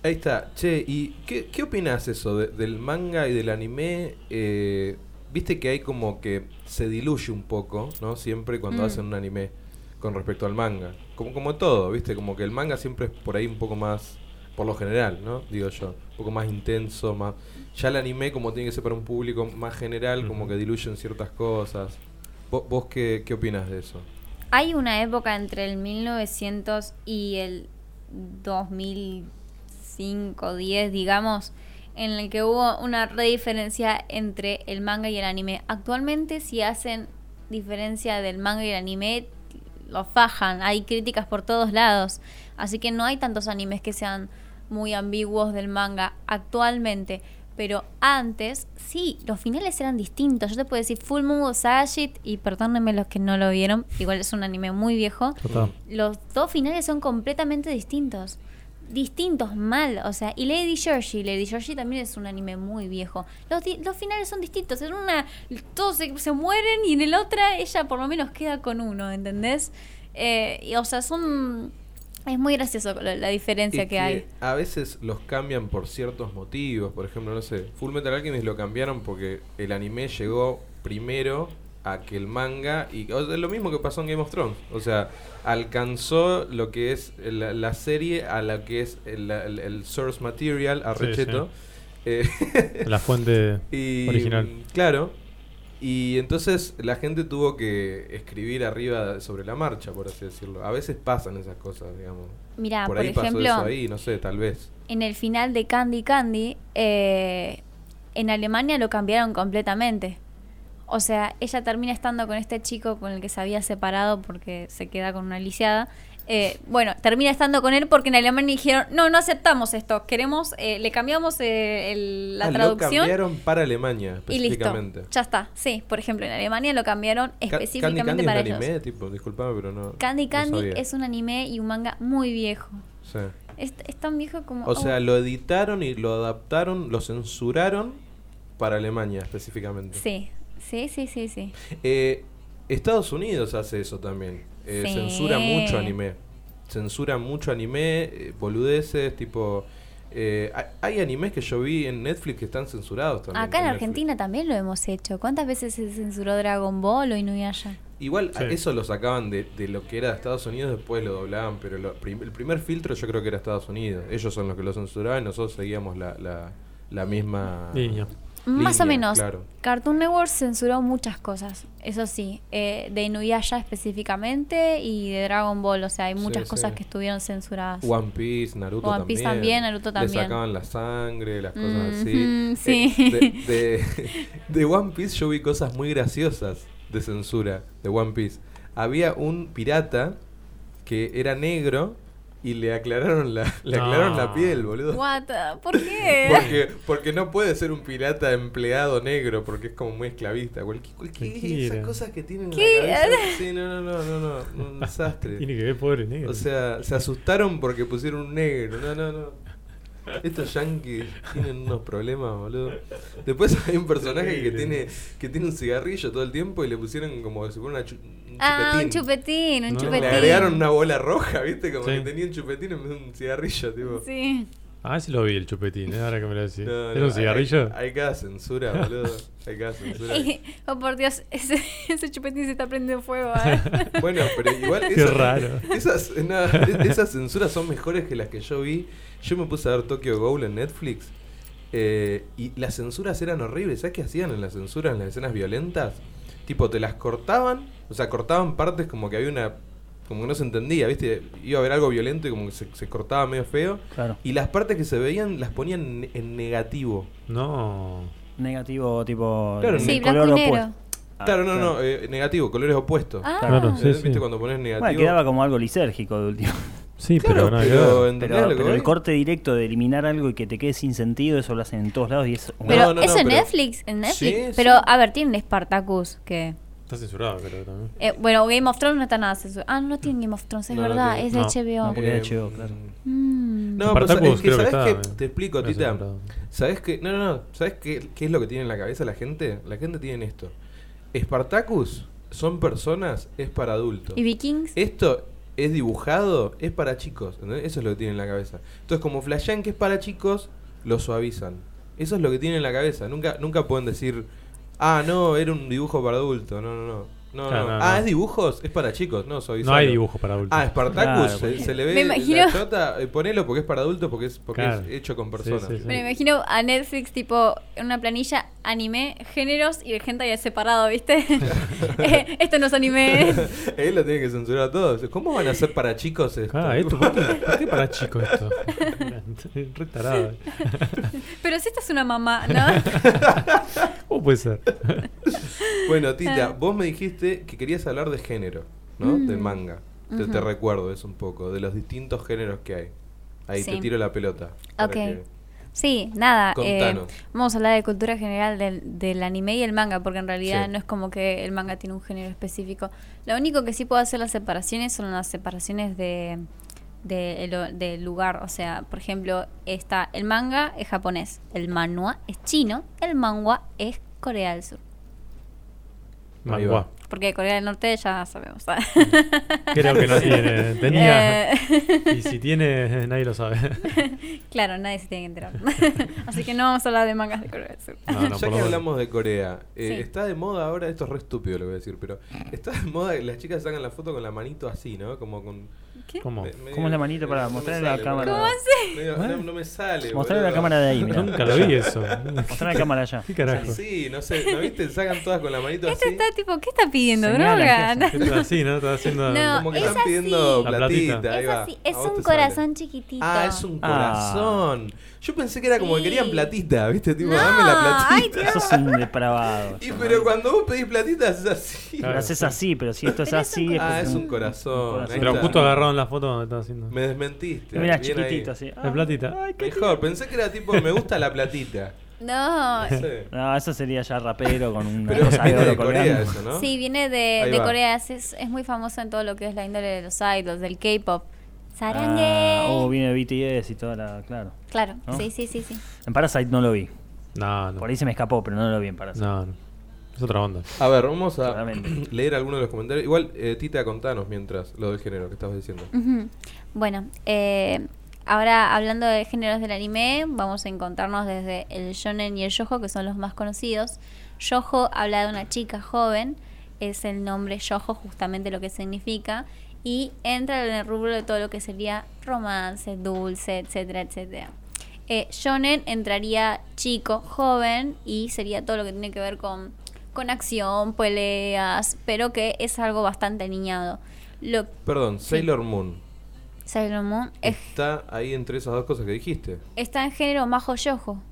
[SPEAKER 3] Ahí está, che, ¿y qué, qué opinas eso de- del manga y del anime? Eh, Viste que hay como que se diluye un poco, ¿no? Siempre cuando
[SPEAKER 7] Mm.
[SPEAKER 3] hacen un anime con respecto al manga. Como, como todo, ¿viste? Como que el manga siempre es por ahí un poco más, por lo general, ¿no? Digo yo, un poco más intenso, más... Ya el anime como tiene que ser para un público más general, como que diluyen ciertas cosas. Vo- ¿Vos, qué, qué opinas de eso?
[SPEAKER 7] Hay una época entre el 1900 y el 2005, 10, digamos, en el que hubo una rediferencia entre el manga y el anime. Actualmente, si hacen diferencia del manga y el anime, lo fajan. Hay críticas por todos lados. Así que no hay tantos animes que sean muy ambiguos del manga actualmente. Pero antes, sí, los finales eran distintos. Yo te puedo decir Full Moon Sagit, y perdónenme los que no lo vieron, igual es un anime muy viejo.
[SPEAKER 3] [laughs]
[SPEAKER 4] Total.
[SPEAKER 7] Los dos finales son completamente distintos. Distintos, mal. O sea, y Lady Georgie, Lady Georgie también es un anime muy viejo. Los, di- los finales son distintos. En una, todos se, se mueren y en el otra, ella por lo menos queda con uno, ¿entendés? Eh, y, o sea, son. Es muy gracioso la, la diferencia
[SPEAKER 3] Es
[SPEAKER 7] que, hay.
[SPEAKER 3] A veces los cambian por ciertos motivos. Por ejemplo, no sé, Full Metal Alchemist lo cambiaron porque el anime llegó primero a que el manga. Y o sea, es lo mismo que pasó en Game of Thrones. O sea, alcanzó lo que es la, la serie a la que es el, el- el source material, a
[SPEAKER 4] Sí,
[SPEAKER 3] Recheto.
[SPEAKER 4] sí.
[SPEAKER 3] [laughs] Eh,
[SPEAKER 4] La fuente
[SPEAKER 3] y,
[SPEAKER 4] original.
[SPEAKER 3] Claro. Y entonces la gente tuvo que escribir arriba sobre la marcha, por así decirlo. A veces pasan esas cosas, digamos.
[SPEAKER 7] Mira,
[SPEAKER 3] por
[SPEAKER 7] Ah, por,
[SPEAKER 3] ahí pasó
[SPEAKER 7] ejemplo.
[SPEAKER 3] eso ahí, no sé, tal vez.
[SPEAKER 7] en el final de Candy Candy, eh, en Alemania lo cambiaron completamente. O sea, ella termina estando con este chico con el que se había separado porque se queda con una lisiada. Eh, bueno, termina estando con él porque en Alemania dijeron, no, no aceptamos esto, queremos, eh, le cambiamos eh, el- la
[SPEAKER 3] Ah, Lo
[SPEAKER 7] traducción
[SPEAKER 3] cambiaron para Alemania,
[SPEAKER 7] y listo.
[SPEAKER 3] específicamente.
[SPEAKER 7] Ya está, sí, por ejemplo, en Alemania lo cambiaron
[SPEAKER 3] Ca-
[SPEAKER 7] específicamente
[SPEAKER 3] Candy Candy
[SPEAKER 7] para
[SPEAKER 3] es un
[SPEAKER 7] ellos.
[SPEAKER 3] anime, tipo, disculpame, pero no.
[SPEAKER 7] Candy
[SPEAKER 3] no
[SPEAKER 7] Candy
[SPEAKER 3] sabía.
[SPEAKER 7] es un anime y un manga muy viejo.
[SPEAKER 3] Sí.
[SPEAKER 7] Es, es tan viejo como...
[SPEAKER 3] O sea,
[SPEAKER 7] oh.
[SPEAKER 3] lo editaron y lo adaptaron, lo censuraron para Alemania específicamente.
[SPEAKER 7] Sí, sí, sí, sí, sí.
[SPEAKER 3] Eh, Estados Unidos hace eso también. Eh,
[SPEAKER 7] Sí.
[SPEAKER 3] Censura mucho anime. Censura mucho anime, eh, boludeces, tipo... eh, hay- hay animes que yo vi en Netflix que están censurados también.
[SPEAKER 7] Acá en
[SPEAKER 3] Netflix.
[SPEAKER 7] Argentina también lo hemos hecho. ¿Cuántas veces se censuró Dragon Ball o Inuyasha?
[SPEAKER 3] Igual a-
[SPEAKER 4] Sí.
[SPEAKER 3] eso lo sacaban de, de lo que era Estados Unidos, después lo doblaban, pero lo prim- el primer filtro yo creo que era Estados Unidos. Ellos son los que lo censuraban y nosotros seguíamos la, la- la misma...
[SPEAKER 4] Línea.
[SPEAKER 7] Más
[SPEAKER 3] línea,
[SPEAKER 7] o menos.
[SPEAKER 3] Claro.
[SPEAKER 7] Cartoon Network censuró muchas cosas, eso sí, eh, de Inuyasha específicamente y de Dragon Ball, o sea, hay
[SPEAKER 3] Sí,
[SPEAKER 7] muchas
[SPEAKER 3] sí.
[SPEAKER 7] cosas que estuvieron censuradas.
[SPEAKER 3] One Piece, Naruto
[SPEAKER 7] One Piece también, Naruto
[SPEAKER 3] Le
[SPEAKER 7] también.
[SPEAKER 3] sacaban la sangre, las cosas
[SPEAKER 7] Mhm,
[SPEAKER 3] así.
[SPEAKER 7] sí.
[SPEAKER 3] Eh, de, [laughs] de- de One Piece yo vi cosas muy graciosas de censura de One Piece. Había un pirata que era negro y le aclararon la, le
[SPEAKER 4] No.
[SPEAKER 3] aclararon la piel, boludo.
[SPEAKER 7] What? ¿Por
[SPEAKER 3] [laughs]
[SPEAKER 7] qué?
[SPEAKER 3] Porque, porque no puede ser un pirata empleado negro, porque es como muy esclavista. Cualquier, cualquier- esas
[SPEAKER 4] Cualquiera.
[SPEAKER 3] cosas que tienen en
[SPEAKER 7] ¿Qué?
[SPEAKER 3] la cabeza.
[SPEAKER 7] [laughs]
[SPEAKER 3] Sí, no, no, no, no, no, un desastre.
[SPEAKER 4] Tiene que ver pobre negro.
[SPEAKER 3] O sea, se asustaron porque pusieron un negro. No, no, no. Estos yankees tienen unos problemas, boludo. Después hay un personaje que tiene que tiene un cigarrillo todo el tiempo y le pusieron como si fuera una chu- un
[SPEAKER 7] ah, un chupetín, un
[SPEAKER 4] No,
[SPEAKER 7] chupetín.
[SPEAKER 3] Le agregaron una bola roja, ¿viste? Como
[SPEAKER 4] Sí.
[SPEAKER 3] que tenía un chupetín en vez de un cigarrillo, tipo.
[SPEAKER 7] Sí.
[SPEAKER 4] Ah, ese lo vi, el chupetín, ¿eh? ahora que me lo decís.
[SPEAKER 3] No,
[SPEAKER 4] ¿Era
[SPEAKER 3] no,
[SPEAKER 4] un cigarrillo?
[SPEAKER 3] Hay, hay cada
[SPEAKER 4] [laughs]
[SPEAKER 3] censura, boludo. Hay cada censura.
[SPEAKER 7] [laughs] oh, por Dios, ese, ese chupetín se está prendiendo fuego. ¿eh?
[SPEAKER 3] [laughs] Bueno, pero igual.
[SPEAKER 4] Qué
[SPEAKER 3] esas-
[SPEAKER 4] raro.
[SPEAKER 3] Esas, no, es- esas censuras son mejores que las que yo vi. Yo me puse a ver Tokyo Ghoul en Netflix. eh, y las censuras eran horribles. ¿Sabes qué hacían en las censuras, en las escenas violentas? Tipo, te las cortaban. O sea, cortaban partes como que había una. Como que no se entendía, ¿viste? Iba a haber algo violento y como que se, se cortaba medio feo.
[SPEAKER 5] Claro.
[SPEAKER 3] Y las partes que se veían las ponían en- en negativo.
[SPEAKER 4] No.
[SPEAKER 5] Negativo, tipo.
[SPEAKER 3] Claro,
[SPEAKER 5] el
[SPEAKER 3] Sí,
[SPEAKER 7] blanco y negro.
[SPEAKER 5] opuesto. Ah,
[SPEAKER 3] claro, no, no, eh, negativo, colores opuestos.
[SPEAKER 7] Ah,
[SPEAKER 4] Claro,
[SPEAKER 3] Eh,
[SPEAKER 4] sí,
[SPEAKER 3] ¿Viste
[SPEAKER 4] sí.
[SPEAKER 3] cuando pones negativo?
[SPEAKER 5] Bueno, quedaba como algo lisérgico de último.
[SPEAKER 4] Sí,
[SPEAKER 3] Claro,
[SPEAKER 4] pero
[SPEAKER 3] [laughs] pero,
[SPEAKER 4] no,
[SPEAKER 3] ¿eh?
[SPEAKER 4] yo-
[SPEAKER 5] Pero,
[SPEAKER 3] ¿entendés lo que
[SPEAKER 5] pero
[SPEAKER 3] voy?
[SPEAKER 5] el corte directo de eliminar algo y que te quede sin sentido, eso lo hacen en todos lados y es
[SPEAKER 7] Pero
[SPEAKER 3] no, no,
[SPEAKER 7] eso en
[SPEAKER 3] pero-
[SPEAKER 7] Netflix, en Netflix.
[SPEAKER 3] Sí,
[SPEAKER 7] pero,
[SPEAKER 3] sí.
[SPEAKER 7] a ver, tienen Spartacus, que...
[SPEAKER 4] Está censurado, pero también.
[SPEAKER 7] Eh, bueno, Game of Thrones no está nada censurado. Ah, no tienen Game of Thrones, es
[SPEAKER 3] No, no
[SPEAKER 7] verdad,
[SPEAKER 3] tiene.
[SPEAKER 7] es
[SPEAKER 4] No.
[SPEAKER 7] HBO.
[SPEAKER 5] No, porque era HBO, claro.
[SPEAKER 7] Mm.
[SPEAKER 3] Eh, No, pero sa- es
[SPEAKER 4] Spartacus
[SPEAKER 3] que,
[SPEAKER 4] creo que
[SPEAKER 3] ¿sabes
[SPEAKER 4] está,
[SPEAKER 3] qué?
[SPEAKER 4] eh.
[SPEAKER 3] Te explico,
[SPEAKER 4] Creo que
[SPEAKER 3] Tita.
[SPEAKER 4] censurado.
[SPEAKER 3] ¿Sabes qué? No, no, no. ¿Sabes qué, qué es lo que tiene en la cabeza la gente? La gente tiene esto. Spartacus son personas, es para adultos.
[SPEAKER 7] ¿Y Vikings?
[SPEAKER 3] Esto es dibujado, es para chicos. ¿entendés? Eso es lo que tiene en la cabeza. Entonces, como flashean que es para chicos, lo suavizan. Eso es lo que tiene en la cabeza. Nunca, nunca pueden decir, ah, no, era un dibujo para adultos. No, no, no. No,
[SPEAKER 4] Claro,
[SPEAKER 3] no.
[SPEAKER 4] no,
[SPEAKER 3] Ah,
[SPEAKER 4] no.
[SPEAKER 3] es dibujos, es para chicos. No,
[SPEAKER 4] No hay
[SPEAKER 3] suavizarlo.
[SPEAKER 4] dibujo para adultos.
[SPEAKER 3] Ah, Spartacus,
[SPEAKER 5] Claro,
[SPEAKER 3] se, se le ve
[SPEAKER 7] Me imagino-
[SPEAKER 3] la chota, eh, ponelo porque es para adultos, porque es, porque
[SPEAKER 4] Claro.
[SPEAKER 3] es hecho con
[SPEAKER 4] Sí,
[SPEAKER 3] personas.
[SPEAKER 4] sí, sí.
[SPEAKER 7] Me imagino a Netflix tipo en una planilla anime, géneros y el hentai es separado, ¿viste? [laughs] Eh, esto no
[SPEAKER 3] [laughs]
[SPEAKER 7] es anime.
[SPEAKER 3] Él lo tiene que censurar a todos. ¿Cómo van a ser para chicos esto?
[SPEAKER 4] Ah, esto, ¿por qué, por qué para chicos
[SPEAKER 3] [laughs]
[SPEAKER 4] esto? Re tarado.
[SPEAKER 7] Pero si esta es una mamá, ¿no?
[SPEAKER 4] ¿Cómo puede ser?
[SPEAKER 3] Bueno,
[SPEAKER 7] Ah.
[SPEAKER 3] Tita, vos me dijiste que querías hablar de género, ¿no?
[SPEAKER 7] Mm.
[SPEAKER 3] Del manga. Te, te recuerdo eso un poco, de los distintos géneros que hay. Ahí te
[SPEAKER 7] Sí.
[SPEAKER 3] tiro la pelota.
[SPEAKER 7] Ok. Sí, nada. eh,
[SPEAKER 3] Contanos.
[SPEAKER 7] vamos a hablar de cultura general del, del anime y el manga, porque en realidad
[SPEAKER 3] Sí.
[SPEAKER 7] no es como que el manga tiene un género específico. Lo único que sí puedo hacer las separaciones son las separaciones de, de el- del lugar. O sea, por ejemplo, está el manga es japonés, el manhwa es chino, el manhwa es Corea del Sur.
[SPEAKER 3] Ahí
[SPEAKER 4] Manguá.
[SPEAKER 7] Porque Corea del Norte ya sabemos. [laughs]
[SPEAKER 4] Creo que no tiene. Tenía.
[SPEAKER 7] Eh,
[SPEAKER 4] Y si tiene, [laughs] nadie lo
[SPEAKER 3] [laughs]
[SPEAKER 4] sabe.
[SPEAKER 7] claro, nadie se tiene que enterar. Así que no vamos a hablar de mangas de Corea del Sur.
[SPEAKER 5] Ah,
[SPEAKER 4] No, no,
[SPEAKER 3] [laughs] ya
[SPEAKER 4] por lo
[SPEAKER 3] que
[SPEAKER 4] menos.
[SPEAKER 3] hablamos de Corea, eh,
[SPEAKER 7] Sí.
[SPEAKER 3] está de moda ahora, esto es re estúpido lo que voy a decir, pero está de moda que las chicas sacan la foto con la manito así, ¿no? Como con,
[SPEAKER 7] ¿Qué?
[SPEAKER 4] ¿Cómo?
[SPEAKER 3] Me- me-
[SPEAKER 5] ¿Cómo es la manito para
[SPEAKER 3] me
[SPEAKER 5] mostrar
[SPEAKER 3] sale,
[SPEAKER 5] la cámara?
[SPEAKER 3] boludo.
[SPEAKER 7] ¿Cómo hace?
[SPEAKER 3] Medio-
[SPEAKER 4] ¿Eh?
[SPEAKER 3] No, no me sale.
[SPEAKER 5] Mostrar la
[SPEAKER 3] boludo.
[SPEAKER 5] cámara de ahí, mira.
[SPEAKER 4] Nunca lo vi
[SPEAKER 3] [laughs]
[SPEAKER 4] eso.
[SPEAKER 5] Mostrar la cámara allá.
[SPEAKER 4] ¿Qué carajo?
[SPEAKER 3] Sí, no sé, ¿no viste? Sacan todas con la manito
[SPEAKER 7] Este
[SPEAKER 3] así.
[SPEAKER 7] está tipo, ¿qué está pidiendo?
[SPEAKER 5] Señala,
[SPEAKER 7] ¿Droga?
[SPEAKER 3] [laughs]
[SPEAKER 5] ¿qué
[SPEAKER 4] Esto es Así, ¿no? Estaba haciendo.
[SPEAKER 7] [laughs] No.
[SPEAKER 3] Como que
[SPEAKER 7] es
[SPEAKER 3] están
[SPEAKER 7] así.
[SPEAKER 3] pidiendo
[SPEAKER 4] La platita.
[SPEAKER 3] platita. ahí
[SPEAKER 6] Es
[SPEAKER 3] va.
[SPEAKER 6] así, es
[SPEAKER 3] A vos
[SPEAKER 6] un
[SPEAKER 3] te sale.
[SPEAKER 6] corazón chiquitito.
[SPEAKER 3] Ah, es un
[SPEAKER 5] Ah.
[SPEAKER 3] corazón. Yo pensé que era como que
[SPEAKER 7] Sí.
[SPEAKER 3] querían platita, ¿viste? Tipo,
[SPEAKER 7] No,
[SPEAKER 3] dame la platita.
[SPEAKER 7] ay, Dios.
[SPEAKER 5] Eso es un depravado.
[SPEAKER 3] Y pero cuando vos pedís platita es así.
[SPEAKER 5] Lo
[SPEAKER 4] Claro.
[SPEAKER 5] haces así, pero si esto es
[SPEAKER 7] Pero es
[SPEAKER 5] así.
[SPEAKER 7] un corazón.
[SPEAKER 3] Ah,
[SPEAKER 5] porque
[SPEAKER 3] es un corazón.
[SPEAKER 5] corazón.
[SPEAKER 3] ahí
[SPEAKER 4] Pero
[SPEAKER 3] está.
[SPEAKER 4] justo agarraron la foto donde estaba haciendo.
[SPEAKER 3] Me desmentiste.
[SPEAKER 5] Mira,
[SPEAKER 3] bien
[SPEAKER 5] chiquitito,
[SPEAKER 3] ahí.
[SPEAKER 5] así.
[SPEAKER 7] Ah.
[SPEAKER 4] La platita.
[SPEAKER 5] Ay, qué
[SPEAKER 3] Mejor, pensé que era tipo, me gusta la platita. [laughs]
[SPEAKER 7] No.
[SPEAKER 3] No sé.
[SPEAKER 5] No, eso sería ya rapero con un
[SPEAKER 3] Pero
[SPEAKER 5] cosa de
[SPEAKER 3] viene
[SPEAKER 5] oro
[SPEAKER 3] de Corea
[SPEAKER 5] colgando.
[SPEAKER 3] eso, ¿no?
[SPEAKER 7] Sí, viene
[SPEAKER 3] Ahí
[SPEAKER 7] de, de
[SPEAKER 3] va.
[SPEAKER 7] Corea. Es, es- es muy famoso en todo lo que es la índole de los idols, del K-pop.
[SPEAKER 5] Ah,
[SPEAKER 7] Sarangue.
[SPEAKER 5] oh, viene BTS y toda la. Claro.
[SPEAKER 7] Claro,
[SPEAKER 5] ¿No?
[SPEAKER 7] sí, sí, sí, sí.
[SPEAKER 5] En Parasite no lo vi.
[SPEAKER 4] No, no.
[SPEAKER 5] Por ahí se me escapó, pero no lo vi en Parasite.
[SPEAKER 4] No, no. Es otra onda.
[SPEAKER 3] A ver, vamos a
[SPEAKER 5] Claramente.
[SPEAKER 3] leer algunos de los comentarios. Igual, eh, Tita, contanos mientras lo del género que estabas diciendo.
[SPEAKER 7] Ujú. Bueno, eh, ahora hablando de géneros del anime, vamos a encontrarnos desde el shonen y el yojo, que son los más conocidos. Yojo habla de una chica joven, es el nombre yojo justamente lo que significa, y entra en el rubro de todo lo que sería romance, dulce, etcétera, etcétera. Eh, shonen entraría chico, joven, y sería todo lo que tiene que ver con, con acción, peleas, pero que es algo bastante niñado. Lo
[SPEAKER 3] Perdón, Sailor Moon.
[SPEAKER 7] Sailor Moon es-
[SPEAKER 3] Está ahí entre esas dos cosas que dijiste.
[SPEAKER 7] está en género majo yojo.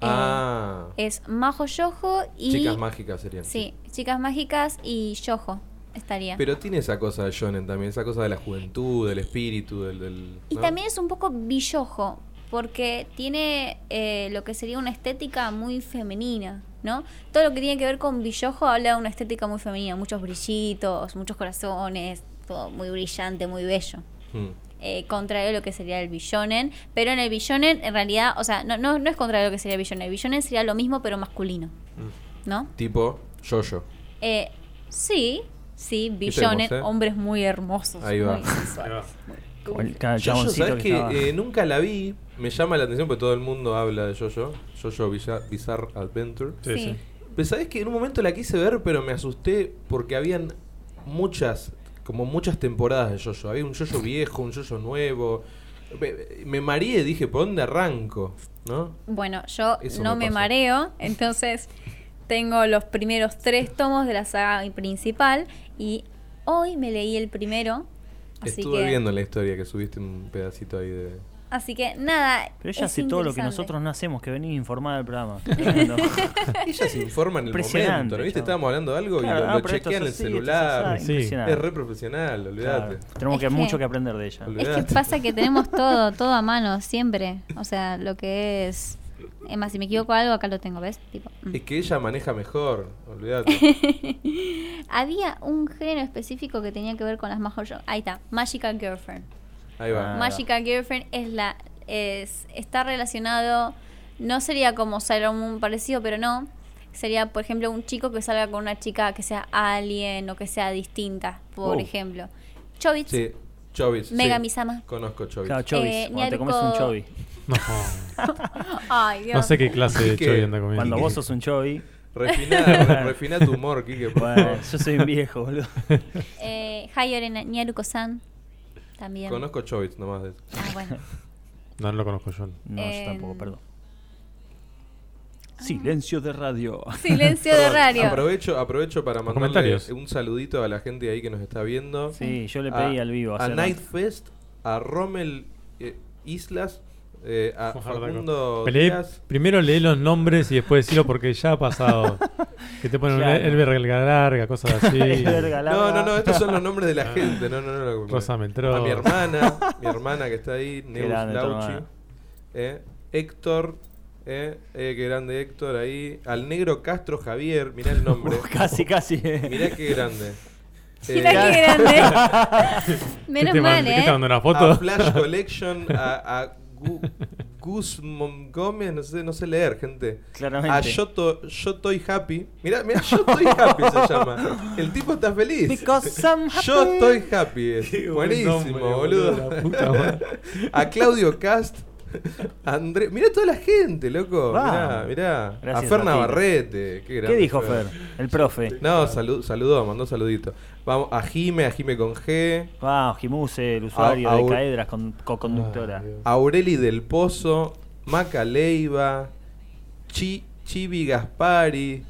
[SPEAKER 3] Ah,
[SPEAKER 7] Es majo yojo y.
[SPEAKER 3] chicas mágicas serían.
[SPEAKER 7] Sí, chicas mágicas y yojo estaría.
[SPEAKER 3] Pero tiene esa cosa de shonen también, esa cosa de la juventud, del espíritu, del... del-
[SPEAKER 7] y
[SPEAKER 3] ¿no?
[SPEAKER 7] también es un poco billojo, porque tiene eh, lo que sería una estética muy femenina, ¿no? Todo lo que tiene que ver con billojo habla de una estética muy femenina, muchos brillitos, muchos corazones, todo muy brillante, muy bello.
[SPEAKER 3] Hmm.
[SPEAKER 7] eh, contrario a lo que sería el billonen, pero en el billonen en realidad, o sea, no, no, no es contrario a lo que sería el billonen, el billonen sería lo mismo pero masculino,
[SPEAKER 3] Mm.
[SPEAKER 7] ¿no?
[SPEAKER 3] Tipo yo-yo.
[SPEAKER 7] Eh, sí, sí,
[SPEAKER 3] tenemos,
[SPEAKER 7] billonen,
[SPEAKER 3] eh?
[SPEAKER 7] hombres muy hermosos.
[SPEAKER 3] Ahí va.
[SPEAKER 7] muy sensuales.
[SPEAKER 5] Como el ca-
[SPEAKER 3] Yo-yo,
[SPEAKER 5] chaboncito
[SPEAKER 3] ¿sabes
[SPEAKER 5] que
[SPEAKER 3] que
[SPEAKER 5] estaba-
[SPEAKER 3] eh, nunca la vi? Me llama la atención porque todo el mundo habla de yo-yo. Yo-yo Bizar- Bizarre Adventure.
[SPEAKER 4] Sí, sí.
[SPEAKER 7] Sí.
[SPEAKER 3] Pero sabes que en un momento la quise ver, pero me asusté porque habían muchas, como muchas temporadas de Yoyo. Había un Yoyo viejo, un Yoyo nuevo. Me, me mareé, dije, ¿por dónde arranco? ¿No?
[SPEAKER 7] Bueno, yo
[SPEAKER 3] Eso
[SPEAKER 7] no
[SPEAKER 3] me
[SPEAKER 7] me,
[SPEAKER 3] pasó.
[SPEAKER 7] mareo, entonces tengo los primeros tres tomos de la saga principal y hoy me leí el primero. Así
[SPEAKER 3] Estuve
[SPEAKER 7] que,
[SPEAKER 3] viendo la historia que subiste un pedacito ahí de.
[SPEAKER 7] así que nada.
[SPEAKER 5] Pero ella
[SPEAKER 7] es
[SPEAKER 5] hace todo lo que
[SPEAKER 7] interesante.
[SPEAKER 5] nosotros no hacemos, que venís informada del
[SPEAKER 7] [laughs]
[SPEAKER 5] programa.
[SPEAKER 3] Ella se informa en el
[SPEAKER 5] Impresionante,
[SPEAKER 3] momento, ¿no? ¿Viste?
[SPEAKER 5] chavo.
[SPEAKER 3] Estábamos hablando de algo y
[SPEAKER 5] Claro,
[SPEAKER 3] lo,
[SPEAKER 5] ah,
[SPEAKER 3] lo
[SPEAKER 5] pero esto
[SPEAKER 3] chequean en el
[SPEAKER 5] es así, esto es
[SPEAKER 3] celular.
[SPEAKER 5] así,
[SPEAKER 4] Sí.
[SPEAKER 5] impresionante.
[SPEAKER 3] Es re profesional, olvídate.
[SPEAKER 5] Claro. Tenemos
[SPEAKER 7] Es
[SPEAKER 5] que,
[SPEAKER 7] que-
[SPEAKER 5] mucho que aprender de ella.
[SPEAKER 3] Olvidate.
[SPEAKER 7] Es que pasa que tenemos todo, todo a mano siempre. O sea, lo que es. Es más, si me equivoco algo, acá lo tengo, ¿ves? Tipo, mm.
[SPEAKER 3] Es que ella maneja mejor, olvídate.
[SPEAKER 7] [laughs] Había un género específico que tenía que ver con las majo Ahí está, Magical Girlfriend.
[SPEAKER 3] Ahí va.
[SPEAKER 5] Ah.
[SPEAKER 7] Magical Girlfriend es la es está relacionado no sería como Sailor Moon parecido, pero no. Sería, por ejemplo, un chico que salga con una chica que sea alien o que sea distinta, por
[SPEAKER 5] Oh.
[SPEAKER 7] ejemplo. Chobits,
[SPEAKER 3] Sí, Chobits.
[SPEAKER 7] Mega
[SPEAKER 3] sí. [gasps]
[SPEAKER 7] Misama.
[SPEAKER 3] Conozco Chobits.
[SPEAKER 5] Claro, chovis.
[SPEAKER 7] Eh,
[SPEAKER 5] cuando te comes un
[SPEAKER 7] Niarco-
[SPEAKER 5] chovi.
[SPEAKER 4] No,
[SPEAKER 7] Ay, [laughs] Dios.
[SPEAKER 4] no sé qué clase de
[SPEAKER 3] Así que-
[SPEAKER 4] choy anda comiendo.
[SPEAKER 5] Cuando vos
[SPEAKER 4] [laughs]
[SPEAKER 5] sos un chovi.
[SPEAKER 3] Refiná,
[SPEAKER 7] [laughs]
[SPEAKER 3] re- refiná tu humor, Kike, por
[SPEAKER 4] [laughs]
[SPEAKER 5] Bueno,
[SPEAKER 3] favor.
[SPEAKER 5] yo soy
[SPEAKER 3] [laughs]
[SPEAKER 5] un viejo, boludo.
[SPEAKER 7] Eh, Hayori Na- Nyaruko-san. También.
[SPEAKER 3] Conozco Chovitz nomás. de eso.
[SPEAKER 7] Ah,
[SPEAKER 5] [laughs]
[SPEAKER 7] bueno.
[SPEAKER 4] No, no lo conozco yo.
[SPEAKER 5] No,
[SPEAKER 7] Eh,
[SPEAKER 5] yo tampoco, perdón. Em. Silencio de radio.
[SPEAKER 7] Silencio de radio.
[SPEAKER 3] Aprovecho, aprovecho para mandarle
[SPEAKER 4] comentarios.
[SPEAKER 3] un saludito a la gente ahí que nos está viendo.
[SPEAKER 5] Sí, yo le pedí
[SPEAKER 3] A-
[SPEAKER 5] Ah, al vivo.
[SPEAKER 3] A
[SPEAKER 5] hacer-
[SPEAKER 3] Nightfest, a Rommel eh, Islas, eh,
[SPEAKER 4] [laughs]
[SPEAKER 3] a
[SPEAKER 4] Ojalá,
[SPEAKER 3] Facundo
[SPEAKER 4] Pelé,
[SPEAKER 3] Díaz.
[SPEAKER 4] primero lee los nombres y después decilo porque ya
[SPEAKER 3] [laughs]
[SPEAKER 4] ha pasado. que te ponen
[SPEAKER 5] Claro.
[SPEAKER 4] el verga larga, cosas así.
[SPEAKER 5] [laughs] Verga
[SPEAKER 3] No,
[SPEAKER 5] larga.
[SPEAKER 3] no, no, estos son los nombres de la gente. No, no, no. no
[SPEAKER 4] Rosa Meltró.
[SPEAKER 3] A mi hermana, mi hermana que está
[SPEAKER 5] [laughs]
[SPEAKER 3] ahí, Neus
[SPEAKER 5] grande tu
[SPEAKER 3] Lauchi.
[SPEAKER 5] hermana.
[SPEAKER 3] eh, Héctor, eh, eh, qué grande Héctor ahí. Al negro Castro Javier, mirá el
[SPEAKER 5] [laughs]
[SPEAKER 3] nombre.
[SPEAKER 5] Casi, casi.
[SPEAKER 3] Mirá qué grande.
[SPEAKER 7] Mira
[SPEAKER 3] Eh,
[SPEAKER 7] [laughs] qué grande.
[SPEAKER 3] [laughs] Este
[SPEAKER 7] Menos
[SPEAKER 4] ¿Qué te
[SPEAKER 7] mal,
[SPEAKER 4] mandó- ¿Qué
[SPEAKER 7] ¿eh?
[SPEAKER 4] te mandó una
[SPEAKER 3] a
[SPEAKER 4] foto?
[SPEAKER 3] Flash Collection, a, a Gu- Gus Montgomery, no sé, no sé leer, gente.
[SPEAKER 5] [laughs] Claramente.
[SPEAKER 3] A yo, to- yo Toy Happy. Mirá, mirá, yo Toy Happy se llama. El tipo está feliz.
[SPEAKER 5] Because I'm
[SPEAKER 3] Yo
[SPEAKER 5] happy.
[SPEAKER 3] estoy happy. es.
[SPEAKER 4] Qué buen
[SPEAKER 3] Buenísimo,
[SPEAKER 4] nombre, boludo,
[SPEAKER 3] boludo.
[SPEAKER 4] la puta madre.
[SPEAKER 3] a Claudio Cast. André, mirá toda la gente, loco. Mirá,
[SPEAKER 5] Vamos.
[SPEAKER 3] mirá.
[SPEAKER 5] Gracias,
[SPEAKER 3] a Fer
[SPEAKER 5] Martín.
[SPEAKER 3] Navarrete. Qué,
[SPEAKER 5] ¿Qué
[SPEAKER 3] grande
[SPEAKER 5] dijo Fer? El profe.
[SPEAKER 3] No, salu- saludó, mandó saludito. Vamos, a Jime, a Jime con G.
[SPEAKER 5] Vamos, Jimuse, el usuario
[SPEAKER 3] Au-
[SPEAKER 5] de
[SPEAKER 3] au-
[SPEAKER 5] Caedras, con- co-conductora.
[SPEAKER 4] Ay, Ah, Dios.
[SPEAKER 3] Aureli del Pozo, Maca Leiva, Chi- Chibi Gaspari,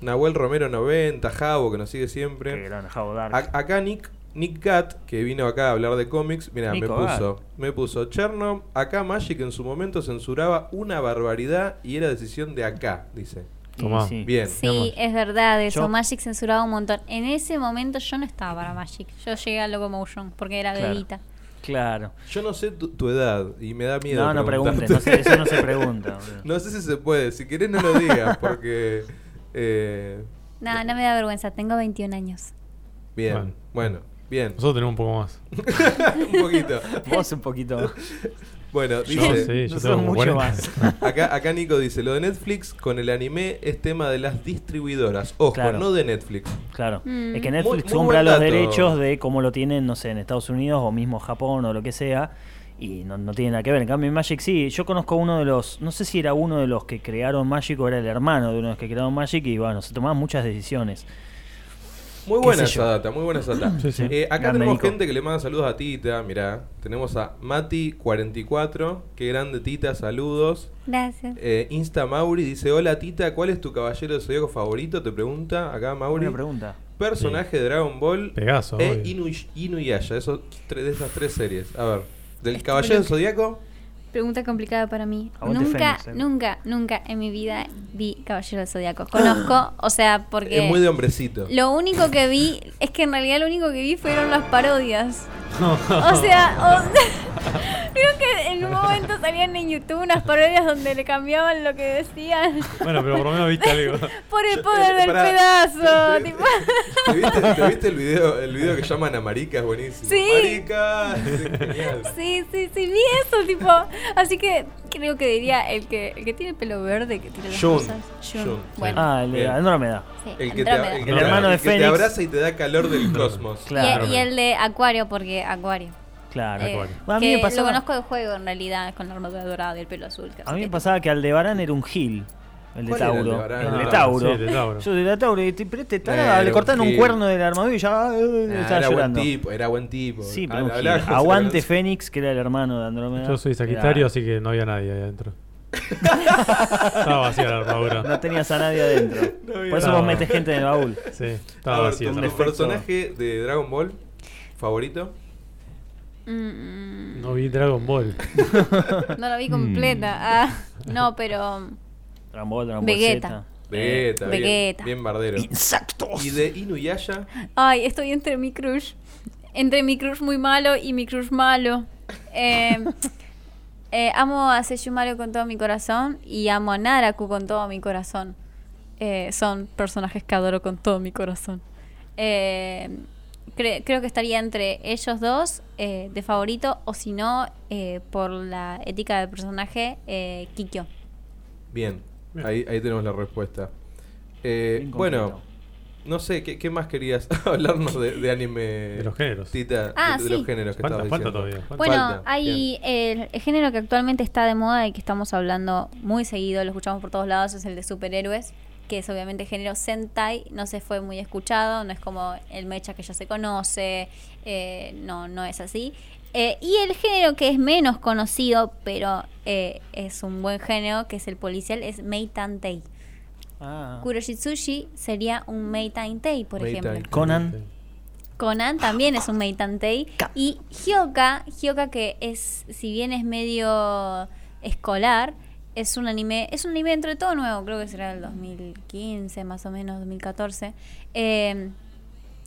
[SPEAKER 3] Nahuel Romero 90, Javo, que nos sigue
[SPEAKER 5] Qué
[SPEAKER 3] siempre.
[SPEAKER 5] gran Javo Dark.
[SPEAKER 3] A- acá Nick, Nick Gat, que vino acá a hablar de cómics, mira, me
[SPEAKER 5] Nico
[SPEAKER 3] puso, me puso Chernob, acá Magic en su momento censuraba una barbaridad y era decisión de acá, dice.
[SPEAKER 5] Y
[SPEAKER 4] Tomá.
[SPEAKER 5] sí.
[SPEAKER 3] Bien.
[SPEAKER 7] Sí, es verdad eso.
[SPEAKER 5] Yo-
[SPEAKER 7] Magic censuraba un montón. En ese momento yo no estaba para Magic. Yo llegué a Locomotion porque era
[SPEAKER 5] Claro.
[SPEAKER 7] bebita.
[SPEAKER 5] Claro.
[SPEAKER 3] Yo no sé tu, tu edad y me da miedo.
[SPEAKER 5] No, no preguntes,
[SPEAKER 3] preguntarte.
[SPEAKER 5] no se- eso no se pregunta.
[SPEAKER 3] [laughs]
[SPEAKER 5] boludo.
[SPEAKER 3] No sé si se puede, si querés no lo digas, porque... eh,
[SPEAKER 7] Nada, no me da vergüenza. Tengo 21 años.
[SPEAKER 3] bien,
[SPEAKER 4] Bueno.
[SPEAKER 3] bueno,
[SPEAKER 4] [laughs]
[SPEAKER 3] bien.
[SPEAKER 4] [laughs] Nosotros tenemos un poco más.
[SPEAKER 3] un poquito.
[SPEAKER 5] Vos un poquito.
[SPEAKER 3] Bueno,
[SPEAKER 4] Yo
[SPEAKER 3] dice,
[SPEAKER 4] sí, yo tengo
[SPEAKER 5] no son
[SPEAKER 4] como
[SPEAKER 5] mucho
[SPEAKER 4] 40. [laughs]
[SPEAKER 5] más.
[SPEAKER 3] acá, acá Nico dice, lo de Netflix con el anime es tema de las distribuidoras. Ojo,
[SPEAKER 5] Claro.
[SPEAKER 3] no de Netflix.
[SPEAKER 5] Claro.
[SPEAKER 7] Mm.
[SPEAKER 5] Es que
[SPEAKER 3] Muy-
[SPEAKER 5] Netflix
[SPEAKER 3] muy
[SPEAKER 5] compra
[SPEAKER 3] buen
[SPEAKER 5] los
[SPEAKER 3] dato.
[SPEAKER 5] derechos de cómo lo tienen, no sé, en Estados Unidos o mismo Japón o lo que sea. Y no, no tiene nada que ver. En cambio, en Magic sí. Yo conozco uno de los. No sé si era uno de los que crearon Magic o era el hermano de uno de los que crearon Magic. Y bueno, se tomaban muchas decisiones.
[SPEAKER 3] Muy
[SPEAKER 5] Qué
[SPEAKER 3] buena
[SPEAKER 5] sé yo.
[SPEAKER 3] esa data, muy buena esa
[SPEAKER 5] [clears throat]
[SPEAKER 3] data.
[SPEAKER 4] Sí, sí.
[SPEAKER 3] Eh, acá
[SPEAKER 5] Grande
[SPEAKER 3] tenemos
[SPEAKER 5] Nico.
[SPEAKER 3] gente que le manda saludos a Tita, mirá. Tenemos a Mati44, qué grande Tita, saludos.
[SPEAKER 7] Gracias.
[SPEAKER 3] Eh, Insta Mauri dice, hola Tita, ¿cuál es tu caballero de zodiaco favorito? Te pregunta acá Mauri.
[SPEAKER 5] Buena pregunta.
[SPEAKER 3] Personaje de Dragon Ball
[SPEAKER 4] Pegaso,
[SPEAKER 3] e
[SPEAKER 4] obvio.
[SPEAKER 3] Inuy- Inuyasha, esos tres, de esas tres series. A ver, del caballero de zodiaco...
[SPEAKER 7] Pregunta complicada para mí.
[SPEAKER 5] A vos te
[SPEAKER 7] Nunca,
[SPEAKER 5] Fénix, eh.
[SPEAKER 7] nunca, nunca en mi vida vi Caballero del Zodiaco. Conozco, o sea,
[SPEAKER 5] Eh.
[SPEAKER 3] Es
[SPEAKER 7] porque.
[SPEAKER 3] muy de hombrecito.
[SPEAKER 7] Lo único que vi, es que en realidad lo único que vi fueron las
[SPEAKER 3] [laughs]
[SPEAKER 7] parodias. O sea, o- [laughs] creo que en un momento salían en YouTube unas parodias donde le cambiaban lo que decían
[SPEAKER 4] Bueno, pero por lo menos viste algo.
[SPEAKER 7] por el
[SPEAKER 3] Yo-
[SPEAKER 7] poder
[SPEAKER 3] eh,
[SPEAKER 7] del
[SPEAKER 3] pará. [laughs]
[SPEAKER 7] pedazo. tipo.
[SPEAKER 3] ¿Te viste, te viste el, video, el video que llaman a Marica? Es buenísimo.
[SPEAKER 7] Sí.
[SPEAKER 3] Marica. [laughs] es genial.
[SPEAKER 7] Sí, sí, sí, vi eso, tipo. Así que creo que diría el que, el que tiene el pelo verde, que tiene las
[SPEAKER 3] Jun.
[SPEAKER 7] cosas. Jun.
[SPEAKER 3] Jun.
[SPEAKER 7] Bueno,
[SPEAKER 5] Ah, el de
[SPEAKER 3] Bien.
[SPEAKER 5] Andrómeda.
[SPEAKER 7] sí,
[SPEAKER 3] El que, te,
[SPEAKER 7] Andrómeda.
[SPEAKER 3] el
[SPEAKER 5] El
[SPEAKER 3] que-
[SPEAKER 5] hermano de
[SPEAKER 3] el que te
[SPEAKER 5] Fénix. Mm.
[SPEAKER 3] abraza y te da calor del cosmos.
[SPEAKER 7] Y-
[SPEAKER 5] Claro.
[SPEAKER 7] Y, el de Acuario, porque Acuario.
[SPEAKER 5] Claro.
[SPEAKER 7] Eh,
[SPEAKER 5] Bueno, a mí
[SPEAKER 7] que
[SPEAKER 5] me pasaba,
[SPEAKER 7] Lo conozco de juego en realidad, con la armadura dorada y el pelo azul. que
[SPEAKER 5] a mí me
[SPEAKER 7] así.
[SPEAKER 5] pasaba que Aldebarán era un gil. El de
[SPEAKER 3] ¿Cuál era
[SPEAKER 5] Tauro.
[SPEAKER 3] Aldebarán?
[SPEAKER 5] El de
[SPEAKER 4] Ah,
[SPEAKER 5] Tauro.
[SPEAKER 4] sí, de Tauro.
[SPEAKER 5] Yo de la Tauro. y te- Pero este tarado,
[SPEAKER 3] Era
[SPEAKER 5] le
[SPEAKER 3] un
[SPEAKER 5] cortaron un
[SPEAKER 3] gil.
[SPEAKER 5] cuerno de la armadura y ya eh,
[SPEAKER 3] Nah, era
[SPEAKER 5] estaba
[SPEAKER 3] buen
[SPEAKER 5] llorando.
[SPEAKER 3] tipo, era buen tipo.
[SPEAKER 5] Sí,
[SPEAKER 3] Ah,
[SPEAKER 5] pero un
[SPEAKER 3] la-
[SPEAKER 5] gil.
[SPEAKER 3] la- [laughs] la-
[SPEAKER 5] Aguante Fénix, que era el hermano de Andrómeda.
[SPEAKER 4] Yo soy Sagitario,
[SPEAKER 5] [laughs] Era-
[SPEAKER 4] así que no había nadie ahí adentro. estaba vacía la
[SPEAKER 5] No
[SPEAKER 4] armadura.
[SPEAKER 5] tenías a nadie adentro.
[SPEAKER 3] había
[SPEAKER 5] Por eso
[SPEAKER 4] nada.
[SPEAKER 5] vos metes gente en el
[SPEAKER 7] [laughs]
[SPEAKER 5] baúl. [laughs]
[SPEAKER 4] Sí,
[SPEAKER 3] A
[SPEAKER 4] estaba
[SPEAKER 3] ver, tu-
[SPEAKER 4] vacía. esa
[SPEAKER 3] tu
[SPEAKER 4] armadura.
[SPEAKER 3] personaje de Dragon Ball favorito.
[SPEAKER 7] Mm,
[SPEAKER 4] No vi Dragon Ball.
[SPEAKER 7] no la vi completa. Ah, no, pero.
[SPEAKER 5] Dragon Ball, Dragon Ball
[SPEAKER 7] Vegeta.
[SPEAKER 5] Z.
[SPEAKER 3] Vegeta, bien,
[SPEAKER 7] Vegeta.
[SPEAKER 3] bien bardero.
[SPEAKER 8] Insectos.
[SPEAKER 3] Y de Inuyasha,
[SPEAKER 7] Ay, estoy entre mi crush. Entre mi crush muy malo y mi crush malo. Eh, eh, amo a Seijumaru con todo mi corazón y amo a Naraku con todo mi corazón. Eh, son personajes que adoro con todo mi corazón. Eh, cre- creo que estaría entre ellos dos eh, de favorito o si no, eh, por la ética del personaje, eh, Kikyo.
[SPEAKER 3] bien.
[SPEAKER 4] Bien.
[SPEAKER 3] Ahí, ahí tenemos la respuesta. Eh,
[SPEAKER 5] Bien
[SPEAKER 3] bueno,
[SPEAKER 5] completo.
[SPEAKER 3] no sé, ¿qué, qué más querías [laughs] hablarnos de, de anime?
[SPEAKER 4] De los géneros.
[SPEAKER 3] Tita,
[SPEAKER 7] Ah,
[SPEAKER 3] de, de los
[SPEAKER 7] sí.
[SPEAKER 3] géneros que
[SPEAKER 4] Falta,
[SPEAKER 3] estabas
[SPEAKER 4] falta
[SPEAKER 3] diciendo.
[SPEAKER 4] todavía. falta.
[SPEAKER 7] Bueno,
[SPEAKER 3] Falta,
[SPEAKER 7] hay el, el género que actualmente está de moda y que estamos hablando muy seguido, lo escuchamos por todos lados, es el de superhéroes, que es obviamente el género Sentai, no se fue muy escuchado, no es como el mecha que ya se conoce, eh, no, no es así. Eh, y el género que es menos conocido, pero eh, es un buen género, que es el policial, es Meitantei.
[SPEAKER 5] Ah.
[SPEAKER 7] Kuroshitsushi sería un Meitantei, por
[SPEAKER 3] Meitan-
[SPEAKER 7] ejemplo.
[SPEAKER 5] Conan.
[SPEAKER 7] Conan también es un meditantei. Y Hyoka, Hyoka que es, si bien es medio escolar, es un anime, es un anime dentro de todo nuevo, creo que será el 2015, más o menos, 2014. Eh,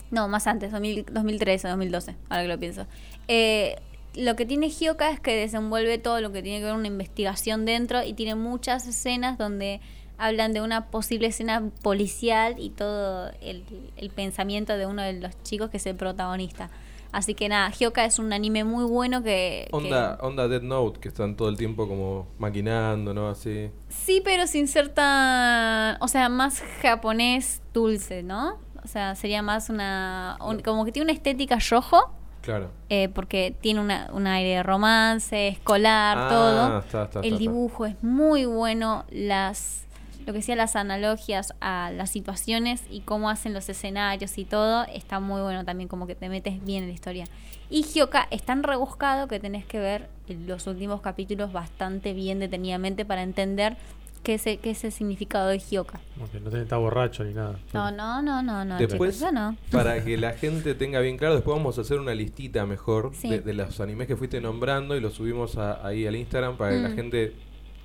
[SPEAKER 7] no, más antes, 2000 2013, 2012, ahora que lo pienso. Eh, lo que tiene Hyoka es que desenvuelve todo lo que tiene que ver una investigación dentro y tiene muchas escenas donde hablan de una posible escena policial y todo el, el pensamiento de uno de los chicos que es el protagonista. Así que nada, Hyoka es un anime muy bueno que... que-
[SPEAKER 3] Onda, onda Dead Note, que están todo el tiempo como maquinando, ¿no? Así.
[SPEAKER 7] Sí, pero sin ser tan... O sea, más japonés dulce, ¿no? O sea, sería más una... un- como que tiene una estética rojo.
[SPEAKER 3] Claro.
[SPEAKER 7] eh, porque tiene una- un aire de romance, escolar,
[SPEAKER 3] Ah,
[SPEAKER 7] todo.
[SPEAKER 3] está, está, está,
[SPEAKER 7] el
[SPEAKER 3] está.
[SPEAKER 7] dibujo es muy bueno, las lo que sea las analogías a las situaciones y cómo hacen los escenarios y todo, está muy bueno también, como que te metes bien en la historia. Y Gioca es tan rebuscado que tenés que ver los últimos capítulos bastante bien detenidamente para entender qué es el, qué es el significado de Gioca.
[SPEAKER 4] Como que no te- está borracho ni nada.
[SPEAKER 7] No, no, no, no, no.
[SPEAKER 3] Después,
[SPEAKER 7] chicos, yo no.
[SPEAKER 3] para que la gente tenga bien claro, después vamos a hacer una listita mejor
[SPEAKER 7] Sí.
[SPEAKER 3] de, de los animes que fuiste nombrando y los subimos a- ahí al Instagram para que la
[SPEAKER 7] Mm.
[SPEAKER 3] gente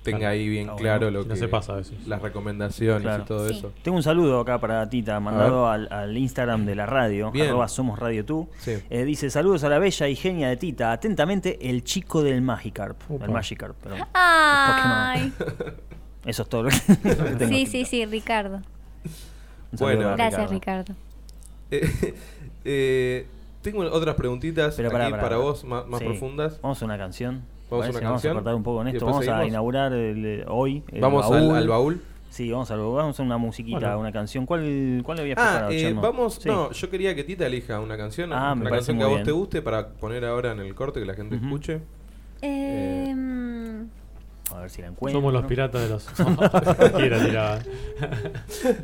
[SPEAKER 3] tenga ahí bien
[SPEAKER 5] Está Ah, bueno.
[SPEAKER 3] claro lo
[SPEAKER 4] No
[SPEAKER 3] que
[SPEAKER 4] se pasa a veces.
[SPEAKER 3] las recomendaciones
[SPEAKER 5] Claro.
[SPEAKER 3] y todo
[SPEAKER 7] Sí.
[SPEAKER 3] eso.
[SPEAKER 5] Tengo un saludo acá para Tita, mandado al, al Instagram de la radio,
[SPEAKER 3] Bien.
[SPEAKER 5] arroba somos radio tú.
[SPEAKER 3] Sí.
[SPEAKER 5] Eh, dice, saludos a la bella y genia de Tita. Atentamente, el chico del Magikarp.
[SPEAKER 4] Upa.
[SPEAKER 5] El Magikarp, perdón.
[SPEAKER 3] [laughs]
[SPEAKER 7] Ay.
[SPEAKER 5] Eso es todo lo que [laughs] lo que tengo.
[SPEAKER 7] Sí, sí, sí, Ricardo.
[SPEAKER 5] Un saludo
[SPEAKER 3] Bueno.
[SPEAKER 5] a
[SPEAKER 7] Gracias, Ricardo.
[SPEAKER 3] Eh, [laughs] eh, tengo otras preguntitas
[SPEAKER 5] Pero
[SPEAKER 3] aquí
[SPEAKER 5] pará,
[SPEAKER 3] para,
[SPEAKER 5] pará, pará.
[SPEAKER 3] vos más, más
[SPEAKER 5] Sí.
[SPEAKER 3] profundas.
[SPEAKER 5] Vamos a una canción.
[SPEAKER 3] Vamos a
[SPEAKER 5] Parece,
[SPEAKER 3] una
[SPEAKER 5] vamos
[SPEAKER 3] canción.
[SPEAKER 5] a cortar un poco con
[SPEAKER 3] ¿Y
[SPEAKER 5] esto.
[SPEAKER 3] después
[SPEAKER 5] Vamos a
[SPEAKER 3] seguimos?
[SPEAKER 5] inaugurar el- eh, hoy. el
[SPEAKER 3] Vamos al, al baúl.
[SPEAKER 5] Sí, vamos al baúl. Vamos a una musiquita,
[SPEAKER 4] Bueno.
[SPEAKER 5] una canción. ¿Cuál, cuál le habías
[SPEAKER 3] Ah,
[SPEAKER 5] preparado,
[SPEAKER 3] eh,
[SPEAKER 5] Chema?
[SPEAKER 3] vamos.
[SPEAKER 5] Sí.
[SPEAKER 3] No, yo quería que Tita elija una canción,
[SPEAKER 5] Ah, me
[SPEAKER 3] una
[SPEAKER 5] parece
[SPEAKER 3] canción que
[SPEAKER 5] muy
[SPEAKER 3] a vos
[SPEAKER 5] bien.
[SPEAKER 3] te guste para poner ahora en el corte que la gente
[SPEAKER 5] Ujú.
[SPEAKER 3] escuche.
[SPEAKER 7] Eh,
[SPEAKER 5] A ver si la encuentro.
[SPEAKER 4] Somos los piratas de los. Tira, tira.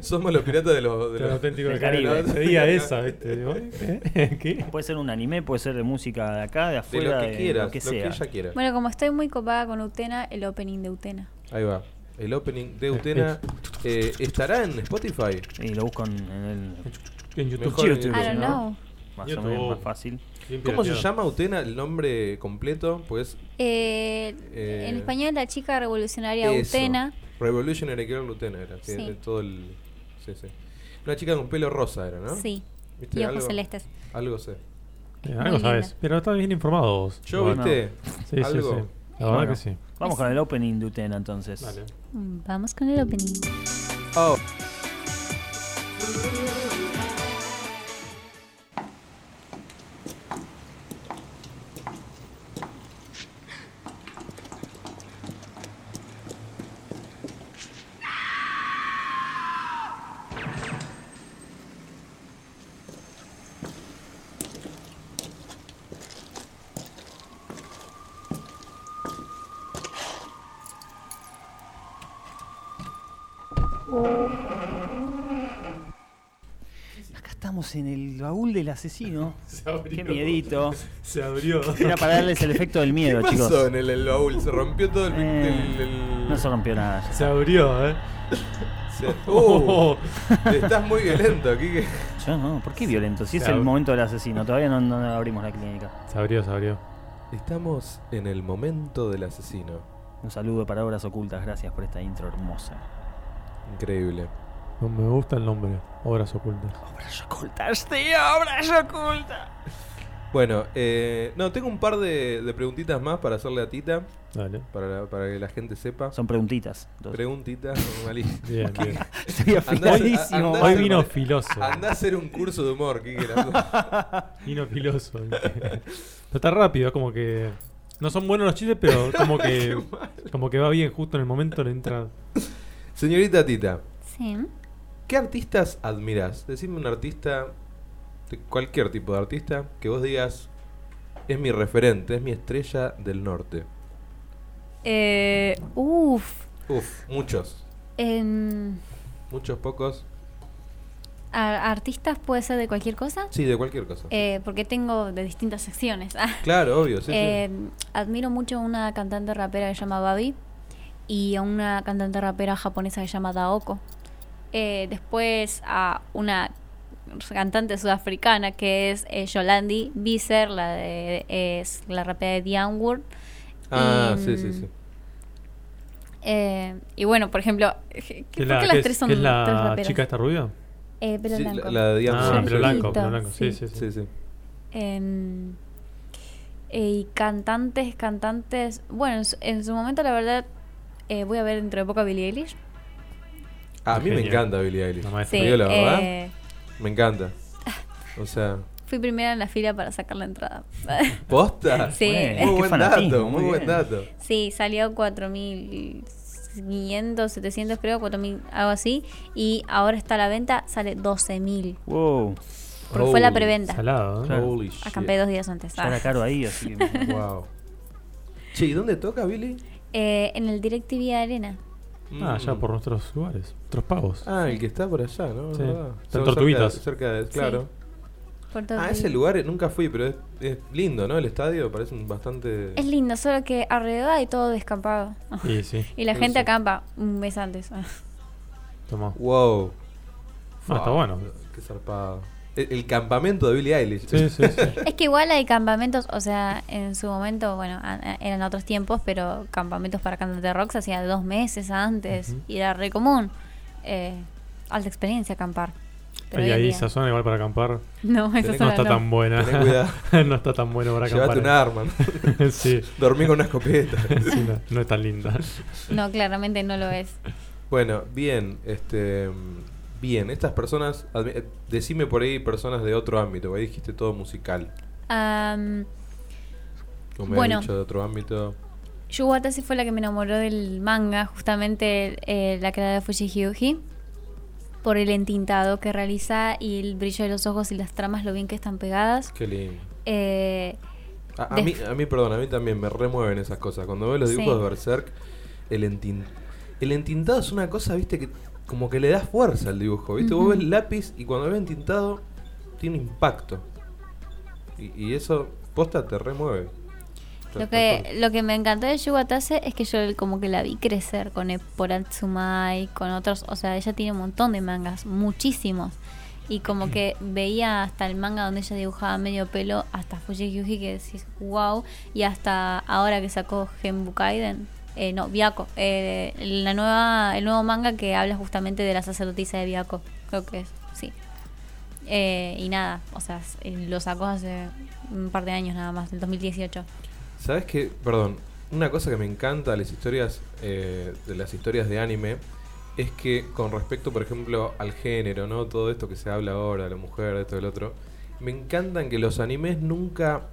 [SPEAKER 3] Somos los piratas de los. de
[SPEAKER 4] Los
[SPEAKER 3] los-
[SPEAKER 4] auténticos del
[SPEAKER 5] del
[SPEAKER 4] Caribe.
[SPEAKER 3] Caribe.
[SPEAKER 4] Te diga esa, ¿viste? Digo, ¿eh? ¿Qué?
[SPEAKER 5] Puede ser un anime, puede ser de música de acá, de
[SPEAKER 3] de
[SPEAKER 5] afuera,
[SPEAKER 3] lo que quieras,
[SPEAKER 5] lo que
[SPEAKER 3] lo que
[SPEAKER 5] sea.
[SPEAKER 3] ella quiera.
[SPEAKER 7] bueno, como estoy muy copada con Utena, el opening de Utena.
[SPEAKER 3] Ahí va. El opening de Utena eh, estará en Spotify.
[SPEAKER 5] Y lo busco en, en el.
[SPEAKER 4] En
[SPEAKER 3] Mejor
[SPEAKER 4] YouTube.
[SPEAKER 3] en
[SPEAKER 7] I don't
[SPEAKER 5] ¿no?
[SPEAKER 7] know.
[SPEAKER 5] Más
[SPEAKER 4] Yo
[SPEAKER 5] o menos
[SPEAKER 4] todo.
[SPEAKER 5] más fácil.
[SPEAKER 3] ¿Cómo se llama Utena el nombre completo? Pues
[SPEAKER 7] Eh,
[SPEAKER 3] Eh,
[SPEAKER 7] en español, la chica revolucionaria
[SPEAKER 3] eso.
[SPEAKER 7] Utena.
[SPEAKER 3] Revolutionary Girl Utena era. que
[SPEAKER 7] Sí.
[SPEAKER 3] de todo el- sí, sí. Una chica con pelo rosa era, ¿no?
[SPEAKER 7] Sí.
[SPEAKER 3] ¿Viste?
[SPEAKER 7] Y ojos
[SPEAKER 3] Algo-
[SPEAKER 7] celestes.
[SPEAKER 3] Algo sé.
[SPEAKER 4] Eh,
[SPEAKER 7] Muy
[SPEAKER 4] algo
[SPEAKER 7] linda.
[SPEAKER 4] sabes. Pero estás bien informado vos.
[SPEAKER 3] Yo,
[SPEAKER 4] Bueno,
[SPEAKER 3] ¿viste?
[SPEAKER 4] Sí, sí,
[SPEAKER 3] algo.
[SPEAKER 4] sí. La verdad
[SPEAKER 5] Bueno,
[SPEAKER 4] que sí.
[SPEAKER 5] Vamos con el opening de Utena entonces.
[SPEAKER 4] Dale.
[SPEAKER 7] Mm, Vamos con el opening.
[SPEAKER 3] Oh.
[SPEAKER 5] Acá estamos en el baúl
[SPEAKER 4] [laughs]
[SPEAKER 5] del asesino. Qué miedito.
[SPEAKER 4] Se abrió.
[SPEAKER 5] Era para darles el efecto del
[SPEAKER 3] ¿Qué
[SPEAKER 5] miedo,
[SPEAKER 3] pasó
[SPEAKER 5] chicos.
[SPEAKER 3] en el, el baúl? Se rompió todo el.
[SPEAKER 5] Eh,
[SPEAKER 3] el- el-
[SPEAKER 5] No se rompió nada.
[SPEAKER 4] Se abrió, ¿eh? Oh,
[SPEAKER 3] se- ¡Uh!
[SPEAKER 4] [laughs]
[SPEAKER 3] estás muy violento, Kike.
[SPEAKER 5] Yo no, ¿por qué violento? Si es
[SPEAKER 4] Se
[SPEAKER 5] el
[SPEAKER 4] abre.
[SPEAKER 5] momento del asesino, todavía no, no abrimos la clínica.
[SPEAKER 4] Se abrió, se abrió.
[SPEAKER 3] Estamos en el momento del asesino.
[SPEAKER 5] Un saludo para Obras Ocultas, gracias por esta intro hermosa.
[SPEAKER 3] Increíble.
[SPEAKER 4] No me gusta el nombre. Obras ocultas.
[SPEAKER 5] Obras Ocultas, tío, Obras Ocultas.
[SPEAKER 3] Bueno, eh, no, tengo un par de, de preguntitas más para hacerle a Tita,
[SPEAKER 4] Dale.
[SPEAKER 3] para, la- para que la gente sepa.
[SPEAKER 5] Son preguntitas. entonces.
[SPEAKER 3] Preguntita, malísimo.
[SPEAKER 4] Bien, bien.
[SPEAKER 5] Estoy
[SPEAKER 3] Andá- ah,
[SPEAKER 5] afiladísimo.
[SPEAKER 3] andá-
[SPEAKER 4] Hoy vino filoso.
[SPEAKER 3] Andá a hacer un curso de humor, Kike. la-
[SPEAKER 4] Vino filoso. Pero está rápido, es como que. No son buenos los chistes,
[SPEAKER 3] [laughs]
[SPEAKER 4] pero como que. como que va bien, justo en el momento le entra.
[SPEAKER 3] Señorita Tita,
[SPEAKER 7] Sí.
[SPEAKER 3] ¿qué artistas admirás? Decime un artista, de cualquier tipo de artista, que vos digas es mi referente, es mi estrella del norte.
[SPEAKER 7] Eh, uf.
[SPEAKER 3] Uf, muchos,
[SPEAKER 7] Em,
[SPEAKER 3] muchos pocos.
[SPEAKER 7] a- artistas puede ser de cualquier cosa.
[SPEAKER 3] Sí, de cualquier cosa.
[SPEAKER 7] Eh, porque tengo de distintas secciones. [laughs]
[SPEAKER 3] Claro, obvio, sí, sí.
[SPEAKER 7] Eh, Admiro mucho a una cantante rapera que se llama Babi y a una cantante rapera japonesa que se llama Daoko. Eh, después a una cantante sudafricana que es eh, Yolandi Biser, la de, es la rapera de The Unword.
[SPEAKER 3] Ah,
[SPEAKER 7] y,
[SPEAKER 3] sí, sí, sí.
[SPEAKER 7] Eh, y bueno, por ejemplo, ¿qué-
[SPEAKER 4] ¿Qué
[SPEAKER 7] ¿por
[SPEAKER 4] es la,
[SPEAKER 7] qué
[SPEAKER 4] qué
[SPEAKER 7] las
[SPEAKER 4] es-
[SPEAKER 7] tres son
[SPEAKER 4] qué es la
[SPEAKER 7] tres raperas?
[SPEAKER 4] chica esta rubia?
[SPEAKER 7] Eh, pelo
[SPEAKER 3] Sí,
[SPEAKER 7] blanco.
[SPEAKER 3] la, la de Diablo,
[SPEAKER 4] ah,
[SPEAKER 3] sí,
[SPEAKER 4] pelo
[SPEAKER 3] sí,
[SPEAKER 4] blanco,
[SPEAKER 7] Blanquito,
[SPEAKER 4] pelo blanco. Sí,
[SPEAKER 7] sí.
[SPEAKER 4] sí,
[SPEAKER 3] Sí,
[SPEAKER 4] sí.
[SPEAKER 3] sí.
[SPEAKER 7] Em, y cantantes, cantantes. Bueno, en su, en su momento, la verdad, eh, voy a ver dentro de poco a Billie Eilish.
[SPEAKER 3] Ah, A mí me
[SPEAKER 4] Genial.
[SPEAKER 3] encanta Billie Eilish.
[SPEAKER 4] La maestra.
[SPEAKER 3] Te digo la verdad,
[SPEAKER 7] eh,
[SPEAKER 3] me encanta. O sea,
[SPEAKER 7] fui primera en la fila para sacar la entrada. [laughs]
[SPEAKER 3] posta.
[SPEAKER 7] Sí.
[SPEAKER 5] Bueno,
[SPEAKER 3] Muy
[SPEAKER 5] qué
[SPEAKER 3] buen
[SPEAKER 5] fanatismo,
[SPEAKER 3] dato, muy
[SPEAKER 5] muy
[SPEAKER 3] buen
[SPEAKER 5] bien.
[SPEAKER 3] dato.
[SPEAKER 7] sí, salió 4.500, 700,
[SPEAKER 3] Ah.
[SPEAKER 7] creo, 4.000, algo así. Y ahora está a la venta, sale 12.000.
[SPEAKER 5] Wow.
[SPEAKER 7] Porque fue la
[SPEAKER 3] Oh,
[SPEAKER 7] preventa.
[SPEAKER 4] Salado, ¿eh?
[SPEAKER 5] Claro.
[SPEAKER 3] Holy shit.
[SPEAKER 7] Acampé dos días antes.
[SPEAKER 5] Ya
[SPEAKER 7] Ah.
[SPEAKER 5] era caro ahí, así que. imagínate.
[SPEAKER 3] [laughs] Wow. Che, ¿y dónde toca, Billy?
[SPEAKER 7] Eh, en el DirecTV Arena.
[SPEAKER 4] Ah,
[SPEAKER 3] Mm.
[SPEAKER 4] ya por nuestros lugares, nuestros pagos.
[SPEAKER 3] Ah, el que está por allá, ¿no?
[SPEAKER 4] Sí.
[SPEAKER 3] ¿Verdad?
[SPEAKER 4] Está en
[SPEAKER 3] Cerca-
[SPEAKER 4] Tortuguitas.
[SPEAKER 3] Cerca de. Claro.
[SPEAKER 7] Puerto
[SPEAKER 3] Ah,
[SPEAKER 7] Rico.
[SPEAKER 3] ese lugar eh, nunca fui, pero es, es lindo, ¿no? El estadio parece un bastante.
[SPEAKER 7] Es lindo, solo que alrededor hay todo descampado.
[SPEAKER 4] Y sí,
[SPEAKER 7] Y la
[SPEAKER 3] Sí,
[SPEAKER 7] gente
[SPEAKER 3] sí.
[SPEAKER 7] acampa un mes antes. [laughs] Ah.
[SPEAKER 4] tomó.
[SPEAKER 3] Wow.
[SPEAKER 4] Ah, está
[SPEAKER 3] Fuck,
[SPEAKER 4] bueno.
[SPEAKER 3] Qué zarpado. El, el campamento de Billie Eilish.
[SPEAKER 4] Sí, sí, sí.
[SPEAKER 7] Es que igual hay campamentos, o sea, en su momento, bueno, a- a- eran otros tiempos, pero campamentos para cantantes de rock se hacían dos meses antes
[SPEAKER 4] Ujú.
[SPEAKER 7] y era re común. Eh, alta experiencia acampar. Pero
[SPEAKER 4] y
[SPEAKER 7] hoy en
[SPEAKER 4] ahí
[SPEAKER 7] día-
[SPEAKER 4] esa zona igual para acampar
[SPEAKER 7] [laughs] No, esa
[SPEAKER 3] Tenés-
[SPEAKER 4] no
[SPEAKER 7] zona
[SPEAKER 4] está
[SPEAKER 7] no. [laughs]
[SPEAKER 4] tan buena.
[SPEAKER 3] Tené cuidado.
[SPEAKER 4] [laughs] no está tan bueno para acampar.
[SPEAKER 3] Llévate un arma.
[SPEAKER 4] eh. [laughs] sí.
[SPEAKER 3] [laughs] Dormí con una escopeta.
[SPEAKER 4] Sí, no, no es tan
[SPEAKER 7] [laughs]
[SPEAKER 4] linda.
[SPEAKER 7] No, claramente no lo es.
[SPEAKER 3] Bueno, bien, este mm, bien, estas personas, admi- eh, decime por ahí personas de otro ámbito, porque ahí dijiste todo musical,
[SPEAKER 7] Am,
[SPEAKER 3] o me
[SPEAKER 7] Bueno.
[SPEAKER 3] has dicho de otro ámbito.
[SPEAKER 7] Yu Watase fue la que me enamoró del manga, justamente eh, la creada de Fuji Hyuji, por el entintado que realiza y el brillo de los ojos y las tramas, lo bien que están pegadas.
[SPEAKER 3] Qué lindo.
[SPEAKER 7] Eh,
[SPEAKER 3] A, a
[SPEAKER 7] De-
[SPEAKER 3] mí, a mí, perdón, a mí también me remueven esas cosas. Cuando veo los
[SPEAKER 7] Sí.
[SPEAKER 3] dibujos de Berserk, el, entin- el entintado es una cosa, viste, que como que le da fuerza al dibujo, viste, vos
[SPEAKER 7] Ujú.
[SPEAKER 3] ves el lápiz y cuando ves entintado, tiene impacto. Y, y eso, posta, te remueve.
[SPEAKER 7] lo, que, lo que me encantó de Yu Watase es que yo como que la vi crecer con Epora Tsumai, con otros, o sea, ella tiene un montón de mangas, muchísimos. Y como que veía hasta el manga donde ella dibujaba medio pelo, hasta Fuji Hyuji que decís, wow, y hasta ahora que sacó Genbu Kaiden, eh, no, Biako, eh, la nueva, el nuevo manga que habla justamente de la sacerdotisa de Biako, creo que es, sí. Eh, y nada, o sea, s- eh, lo sacó hace un par de años nada más, en 2018.
[SPEAKER 3] ¿Sabes qué? Perdón. Una cosa que me encanta de las historias, eh, de las historias de anime es que con respecto, por ejemplo, al género, ¿no? Todo esto que se habla ahora, de la mujer, de esto, del otro. Me encantan que los animes nunca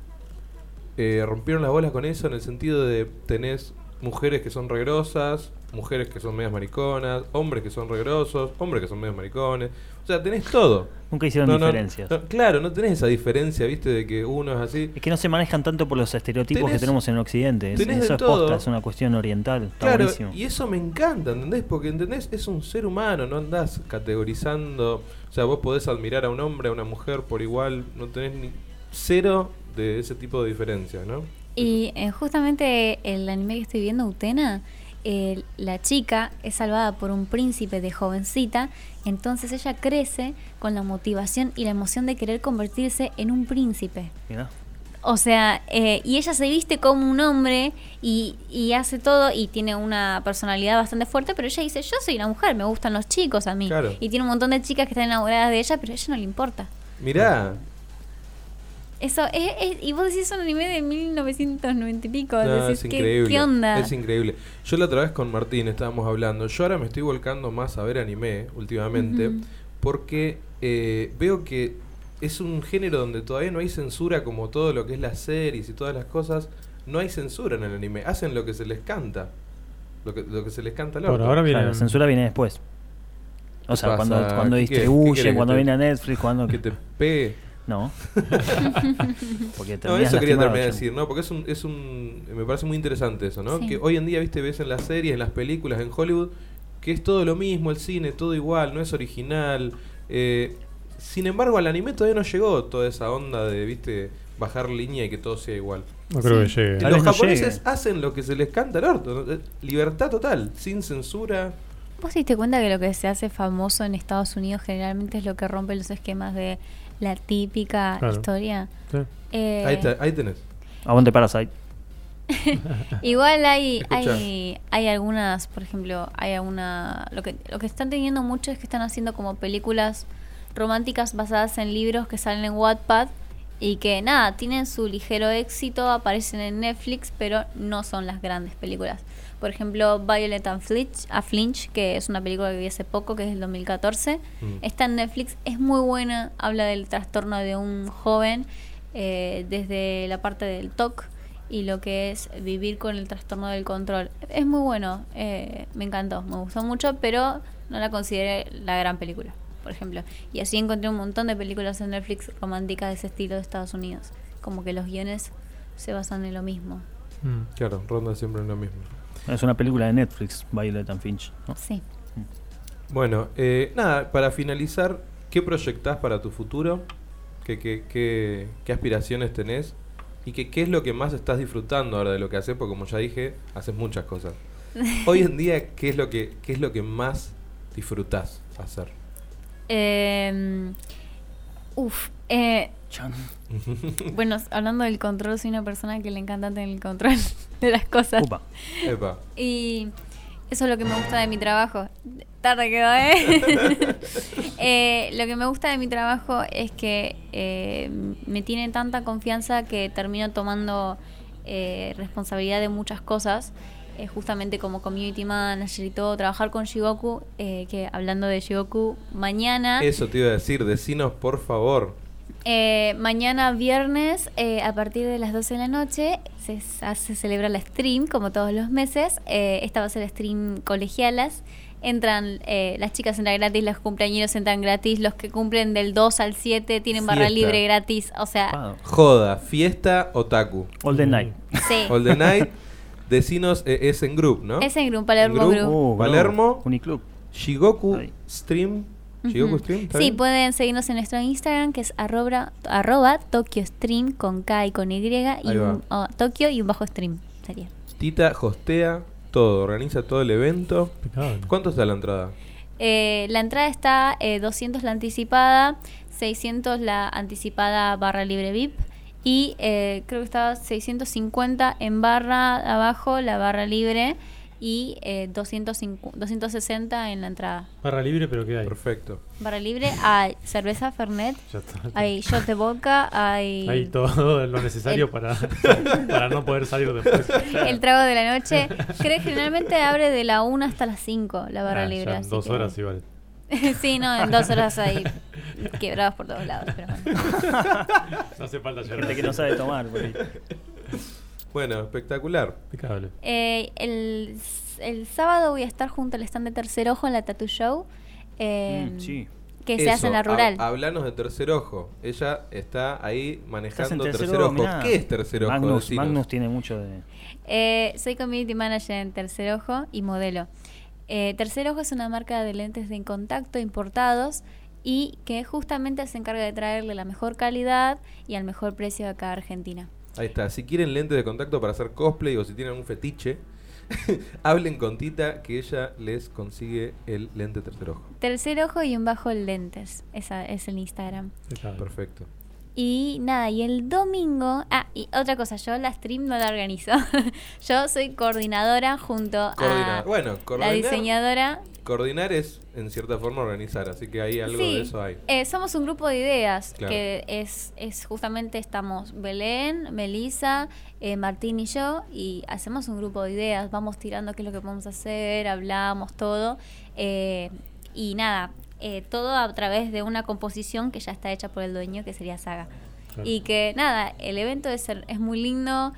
[SPEAKER 3] eh, rompieron las bolas con eso en el sentido de tenés mujeres que son regrosas, mujeres que son medias mariconas, hombres que son regrosos, hombres que son medios maricones. O sea, tenés todo.
[SPEAKER 5] Nunca hicieron
[SPEAKER 3] No, no,
[SPEAKER 5] diferencias.
[SPEAKER 3] no, claro, no tenés esa diferencia, viste, de que uno es así.
[SPEAKER 5] Es que no se manejan tanto por los estereotipos
[SPEAKER 3] Tenés-
[SPEAKER 5] que tenemos en Occidente. Es-
[SPEAKER 3] tenés de
[SPEAKER 5] Eso es
[SPEAKER 3] todo.
[SPEAKER 5] posta, es una cuestión oriental. Está
[SPEAKER 3] Claro,
[SPEAKER 5] buenísimo.
[SPEAKER 3] y eso me encanta, ¿entendés? Porque, ¿entendés? Es un ser humano, no andás categorizando. O sea, vos podés admirar a un hombre, a una mujer por igual, no tenés ni cero de ese tipo de diferencias, ¿no?
[SPEAKER 7] Y eh, justamente el anime que estoy viendo, Utena, el- la chica es salvada por un príncipe de jovencita, entonces ella crece con la motivación y la emoción de querer convertirse en un príncipe.
[SPEAKER 5] Mirá.
[SPEAKER 7] O sea, eh, y ella se viste como un hombre y, y hace todo y tiene una personalidad bastante fuerte, pero ella dice, yo soy una mujer, me gustan los chicos a mí.
[SPEAKER 3] Claro.
[SPEAKER 7] Y tiene un montón de chicas que están enamoradas de ella, pero a ella no le importa.
[SPEAKER 3] Mirá,
[SPEAKER 7] Eso, es, es- y vos decís es un anime de 1990 y pico,
[SPEAKER 3] no,
[SPEAKER 7] decís,
[SPEAKER 3] Ah, es
[SPEAKER 7] ¿qué-
[SPEAKER 3] increíble.
[SPEAKER 7] ¿qué, onda?
[SPEAKER 3] Es increíble. Yo la otra vez con Martín estábamos hablando. Yo ahora me estoy volcando más a ver anime últimamente
[SPEAKER 7] Ujú.
[SPEAKER 3] porque eh, veo que es un género donde todavía no hay censura como todo lo que es las series y todas las cosas. No hay censura en el anime. Hacen lo que se les canta. Lo que, lo que se les canta al
[SPEAKER 4] Por
[SPEAKER 3] orto.
[SPEAKER 4] ahora viene.
[SPEAKER 5] Claro, la censura viene después. O
[SPEAKER 3] pasa?
[SPEAKER 5] sea, cuando, cuando
[SPEAKER 3] ¿Qué quieres? ¿Qué quieres
[SPEAKER 5] distribuyen,
[SPEAKER 3] que
[SPEAKER 5] cuando
[SPEAKER 3] te-
[SPEAKER 5] viene a
[SPEAKER 3] [laughs]
[SPEAKER 5] Netflix, cuando...
[SPEAKER 3] Que te pegue.
[SPEAKER 5] No. Porque
[SPEAKER 3] No,
[SPEAKER 5] terminás
[SPEAKER 3] eso quería
[SPEAKER 5] lastimado,
[SPEAKER 3] terminar de
[SPEAKER 5] che.
[SPEAKER 3] decir, ¿no? Porque es un, es un. Me parece muy interesante eso, ¿no?
[SPEAKER 7] Sí.
[SPEAKER 3] Que hoy en día, viste, ves en las series, en las películas, en Hollywood, que es todo lo mismo, el cine, todo igual, no es original. Eh, sin embargo, al anime todavía no llegó toda esa onda de, viste, bajar línea y que todo sea igual.
[SPEAKER 4] No creo
[SPEAKER 7] Sí.
[SPEAKER 4] que llegue.
[SPEAKER 5] Tal
[SPEAKER 3] Los
[SPEAKER 5] vez no
[SPEAKER 3] japoneses
[SPEAKER 5] llegue.
[SPEAKER 3] hacen lo que se les canta al orto, ¿no? Eh, libertad total, sin censura.
[SPEAKER 7] ¿Vos te diste cuenta que lo que se hace famoso en Estados Unidos generalmente es lo que rompe los esquemas de la típica
[SPEAKER 4] Claro.
[SPEAKER 7] historia?
[SPEAKER 4] Sí.
[SPEAKER 7] Eh,
[SPEAKER 3] Ahí, te- ahí tenés.
[SPEAKER 5] Aguante Parasite.
[SPEAKER 4] [laughs]
[SPEAKER 7] Igual hay,
[SPEAKER 3] Escuchá.
[SPEAKER 7] hay, hay algunas, por ejemplo, hay alguna... Lo que, lo que están teniendo mucho es que están haciendo como películas románticas basadas en libros que salen en Wattpad y que nada, tienen su ligero éxito, aparecen en Netflix, pero no son las grandes películas. Por ejemplo, Violet and Flinch, a Flinch, que es una película que vi hace poco, que es del 2014,
[SPEAKER 3] Mm.
[SPEAKER 7] está en Netflix, es muy buena, habla del trastorno de un joven eh, desde la parte del TOC y lo que es vivir con el trastorno del control. Es muy bueno, eh, me encantó, me gustó mucho, pero no la consideré la gran película. por ejemplo. Y así encontré un montón de películas en Netflix románticas de ese estilo de Estados Unidos. Como que los guiones se basan en lo mismo.
[SPEAKER 4] Mm.
[SPEAKER 3] Claro, ronda siempre en lo mismo.
[SPEAKER 5] Es una película de Netflix, Violet and Finch. ¿no?
[SPEAKER 7] Sí.
[SPEAKER 3] Bueno, eh, nada, para finalizar, ¿qué proyectás para tu futuro? ¿Qué, qué, qué, qué aspiraciones tenés? ¿Y qué, qué es lo que más estás disfrutando ahora de lo que haces? Porque como ya dije, haces muchas
[SPEAKER 7] [laughs]
[SPEAKER 3] cosas. Hoy en día, ¿qué es lo que, qué es lo que más disfrutás hacer?
[SPEAKER 7] Eh, uf. eh, bueno, hablando del control, soy una persona que le encanta tener el control [laughs] de las cosas.
[SPEAKER 5] Upa.
[SPEAKER 3] Epa.
[SPEAKER 7] Y eso es lo que me gusta de mi trabajo. Tarde quedó, ¿eh? [laughs] Eh, Lo que me gusta de mi trabajo es que eh, me tiene tanta confianza que termino tomando eh, responsabilidad de muchas cosas. eh, justamente como community manager y todo, trabajar con Shigoku, eh, que hablando de Shigoku, mañana...
[SPEAKER 3] Eso te iba a decir, decinos por favor.
[SPEAKER 7] Eh, mañana viernes, eh, a partir de las 12 de la noche, se, hace, celebra la stream, como todos los meses. Eh, esta va a ser stream colegialas. Entran, eh, las chicas entran gratis, los cumpleañeros entran gratis, los que cumplen del 2 al 7 tienen barra
[SPEAKER 3] Fiesta.
[SPEAKER 7] libre gratis. O sea,
[SPEAKER 5] Wow.
[SPEAKER 3] Joda, fiesta, otaku.
[SPEAKER 5] All the night.
[SPEAKER 3] [laughs]
[SPEAKER 7] sí.
[SPEAKER 3] All the
[SPEAKER 7] [laughs]
[SPEAKER 3] night. Decinos, eh, es en group, ¿no?
[SPEAKER 7] Es en Grupo Palermo
[SPEAKER 3] Group.
[SPEAKER 7] Group.
[SPEAKER 5] Oh,
[SPEAKER 3] Palermo.
[SPEAKER 5] no. Uniclub.
[SPEAKER 3] Shigoku
[SPEAKER 5] Ay.
[SPEAKER 3] Stream. Shigoku
[SPEAKER 7] Ujú.
[SPEAKER 3] Stream. Oh, ¿está
[SPEAKER 7] Sí,
[SPEAKER 3] bien?
[SPEAKER 7] pueden seguirnos en nuestro Instagram que es arroba, arroba Tokyo Stream con K y con Y y
[SPEAKER 3] Ahí va.
[SPEAKER 7] un, oh, Tokio y un bajo stream sería.
[SPEAKER 3] Tita hostea todo, organiza todo el evento.
[SPEAKER 4] Impecable.
[SPEAKER 3] ¿Cuánto está la entrada?
[SPEAKER 7] Eh, la entrada está eh, 200 la anticipada, 600 la anticipada barra libre VIP y eh, creo que estaba 650 en barra abajo la barra libre y eh, 250 260 en la entrada.
[SPEAKER 4] Barra libre, pero ¿qué hay?
[SPEAKER 3] Perfecto.
[SPEAKER 7] Barra libre hay cerveza Fernet,
[SPEAKER 4] Ya está.
[SPEAKER 7] hay shot de vodka, hay,
[SPEAKER 4] Hay todo lo necesario
[SPEAKER 7] El- [laughs]
[SPEAKER 4] para, [laughs] para no poder salir después.
[SPEAKER 7] el trago de la noche. Creo que generalmente abre de la 1 hasta las 5 la barra
[SPEAKER 4] Ah,
[SPEAKER 7] libre.
[SPEAKER 4] ya en
[SPEAKER 7] así
[SPEAKER 4] dos
[SPEAKER 7] que-
[SPEAKER 4] horas igual.
[SPEAKER 7] [laughs] sí, no, en dos
[SPEAKER 4] [laughs]
[SPEAKER 7] horas hay quebrados por todos lados. Pero bueno.
[SPEAKER 4] No hace falta llorar.
[SPEAKER 5] Gente que no sabe tomar. por ahí.
[SPEAKER 3] Bueno, espectacular.
[SPEAKER 4] Impecable.
[SPEAKER 7] Eh, el, s- el sábado voy a estar junto al stand de Tercer Ojo en la Tattoo Show. eh,
[SPEAKER 5] Mm, sí.
[SPEAKER 7] Que se
[SPEAKER 3] Eso,
[SPEAKER 7] hace en la
[SPEAKER 3] hab-
[SPEAKER 7] rural.
[SPEAKER 3] hablanos de Tercer Ojo. Ella está ahí
[SPEAKER 5] Estás en
[SPEAKER 3] manejando
[SPEAKER 5] tercer
[SPEAKER 3] Tercer,
[SPEAKER 5] ojo,
[SPEAKER 3] Ojo.
[SPEAKER 5] mirá.
[SPEAKER 3] ¿Qué es Tercer Ojo?
[SPEAKER 5] Magnus,
[SPEAKER 3] Decinos.
[SPEAKER 5] Magnus tiene mucho de.
[SPEAKER 7] Eh, soy community manager en Tercer Ojo y modelo. Eh, Tercer Ojo es una marca de lentes de contacto importados y que justamente se encarga de traerle la mejor calidad y al mejor precio acá a Argentina.
[SPEAKER 3] Ahí está. Si quieren lentes de contacto para hacer cosplay o si tienen algún fetiche, [laughs] hablen con Tita que ella les consigue el lente Tercer Ojo.
[SPEAKER 7] Tercer Ojo y un bajo lentes. Esa es el Instagram.
[SPEAKER 4] Impecable.
[SPEAKER 3] Perfecto.
[SPEAKER 7] Y nada, y el domingo. Ah, y otra cosa, yo la stream no la organizo. [laughs] yo soy coordinadora junto
[SPEAKER 3] Coordinar.
[SPEAKER 7] a
[SPEAKER 3] bueno,
[SPEAKER 7] Ah, la
[SPEAKER 3] coordinar,
[SPEAKER 7] diseñadora.
[SPEAKER 3] coordinar es en cierta forma organizar, así que ahí algo
[SPEAKER 7] Sí,
[SPEAKER 3] de eso hay.
[SPEAKER 7] eh, somos un grupo de ideas
[SPEAKER 3] Claro.
[SPEAKER 7] que es, es justamente estamos Belén, Melissa, eh, Martín y yo y hacemos un grupo de ideas, vamos tirando qué es lo que podemos hacer, hablamos todo eh, y nada, eh, todo a través de una composición que ya está hecha por el dueño que sería Saga.
[SPEAKER 4] Claro.
[SPEAKER 7] Y que nada, el evento es, her- es muy lindo,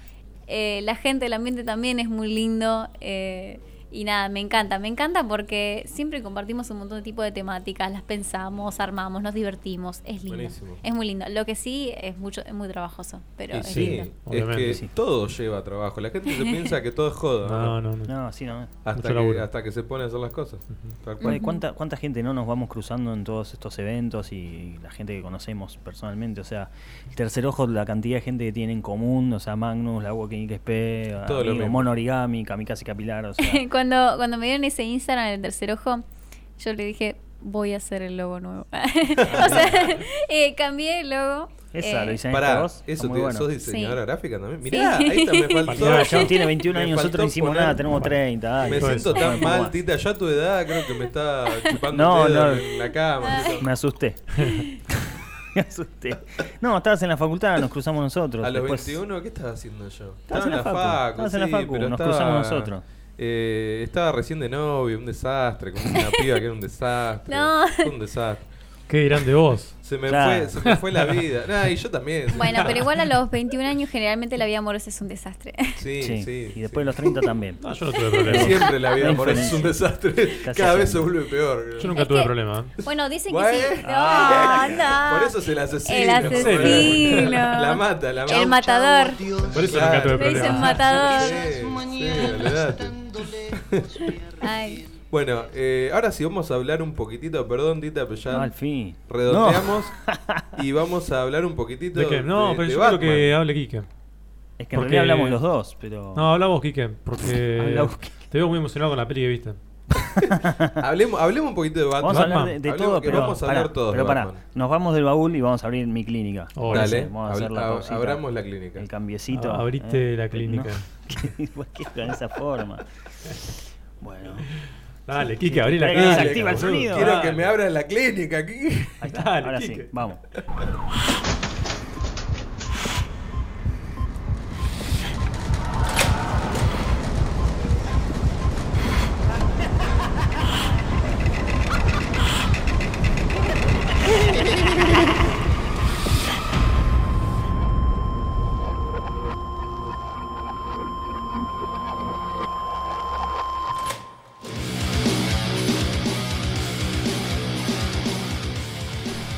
[SPEAKER 7] eh, la gente, el ambiente también es muy lindo. eh, y nada, me encanta, me encanta porque siempre compartimos un montón de tipo de temáticas, las pensamos, armamos, nos divertimos, es lindo.
[SPEAKER 3] Buenísimo.
[SPEAKER 7] Es muy lindo. Lo que sí es mucho es muy trabajoso, pero
[SPEAKER 3] Y
[SPEAKER 7] es
[SPEAKER 3] sí,
[SPEAKER 7] lindo. [laughs]
[SPEAKER 3] es
[SPEAKER 4] obviamente,
[SPEAKER 3] que
[SPEAKER 5] sí.
[SPEAKER 3] todo lleva trabajo. La gente se piensa que todo es joda.
[SPEAKER 4] No, no, no.
[SPEAKER 5] No, sí, no. eh.
[SPEAKER 3] Hasta,
[SPEAKER 4] Mucho
[SPEAKER 3] que,
[SPEAKER 4] laburo.
[SPEAKER 3] hasta que se pone a hacer las cosas. Tal cual.
[SPEAKER 5] Bueno, ¿y ¿Cuánta, ¿Cuánta gente no nos vamos cruzando en todos estos eventos y la gente que conocemos personalmente? O sea, el tercer ojo, la cantidad de gente que tiene en común, o sea, Magnus, la Walking XP,
[SPEAKER 3] Todo lo
[SPEAKER 5] amigo,
[SPEAKER 3] mismo.
[SPEAKER 5] Mono Origami, Kamikaze Capilar, o sea.
[SPEAKER 7] cuando, cuando me dieron ese Instagram, el tercer ojo, yo le dije, voy a hacer el logo nuevo. [laughs] o sea, [laughs] eh, cambié el logo.
[SPEAKER 5] esa,
[SPEAKER 7] eh,
[SPEAKER 5] lo diseñaron
[SPEAKER 3] Pará,
[SPEAKER 5] vos.
[SPEAKER 3] eso
[SPEAKER 5] está muy
[SPEAKER 3] te-
[SPEAKER 5] bueno.
[SPEAKER 3] sos diseñadora gráfica también.
[SPEAKER 7] Sí.
[SPEAKER 3] Mirá, ahí está, me faltó.
[SPEAKER 5] Pará, Chabón tiene 21
[SPEAKER 3] Me
[SPEAKER 5] años, nosotros
[SPEAKER 3] faltó
[SPEAKER 5] no hicimos
[SPEAKER 3] poner-
[SPEAKER 5] nada, tenemos 30. dale.
[SPEAKER 3] Me
[SPEAKER 4] Todo
[SPEAKER 3] siento
[SPEAKER 4] eso.
[SPEAKER 3] tan
[SPEAKER 5] Bueno,
[SPEAKER 3] mal,
[SPEAKER 5] bueno.
[SPEAKER 3] Tita. Ya a tu edad creo que me está chupando
[SPEAKER 5] No,
[SPEAKER 3] el dedo
[SPEAKER 5] no.
[SPEAKER 3] en la cama.
[SPEAKER 5] Me asusté. [laughs] Me asusté. No, estabas en la facultad, nos cruzamos nosotros.
[SPEAKER 3] A los
[SPEAKER 5] después-
[SPEAKER 3] 21, ¿qué estaba haciendo yo?
[SPEAKER 5] Estabas en la facu, estabas en la
[SPEAKER 3] sí,
[SPEAKER 5] facu,
[SPEAKER 3] pero
[SPEAKER 5] nos
[SPEAKER 3] estaba-
[SPEAKER 5] cruzamos nosotros.
[SPEAKER 3] eh, estaba recién de novio, un desastre, con una piba que era un desastre.
[SPEAKER 7] No.
[SPEAKER 3] fue un desastre.
[SPEAKER 4] ¿Qué dirán de vos?
[SPEAKER 3] Se me,
[SPEAKER 5] Claro.
[SPEAKER 3] fue, se me fue la vida. Nah, y yo también.
[SPEAKER 7] Bueno, pero igual a los 21 años generalmente la vida amorosa es un desastre. [laughs]
[SPEAKER 3] Sí, sí.
[SPEAKER 5] Sí,
[SPEAKER 3] sí.
[SPEAKER 5] y después de los 30
[SPEAKER 3] [laughs]
[SPEAKER 5] también.
[SPEAKER 4] No, yo no tuve problema.
[SPEAKER 3] Siempre la vida
[SPEAKER 5] La
[SPEAKER 3] amorosa es un desastre.
[SPEAKER 5] Casi
[SPEAKER 3] Cada vez
[SPEAKER 5] siempre.
[SPEAKER 3] se vuelve peor.
[SPEAKER 4] Yo nunca
[SPEAKER 7] Es
[SPEAKER 4] tuve
[SPEAKER 7] que-
[SPEAKER 4] problema. ¿eh?
[SPEAKER 7] Bueno, dicen que
[SPEAKER 3] Guay.
[SPEAKER 7] sí. No,
[SPEAKER 5] Ah,
[SPEAKER 7] no.
[SPEAKER 3] Por eso es el asesino.
[SPEAKER 7] El
[SPEAKER 3] [laughs]
[SPEAKER 7] asesino.
[SPEAKER 3] La mata, la mata.
[SPEAKER 7] El matador.
[SPEAKER 4] Por eso
[SPEAKER 3] Claro.
[SPEAKER 4] nunca tuve
[SPEAKER 7] Me dicen
[SPEAKER 4] problema.
[SPEAKER 7] matador.
[SPEAKER 3] Sí, sí, olvidate.
[SPEAKER 7] Ay.
[SPEAKER 3] Bueno, eh, ahora sí vamos a hablar un poquitito, perdón Tita, pero ya
[SPEAKER 5] No, al fin. No,
[SPEAKER 3] redondeamos y vamos a hablar un poquitito
[SPEAKER 4] ¿De qué? No,
[SPEAKER 3] de-
[SPEAKER 4] pero
[SPEAKER 3] de
[SPEAKER 4] yo
[SPEAKER 3] Batman.
[SPEAKER 4] creo que hable Quique.
[SPEAKER 5] es que en
[SPEAKER 4] Porque-
[SPEAKER 5] realidad hablamos los dos, pero.
[SPEAKER 4] No, habla vos, Quique,
[SPEAKER 5] Habla
[SPEAKER 4] porque
[SPEAKER 5] vos, Quique.
[SPEAKER 4] te veo muy emocionado con la peli que viste.
[SPEAKER 3] hablemos, hablemos un poquito de Batman.
[SPEAKER 5] Vamos a hablar de,
[SPEAKER 4] Batman.
[SPEAKER 5] de
[SPEAKER 3] Hablemos
[SPEAKER 5] todo,
[SPEAKER 3] que
[SPEAKER 5] pero.
[SPEAKER 3] vamos a hablar
[SPEAKER 5] pará,
[SPEAKER 3] todos de
[SPEAKER 5] pero pará,
[SPEAKER 3] Batman.
[SPEAKER 5] nos vamos del baúl y vamos a abrir mi clínica.
[SPEAKER 4] Oh,
[SPEAKER 5] Parece,
[SPEAKER 3] Dale,
[SPEAKER 5] vamos a hacer
[SPEAKER 3] habl-
[SPEAKER 5] la
[SPEAKER 3] ab-
[SPEAKER 5] pausita,
[SPEAKER 3] abramos la clínica.
[SPEAKER 5] El cambiecito.
[SPEAKER 4] Ah, abriste la clínica.
[SPEAKER 5] No, ¿Por [laughs] qué con esa forma? Bueno,
[SPEAKER 4] Dale, Quique, abrí la
[SPEAKER 5] Dale,
[SPEAKER 4] clínica.
[SPEAKER 5] activa el
[SPEAKER 4] boludo.
[SPEAKER 5] sonido.
[SPEAKER 3] Quiero que
[SPEAKER 4] Dale.
[SPEAKER 3] me abras la clínica aquí.
[SPEAKER 5] ahí está.
[SPEAKER 4] Dale,
[SPEAKER 5] ahora
[SPEAKER 4] Quique.
[SPEAKER 5] sí, vamos.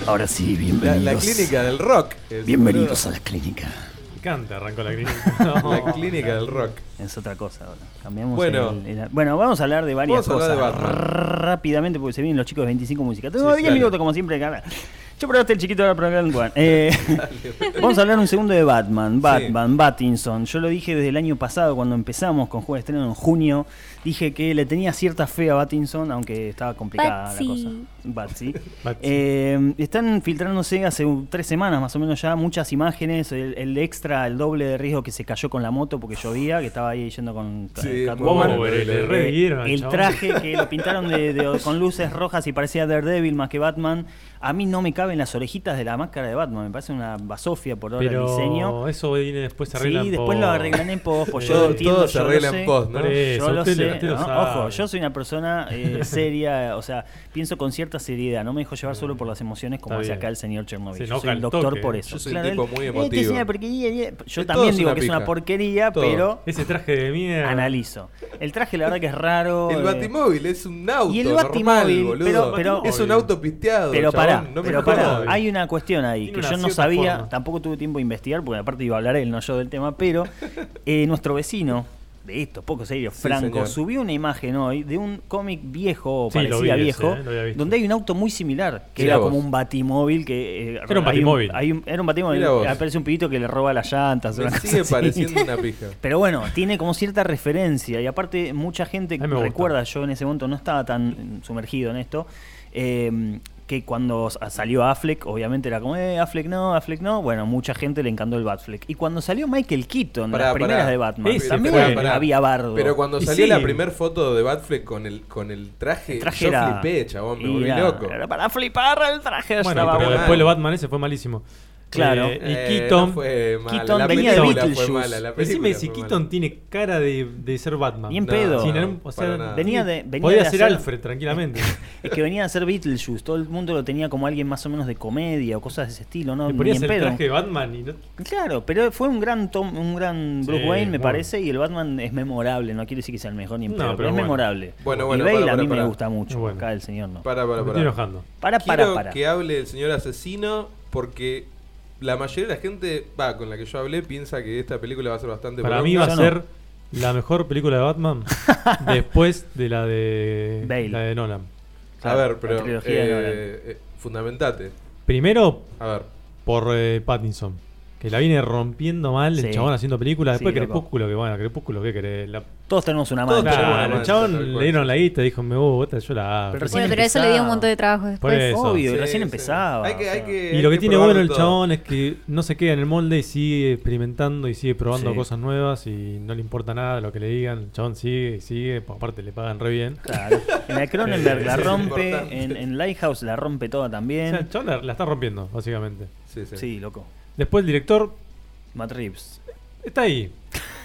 [SPEAKER 5] Ahora sí,
[SPEAKER 3] La,
[SPEAKER 5] bienvenidos.
[SPEAKER 3] la clínica del rock. es,
[SPEAKER 5] Bienvenidos a la clínica.
[SPEAKER 4] Me encanta, arrancó la clínica. No.
[SPEAKER 3] boludo. La clínica del rock.
[SPEAKER 5] Es otra cosa ahora. Cambiamos
[SPEAKER 3] Bueno.
[SPEAKER 5] el- el- bueno, vamos a hablar de varias
[SPEAKER 3] Vamos a
[SPEAKER 5] cosas
[SPEAKER 3] hablar de Batman.
[SPEAKER 5] rápidamente porque se vienen los chicos de 25 música. Tengo
[SPEAKER 3] Sí,
[SPEAKER 5] 10
[SPEAKER 3] dale.
[SPEAKER 5] minutos como siempre de canal. Yo probaste el chiquito ahora probar el
[SPEAKER 3] [laughs]
[SPEAKER 5] Juan. Eh, vamos a hablar un segundo de Batman, Batman, Battinson. Yo lo dije desde el año pasado cuando empezamos con Juego de Estreno en junio. Dije que le tenía cierta fe a Battinson, aunque estaba complicada
[SPEAKER 7] Batsy.
[SPEAKER 5] la cosa.
[SPEAKER 3] [laughs]
[SPEAKER 5] Batsy.
[SPEAKER 4] Batsy.
[SPEAKER 5] Eh, están filtrándose hace un- tres semanas más o menos ya muchas imágenes. El, el extra, el doble de riesgo que se cayó con la moto porque llovía, que estaba ahí yendo con
[SPEAKER 3] Sí,
[SPEAKER 5] eh,
[SPEAKER 3] muy
[SPEAKER 5] Catwoman.
[SPEAKER 3] bueno.
[SPEAKER 4] Oh, le- le
[SPEAKER 5] Eh,
[SPEAKER 4] revivieron al
[SPEAKER 5] el
[SPEAKER 4] chabón.
[SPEAKER 5] traje
[SPEAKER 4] [laughs]
[SPEAKER 5] que lo pintaron de- de- con luces rojas y parecía Daredevil más que Batman. A mí no me caben las orejitas de la máscara de Batman. Me parece una basofia por ahora el diseño.
[SPEAKER 4] Pero eso viene después se
[SPEAKER 5] Sí,
[SPEAKER 4] arregla.
[SPEAKER 5] después lo arreglan en
[SPEAKER 4] [laughs]
[SPEAKER 5] post. pues yo
[SPEAKER 3] Todo-
[SPEAKER 5] lo entiendo,
[SPEAKER 3] todo se
[SPEAKER 5] yo lo
[SPEAKER 3] arregla en
[SPEAKER 5] sé.
[SPEAKER 3] post, ¿no?
[SPEAKER 4] Por eso,
[SPEAKER 5] Yo lo
[SPEAKER 4] usted,
[SPEAKER 5] sé,
[SPEAKER 4] usted lo
[SPEAKER 5] ¿no?
[SPEAKER 4] sabe.
[SPEAKER 5] Ojo, yo soy una persona [laughs] eh, seria, o sea, pienso con cierta seriedad. No me dejo llevar solo por las emociones como
[SPEAKER 4] Está
[SPEAKER 5] hace
[SPEAKER 4] bien.
[SPEAKER 5] acá el señor
[SPEAKER 4] Se
[SPEAKER 5] Chernobyl. Yo
[SPEAKER 4] enoja
[SPEAKER 5] soy el
[SPEAKER 4] al
[SPEAKER 5] doctor
[SPEAKER 4] toque.
[SPEAKER 5] por eso.
[SPEAKER 3] Yo soy un tipo muy
[SPEAKER 5] "Eh, que
[SPEAKER 3] emotivo".
[SPEAKER 5] es una porquería, eh". Yo
[SPEAKER 3] Eh, todo
[SPEAKER 5] también
[SPEAKER 3] es
[SPEAKER 5] digo
[SPEAKER 3] una
[SPEAKER 5] que es una
[SPEAKER 3] pija.
[SPEAKER 5] porquería,
[SPEAKER 3] Todo.
[SPEAKER 5] pero
[SPEAKER 4] Ese traje de mierda.
[SPEAKER 5] analizo. El traje, la verdad, que es raro.
[SPEAKER 3] El
[SPEAKER 5] eh,
[SPEAKER 3] batimóvil es un auto
[SPEAKER 5] Y el
[SPEAKER 3] normal,
[SPEAKER 5] Batimóvil,
[SPEAKER 3] boludo.
[SPEAKER 5] pero- pero-
[SPEAKER 3] es un auto pisteado,
[SPEAKER 5] Pero
[SPEAKER 3] chabón,
[SPEAKER 5] pará,
[SPEAKER 3] no me
[SPEAKER 5] pero
[SPEAKER 3] jodas.
[SPEAKER 5] [laughs] pará, hay una cuestión ahí
[SPEAKER 4] Tiene
[SPEAKER 5] que
[SPEAKER 4] una
[SPEAKER 5] yo no
[SPEAKER 4] cierta
[SPEAKER 5] sabía,
[SPEAKER 4] forma.
[SPEAKER 5] tampoco tuve tiempo de investigar, porque aparte iba a hablar él, no yo del
[SPEAKER 3] [laughs]
[SPEAKER 5] tema, pero eh, nuestro vecino, de estos pocos serios,
[SPEAKER 3] Sí,
[SPEAKER 5] Franco,
[SPEAKER 3] señor.
[SPEAKER 5] subió una imagen hoy de un cómic viejo, o
[SPEAKER 4] Sí, lo
[SPEAKER 5] parecía
[SPEAKER 4] vi ese,
[SPEAKER 5] viejo,
[SPEAKER 4] eh, lo había visto.
[SPEAKER 5] donde hay un auto muy similar, que
[SPEAKER 3] Mirá
[SPEAKER 5] era
[SPEAKER 3] vos.
[SPEAKER 5] como un batimóvil que... eh,
[SPEAKER 4] Era un
[SPEAKER 5] hay
[SPEAKER 4] batimóvil.
[SPEAKER 5] hay un- era un batimóvil,
[SPEAKER 3] Mirá vos.
[SPEAKER 5] aparece un pibito que le roba las llantas.
[SPEAKER 3] Me
[SPEAKER 5] una cosa
[SPEAKER 3] sigue
[SPEAKER 5] así.
[SPEAKER 3] pareciendo una pija.
[SPEAKER 5] Pero bueno, tiene como cierta referencia y aparte mucha gente
[SPEAKER 4] A mí me gusta.
[SPEAKER 5] recuerda, yo en ese momento no estaba tan mm, sumergido en esto, eh, que cuando s- salió Affleck, obviamente era como, eh, Affleck no, Affleck no, bueno, mucha gente le encantó el Batfleck. Y cuando salió Michael Keaton,
[SPEAKER 3] Pará,
[SPEAKER 5] las primeras
[SPEAKER 3] pará.
[SPEAKER 5] de Batman,
[SPEAKER 4] Ese
[SPEAKER 5] también
[SPEAKER 4] fue,
[SPEAKER 3] pará.
[SPEAKER 5] había bardo.
[SPEAKER 3] Pero cuando
[SPEAKER 4] Y
[SPEAKER 3] salió
[SPEAKER 4] sí.
[SPEAKER 3] la primera foto de Batfleck con el, con el traje,
[SPEAKER 5] El traje
[SPEAKER 3] yo
[SPEAKER 5] era-
[SPEAKER 3] flipé, chabón, me
[SPEAKER 5] y
[SPEAKER 3] volví
[SPEAKER 5] era-
[SPEAKER 3] loco.
[SPEAKER 5] era para flipar el traje,
[SPEAKER 4] Bueno,
[SPEAKER 5] estaba
[SPEAKER 4] pero
[SPEAKER 5] bueno.
[SPEAKER 4] después lo Batman ese fue malísimo.
[SPEAKER 5] Claro.
[SPEAKER 4] Eh,
[SPEAKER 3] Eh,
[SPEAKER 4] y Keaton.
[SPEAKER 3] no fue mala.
[SPEAKER 5] Keaton
[SPEAKER 3] la
[SPEAKER 5] venía de
[SPEAKER 3] película
[SPEAKER 5] Beetlejuice.
[SPEAKER 3] Fue mala, la película
[SPEAKER 4] Decime si
[SPEAKER 3] fue mala.
[SPEAKER 4] Keaton tiene cara de, de ser Batman.
[SPEAKER 5] Ni en
[SPEAKER 3] No,
[SPEAKER 5] pedo.
[SPEAKER 4] Sin ningún- o sea,
[SPEAKER 3] para nada.
[SPEAKER 5] Venía de- venía
[SPEAKER 4] podía
[SPEAKER 5] de
[SPEAKER 4] ser
[SPEAKER 5] hacer-
[SPEAKER 4] Alfred [laughs] tranquilamente.
[SPEAKER 5] Es que venía a ser Beetlejuice, todo el mundo lo tenía como alguien más o menos de comedia o cosas de ese estilo, ¿no?
[SPEAKER 4] Le
[SPEAKER 5] Ni
[SPEAKER 4] ponías
[SPEAKER 5] en
[SPEAKER 4] el
[SPEAKER 5] pedo.
[SPEAKER 4] traje de Batman y no.
[SPEAKER 5] Claro, pero fue un gran Tom, un gran
[SPEAKER 4] Sí,
[SPEAKER 5] Bruce Wayne, me
[SPEAKER 4] bueno.
[SPEAKER 5] parece, y el Batman es memorable, no quiere decir que sea el mejor ni en
[SPEAKER 4] No,
[SPEAKER 5] pedo, pero,
[SPEAKER 4] pero
[SPEAKER 5] es
[SPEAKER 4] bueno.
[SPEAKER 5] memorable.
[SPEAKER 3] Bueno,
[SPEAKER 5] y
[SPEAKER 3] bueno,
[SPEAKER 5] Bale
[SPEAKER 3] para, para,
[SPEAKER 5] a mí
[SPEAKER 3] para.
[SPEAKER 5] me gusta mucho,
[SPEAKER 4] Bueno.
[SPEAKER 5] acá el señor no.
[SPEAKER 3] Para, para,
[SPEAKER 4] me
[SPEAKER 3] para.
[SPEAKER 4] estoy enojando.
[SPEAKER 5] Para, para,
[SPEAKER 3] Quiero
[SPEAKER 5] para.
[SPEAKER 3] que hable el señor asesino porque la mayoría de la gente, va, con la que yo hablé, piensa que esta película va a ser bastante
[SPEAKER 4] Para
[SPEAKER 3] poronga.
[SPEAKER 4] mí va a
[SPEAKER 5] yo no.
[SPEAKER 4] ser la mejor película de
[SPEAKER 5] [laughs]
[SPEAKER 4] Batman después de la de,
[SPEAKER 5] Bale.
[SPEAKER 4] la de Nolan.
[SPEAKER 3] A
[SPEAKER 5] Claro,
[SPEAKER 3] ver,
[SPEAKER 5] la
[SPEAKER 3] pero
[SPEAKER 5] trilogía de
[SPEAKER 3] eh,
[SPEAKER 5] Nolan.
[SPEAKER 3] eh, fundamentate.
[SPEAKER 4] Primero
[SPEAKER 3] A ver.
[SPEAKER 4] por eh, Pattinson, que la viene rompiendo mal
[SPEAKER 5] Sí.
[SPEAKER 4] el chabón haciendo películas.
[SPEAKER 5] Sí,
[SPEAKER 4] Después
[SPEAKER 5] loco.
[SPEAKER 4] Crepúsculo, que bueno, Crepúsculo, ¿qué querés? La,
[SPEAKER 5] Todos tenemos una
[SPEAKER 3] Todos tenemos
[SPEAKER 5] mano.
[SPEAKER 4] Claro,
[SPEAKER 3] una
[SPEAKER 4] el
[SPEAKER 3] mano, tal
[SPEAKER 4] chabón
[SPEAKER 3] cual.
[SPEAKER 4] le dieron la guita, dijo, me gusta, yo la hago".
[SPEAKER 5] Pero recién
[SPEAKER 7] Bueno, pero eso le dio
[SPEAKER 5] empezaba.
[SPEAKER 7] un montón de trabajo después.
[SPEAKER 4] Por eso.
[SPEAKER 5] Obvio,
[SPEAKER 3] Sí,
[SPEAKER 5] recién
[SPEAKER 3] sí.
[SPEAKER 5] empezaba.
[SPEAKER 3] Hay que,
[SPEAKER 5] o
[SPEAKER 3] hay
[SPEAKER 5] sea.
[SPEAKER 3] que-
[SPEAKER 4] Y
[SPEAKER 3] hay
[SPEAKER 4] lo que tiene bueno
[SPEAKER 3] probarlo
[SPEAKER 4] el
[SPEAKER 3] todo.
[SPEAKER 4] chabón es que no se queda en el molde y sigue experimentando y sigue probando
[SPEAKER 5] Sí.
[SPEAKER 4] cosas nuevas y no le importa nada lo que le digan. El chabón sigue y sigue, pues, aparte le pagan re bien.
[SPEAKER 5] Claro. En la Cronenberg
[SPEAKER 3] [laughs]
[SPEAKER 5] la
[SPEAKER 3] Sí, sí,
[SPEAKER 5] rompe,
[SPEAKER 3] importante.
[SPEAKER 5] en, en Lighthouse la rompe toda
[SPEAKER 4] O sea,
[SPEAKER 5] también.
[SPEAKER 4] el chabón la, la está rompiendo, básicamente.
[SPEAKER 3] Sí, sí.
[SPEAKER 5] Sí, loco.
[SPEAKER 4] Después el director,
[SPEAKER 5] Matt Reeves. [laughs]
[SPEAKER 4] Está ahí.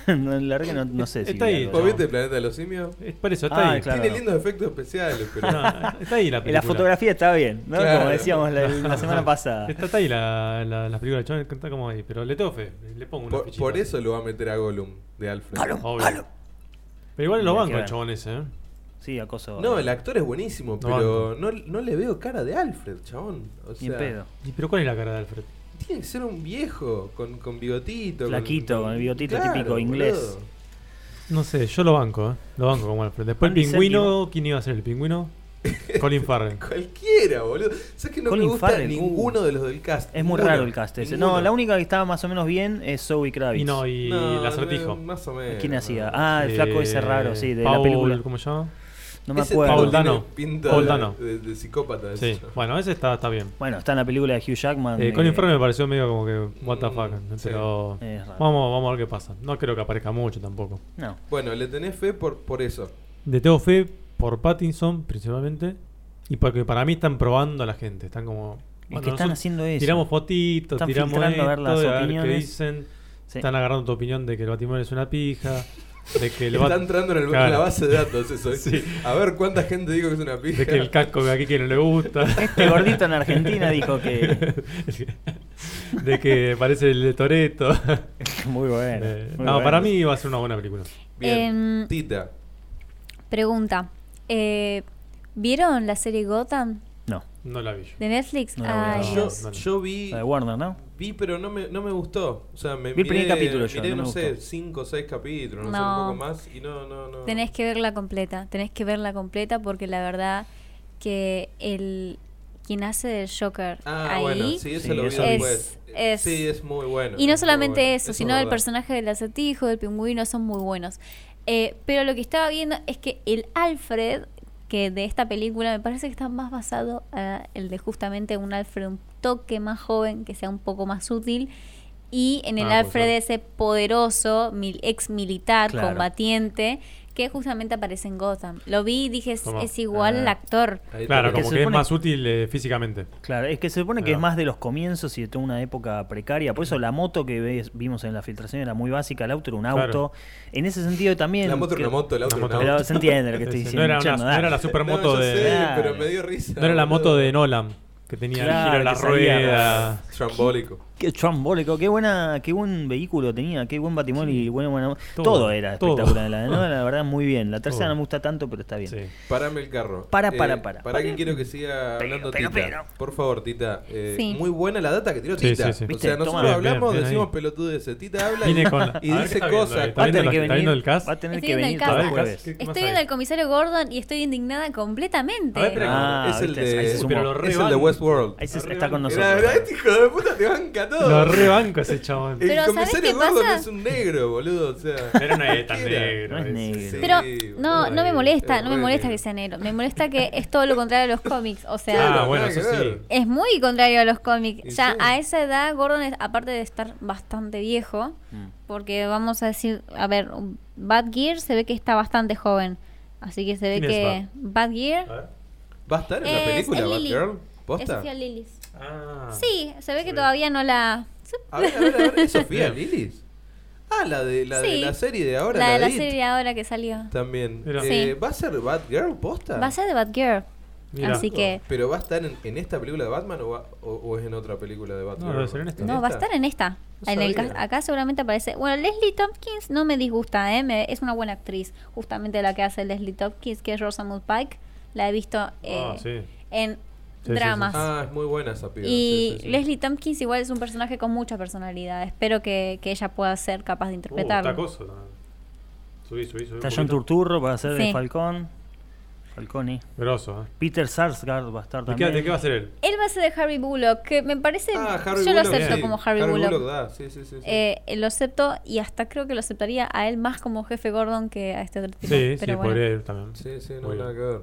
[SPEAKER 5] no, la verdad que no, no sé si.
[SPEAKER 4] Está
[SPEAKER 5] vi
[SPEAKER 4] ahí.
[SPEAKER 5] algo,
[SPEAKER 3] ¿Vos viste
[SPEAKER 5] chabón.
[SPEAKER 3] Planeta de los Simios?
[SPEAKER 4] Es por eso,
[SPEAKER 5] Ah,
[SPEAKER 4] está ahí.
[SPEAKER 5] claro.
[SPEAKER 3] Tiene lindos efectos especiales, pero.
[SPEAKER 4] [laughs] No, está
[SPEAKER 5] [laughs]
[SPEAKER 4] ahí la película.
[SPEAKER 5] La fotografía está bien, ¿no?
[SPEAKER 3] Claro.
[SPEAKER 5] Como decíamos
[SPEAKER 3] [laughs]
[SPEAKER 5] la, la semana pasada.
[SPEAKER 4] Está, está ahí la, la, las películas, chabón, está como ahí. Pero le tengo fe, le pongo una
[SPEAKER 3] por,
[SPEAKER 4] fichita.
[SPEAKER 3] por eso lo va a meter a Gollum de Alfred.
[SPEAKER 4] Obvio. Pero igual lo
[SPEAKER 5] Mira,
[SPEAKER 4] banco
[SPEAKER 5] qué
[SPEAKER 4] el
[SPEAKER 5] bien.
[SPEAKER 4] chabón ese, ¿eh?
[SPEAKER 5] Sí, acoso.
[SPEAKER 3] No, el actor es buenísimo,
[SPEAKER 4] No,
[SPEAKER 3] pero no, no le veo cara de Alfred, chabón. O
[SPEAKER 5] Ni
[SPEAKER 3] sea,
[SPEAKER 5] en pedo.
[SPEAKER 4] ¿Y pero cuál es la cara de Alfred?
[SPEAKER 3] tiene que ser un viejo con, con bigotito. con-
[SPEAKER 5] Flaquito, con el bigotito típico inglés.
[SPEAKER 3] boludo.
[SPEAKER 4] No sé, yo lo banco, ¿eh? Lo banco como Alfred. Después el
[SPEAKER 5] Andy
[SPEAKER 4] pingüino, ¿quién iba a ser el
[SPEAKER 3] [laughs]
[SPEAKER 4] pingüino? Colin Farrell.
[SPEAKER 3] Cualquiera, boludo. ¿Sabes que no
[SPEAKER 5] Colin
[SPEAKER 3] me gusta
[SPEAKER 5] Farrell,
[SPEAKER 3] ninguno de los del cast?
[SPEAKER 5] uh. Es muy
[SPEAKER 3] Ninguno.
[SPEAKER 5] raro el cast ese. No,
[SPEAKER 3] Ninguno.
[SPEAKER 5] la única que estaba más o menos bien es Zoe Kravitz.
[SPEAKER 4] Y no, y
[SPEAKER 3] No,
[SPEAKER 4] el
[SPEAKER 3] no,
[SPEAKER 4] acertijo.
[SPEAKER 3] Más o menos.
[SPEAKER 5] ¿Quién
[SPEAKER 3] no.
[SPEAKER 5] hacía? Ah, el flaco ese
[SPEAKER 4] Eh,
[SPEAKER 5] raro, sí, de la
[SPEAKER 4] Paul-
[SPEAKER 5] película.
[SPEAKER 4] ¿Cómo se llama?
[SPEAKER 5] No me
[SPEAKER 3] Ese tipo
[SPEAKER 5] acuerdo.
[SPEAKER 4] Paul Dan-
[SPEAKER 3] tiene
[SPEAKER 4] Dano.
[SPEAKER 3] Pinta
[SPEAKER 4] Paul
[SPEAKER 3] de-
[SPEAKER 4] Dano.
[SPEAKER 3] De, de psicópata. ese
[SPEAKER 4] Sí.
[SPEAKER 3] chabón.
[SPEAKER 4] Bueno, ese está, está bien.
[SPEAKER 5] Bueno, está en la película de Hugh Jackman.
[SPEAKER 4] Eh, Colin
[SPEAKER 5] eh,
[SPEAKER 4] Farrell me pareció medio como que what the
[SPEAKER 3] Mm,
[SPEAKER 4] fuck,
[SPEAKER 3] sí.
[SPEAKER 4] pero
[SPEAKER 5] Es raro.
[SPEAKER 4] vamos, vamos a ver qué pasa. No creo que aparezca mucho tampoco.
[SPEAKER 5] No.
[SPEAKER 3] Bueno, le tenés fe por, por eso.
[SPEAKER 4] De tengo fe por Pattinson principalmente y porque para mí están probando a la gente, están como
[SPEAKER 5] Es
[SPEAKER 4] bueno,
[SPEAKER 5] que están
[SPEAKER 4] nosotros
[SPEAKER 5] haciendo eso.
[SPEAKER 4] tiramos fotitos,
[SPEAKER 5] Están
[SPEAKER 4] tiramos
[SPEAKER 5] filtrando a ver las
[SPEAKER 4] esto, a ver qué
[SPEAKER 5] opiniones.
[SPEAKER 4] dicen.
[SPEAKER 5] Sí.
[SPEAKER 4] Están agarrando tu opinión de que el Batimón es una pija, de que el
[SPEAKER 3] Está
[SPEAKER 4] Bat-
[SPEAKER 3] entrando en, el- en
[SPEAKER 4] Claro.
[SPEAKER 3] la base de datos
[SPEAKER 4] [laughs]
[SPEAKER 3] eso. ¿viste? A ver cuánta gente digo que es una pija.
[SPEAKER 4] de que el casco de aquí que no le gusta.
[SPEAKER 5] Este gordito en Argentina
[SPEAKER 4] [laughs]
[SPEAKER 5] dijo que. [laughs]
[SPEAKER 4] de que parece el de Toreto.
[SPEAKER 5] Muy bueno.
[SPEAKER 4] Eh,
[SPEAKER 5] muy
[SPEAKER 4] no,
[SPEAKER 5] bueno.
[SPEAKER 4] para mí va a ser una buena película.
[SPEAKER 3] Bien.
[SPEAKER 7] Em,
[SPEAKER 3] Tita.
[SPEAKER 7] Pregunta. eh, ¿Vieron la serie Gotham
[SPEAKER 5] No.
[SPEAKER 4] No la vi yo.
[SPEAKER 7] de Netflix?
[SPEAKER 5] No la voy a ver.
[SPEAKER 7] Ay,
[SPEAKER 3] Yo,
[SPEAKER 4] no, no.
[SPEAKER 3] yo vi,
[SPEAKER 5] La de Warner, ¿no?
[SPEAKER 3] vi pero no me, no me gustó. O sea, me
[SPEAKER 5] Ah, Vi el primer
[SPEAKER 3] miré-
[SPEAKER 5] capítulo yo,
[SPEAKER 3] miré,
[SPEAKER 5] no
[SPEAKER 3] no,
[SPEAKER 5] me
[SPEAKER 3] sé,
[SPEAKER 5] gustó.
[SPEAKER 3] 5 o 6 capítulos, no, sé,
[SPEAKER 7] No.
[SPEAKER 3] un poco más. Y no, no, no.
[SPEAKER 7] Tenés que verla completa, tenés que verla completa porque la verdad que el quien hace del Joker
[SPEAKER 3] Ah,
[SPEAKER 7] ahí
[SPEAKER 3] bueno, sí, eso
[SPEAKER 5] Sí,
[SPEAKER 3] lo vi
[SPEAKER 5] eso
[SPEAKER 3] después.
[SPEAKER 7] es- es-
[SPEAKER 3] sí, es muy bueno.
[SPEAKER 7] Y no
[SPEAKER 3] es muy
[SPEAKER 7] solamente
[SPEAKER 3] bueno.
[SPEAKER 7] eso,
[SPEAKER 3] es
[SPEAKER 7] sino el
[SPEAKER 3] verdad.
[SPEAKER 7] personaje del acertijo, del pingüino, son muy buenos. Eh, pero lo que estaba viendo es que el Alfred, que de esta película me parece que está más basado a el de justamente un Alfred un toque más joven, que sea un poco más útil. Y en el
[SPEAKER 4] Ah, puede
[SPEAKER 7] Alfred
[SPEAKER 4] ser.
[SPEAKER 7] ese poderoso, mil, ex militar,
[SPEAKER 5] Claro.
[SPEAKER 7] combatiente, que justamente aparece en Gotham. Lo vi y dije, es,
[SPEAKER 4] Toma.
[SPEAKER 7] es igual el
[SPEAKER 5] Ah.
[SPEAKER 7] actor.
[SPEAKER 3] Ahí
[SPEAKER 4] Claro,
[SPEAKER 3] tenés.
[SPEAKER 5] Porque
[SPEAKER 4] como
[SPEAKER 5] se
[SPEAKER 4] que es
[SPEAKER 5] supone-
[SPEAKER 4] más útil eh, físicamente.
[SPEAKER 5] Claro, es que se supone que
[SPEAKER 4] Ahí
[SPEAKER 5] es
[SPEAKER 4] va.
[SPEAKER 5] más de los comienzos y de toda una época precaria. Por eso la moto que ves- vimos en la filtración era muy básica, el auto era un
[SPEAKER 4] Claro.
[SPEAKER 5] auto. En ese sentido también.
[SPEAKER 3] La moto
[SPEAKER 5] que-
[SPEAKER 3] era una moto, el auto
[SPEAKER 4] Una
[SPEAKER 3] era
[SPEAKER 4] moto.
[SPEAKER 3] un
[SPEAKER 5] Pero
[SPEAKER 3] auto.
[SPEAKER 5] se entiende lo que
[SPEAKER 4] [laughs]
[SPEAKER 5] estoy
[SPEAKER 4] Sí, sí,
[SPEAKER 5] diciendo.
[SPEAKER 4] no, era una-
[SPEAKER 5] Chano,
[SPEAKER 4] no
[SPEAKER 5] dale.
[SPEAKER 4] era la supermoto
[SPEAKER 3] No, yo
[SPEAKER 4] de.
[SPEAKER 3] sé,
[SPEAKER 5] Claro.
[SPEAKER 3] pero me dio risa.
[SPEAKER 4] No era la moto de
[SPEAKER 3] boludo.
[SPEAKER 4] Nolan, que tenía
[SPEAKER 5] Claro,
[SPEAKER 4] el giro a la
[SPEAKER 5] que salía.
[SPEAKER 4] rueda.
[SPEAKER 3] Trambólico.
[SPEAKER 5] Qué trambólico, qué buena, qué buen vehículo tenía, qué buen batimón y buena, buena
[SPEAKER 4] Todo,
[SPEAKER 5] todo, era
[SPEAKER 4] todo.
[SPEAKER 5] espectacular, la de
[SPEAKER 4] [laughs]
[SPEAKER 5] Nolan, la verdad muy bien. La tercera
[SPEAKER 4] Todo.
[SPEAKER 5] no me gusta tanto, pero está bien.
[SPEAKER 4] Sí.
[SPEAKER 3] Parame el carro.
[SPEAKER 5] Para, para, para.
[SPEAKER 3] Para que quiero que siga hablando
[SPEAKER 5] pero,
[SPEAKER 3] Tita.
[SPEAKER 5] pero.
[SPEAKER 3] Por favor, Tita. eh,
[SPEAKER 7] Sí.
[SPEAKER 3] Muy buena la data que tiró
[SPEAKER 4] Sí,
[SPEAKER 3] Tita.
[SPEAKER 4] sí, sí.
[SPEAKER 3] O
[SPEAKER 5] Viste,
[SPEAKER 3] sea, nosotros
[SPEAKER 5] toma.
[SPEAKER 3] hablamos,
[SPEAKER 4] Bien, bien ahí.
[SPEAKER 3] decimos pelotudeces. Tita habla y,
[SPEAKER 4] Vine con la-
[SPEAKER 3] y
[SPEAKER 4] a
[SPEAKER 3] dice
[SPEAKER 4] ver, ¿qué está viendo
[SPEAKER 3] cosas.
[SPEAKER 4] ahí?
[SPEAKER 5] Va
[SPEAKER 4] ¿Está
[SPEAKER 5] a
[SPEAKER 4] viendo
[SPEAKER 5] tener
[SPEAKER 4] la-
[SPEAKER 5] que
[SPEAKER 4] está
[SPEAKER 5] venir,
[SPEAKER 4] viendo el cast?
[SPEAKER 5] va a tener
[SPEAKER 7] Estoy
[SPEAKER 5] que
[SPEAKER 7] viendo el
[SPEAKER 5] venir
[SPEAKER 7] cast.
[SPEAKER 5] todos los
[SPEAKER 4] A ver, el
[SPEAKER 5] jueves.
[SPEAKER 4] cast, ¿qué- qué más
[SPEAKER 7] Estoy
[SPEAKER 4] hay?
[SPEAKER 7] viendo al comisario Gordon y estoy indignada completamente.
[SPEAKER 4] A ver, pero-
[SPEAKER 5] Ah,
[SPEAKER 3] es el
[SPEAKER 5] viste, ahí
[SPEAKER 3] de,
[SPEAKER 5] se sumó.
[SPEAKER 4] Pero lo re
[SPEAKER 3] es el de
[SPEAKER 4] banco.
[SPEAKER 3] Westworld.
[SPEAKER 5] Ahí se- está con
[SPEAKER 3] Mirá,
[SPEAKER 5] nosotros.
[SPEAKER 3] mirá, este hijo de puta te banca todo.
[SPEAKER 4] Lo rebanco ese chabón.
[SPEAKER 3] El
[SPEAKER 7] Pero, ¿sabés
[SPEAKER 3] comisario
[SPEAKER 7] qué
[SPEAKER 3] Gordon
[SPEAKER 7] pasa?
[SPEAKER 3] es un negro, boludo. O sea,
[SPEAKER 4] Pero no es Ah, tan
[SPEAKER 3] cualquiera.
[SPEAKER 4] negro.
[SPEAKER 5] No es
[SPEAKER 4] ese.
[SPEAKER 5] negro.
[SPEAKER 3] Sí.
[SPEAKER 7] Pero
[SPEAKER 3] boludo,
[SPEAKER 7] no, no me
[SPEAKER 3] es-
[SPEAKER 7] molesta,
[SPEAKER 3] es
[SPEAKER 7] no me
[SPEAKER 3] re
[SPEAKER 7] molesta que
[SPEAKER 3] negro.
[SPEAKER 7] sea negro. Me molesta que es todo lo contrario a los cómics. O sea,
[SPEAKER 4] Ah, bueno,
[SPEAKER 3] nada
[SPEAKER 4] eso
[SPEAKER 3] que
[SPEAKER 4] sí.
[SPEAKER 3] ver.
[SPEAKER 7] es muy contrario a los
[SPEAKER 3] Y
[SPEAKER 7] cómics. Ya
[SPEAKER 3] sí.
[SPEAKER 7] a esa edad, Gordon, es- aparte de estar bastante viejo,
[SPEAKER 5] Mm.
[SPEAKER 7] porque vamos a decir, a ver, Bad Gear se ve que está bastante joven. Así que se ve
[SPEAKER 4] ¿Quién es
[SPEAKER 7] que. Bad
[SPEAKER 4] A
[SPEAKER 7] Gear.
[SPEAKER 4] ver.
[SPEAKER 3] ¿Va a estar en la
[SPEAKER 7] es-
[SPEAKER 3] película
[SPEAKER 7] es Lily.
[SPEAKER 3] Batgirl?
[SPEAKER 7] Es
[SPEAKER 3] ¿Posta?
[SPEAKER 7] Sofía Lillis.
[SPEAKER 4] Ah.
[SPEAKER 7] Sí, se ve que
[SPEAKER 4] Sí.
[SPEAKER 7] todavía no la.
[SPEAKER 3] A ver, a ver, a ver. ¿Es
[SPEAKER 4] [laughs]
[SPEAKER 3] Sofía Lillis? Ah, la de la, de
[SPEAKER 7] Sí.
[SPEAKER 3] la serie de ahora.
[SPEAKER 7] la de la
[SPEAKER 3] It.
[SPEAKER 7] serie ahora que salió.
[SPEAKER 3] También.
[SPEAKER 4] Mira.
[SPEAKER 3] Eh,
[SPEAKER 7] Sí.
[SPEAKER 3] ¿Va a ser Batgirl posta?
[SPEAKER 7] Va a ser de Bad Gear.
[SPEAKER 4] Mira.
[SPEAKER 7] Así que.
[SPEAKER 3] ¿Pero va a estar en, en esta película de Batman o, va- o- o es en otra película de Batman?
[SPEAKER 4] No, debe ser en esta.
[SPEAKER 7] No, va a estar en esta.
[SPEAKER 3] No
[SPEAKER 7] en el
[SPEAKER 3] sabía.
[SPEAKER 7] cas- acá seguramente aparece. Bueno, Leslie Tompkins no me disgusta, ¿eh? Me- es una buena actriz. Justamente la que hace Leslie Tompkins, que es Rosamund Pike. La he visto eh,
[SPEAKER 4] Ah, sí.
[SPEAKER 7] en
[SPEAKER 4] sí,
[SPEAKER 7] dramas.
[SPEAKER 3] Ah, es muy buena esa piba.
[SPEAKER 7] Y
[SPEAKER 3] sí, sí, sí.
[SPEAKER 7] Leslie Tompkins igual es un personaje con mucha personalidad. Espero que, que ella pueda ser capaz de
[SPEAKER 4] Uh, está
[SPEAKER 7] interpretarlo.
[SPEAKER 4] cosa. también. Subí, subí, subí. un
[SPEAKER 5] Está John
[SPEAKER 4] poquito.
[SPEAKER 5] Turturro para hacer de
[SPEAKER 7] Sí.
[SPEAKER 5] Falcón. Falconi.
[SPEAKER 4] Grosso, ¿eh?
[SPEAKER 5] Peter Sarsgaard va a estar
[SPEAKER 4] ¿De qué,
[SPEAKER 5] también.
[SPEAKER 4] de qué va a ser él?
[SPEAKER 7] Él va a ser de Harry Bullock, que me parece...
[SPEAKER 3] Ah, Harry
[SPEAKER 7] yo
[SPEAKER 3] Bullock,
[SPEAKER 7] lo acepto
[SPEAKER 3] sí.
[SPEAKER 7] como Harry, Bullock.
[SPEAKER 3] da, sí, sí, sí. sí.
[SPEAKER 7] Eh, lo acepto y hasta creo que lo aceptaría a él más como jefe Gordon que a este otro tipo.
[SPEAKER 4] Sí, sí,
[SPEAKER 7] Pero bueno.
[SPEAKER 4] podría ir también.
[SPEAKER 3] sí, sí, no,
[SPEAKER 4] Muy
[SPEAKER 3] nada que
[SPEAKER 4] bien.
[SPEAKER 3] ver.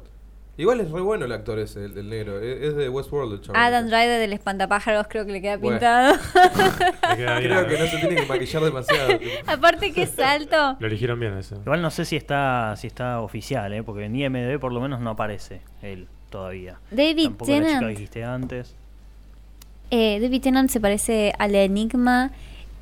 [SPEAKER 3] Igual es re bueno el actor ese, el, el negro. Es, es de Westworld, el chaval.
[SPEAKER 7] Adam Driver del espantapájaros creo que le queda
[SPEAKER 3] Bueno.
[SPEAKER 7] pintado.
[SPEAKER 4] Le queda bien,
[SPEAKER 3] Creo
[SPEAKER 4] ¿eh?
[SPEAKER 3] que no se tiene que maquillar demasiado.
[SPEAKER 7] [laughs]
[SPEAKER 3] tipo.
[SPEAKER 7] Aparte que salto.
[SPEAKER 4] Lo eligieron bien ese.
[SPEAKER 5] Igual no sé si está, si está oficial, ¿eh? porque en IMDB por lo menos no aparece él todavía.
[SPEAKER 7] David
[SPEAKER 5] Tampoco la chica que
[SPEAKER 7] Tennant.
[SPEAKER 5] dijiste antes.
[SPEAKER 7] eh, David Tennant se parece al Enigma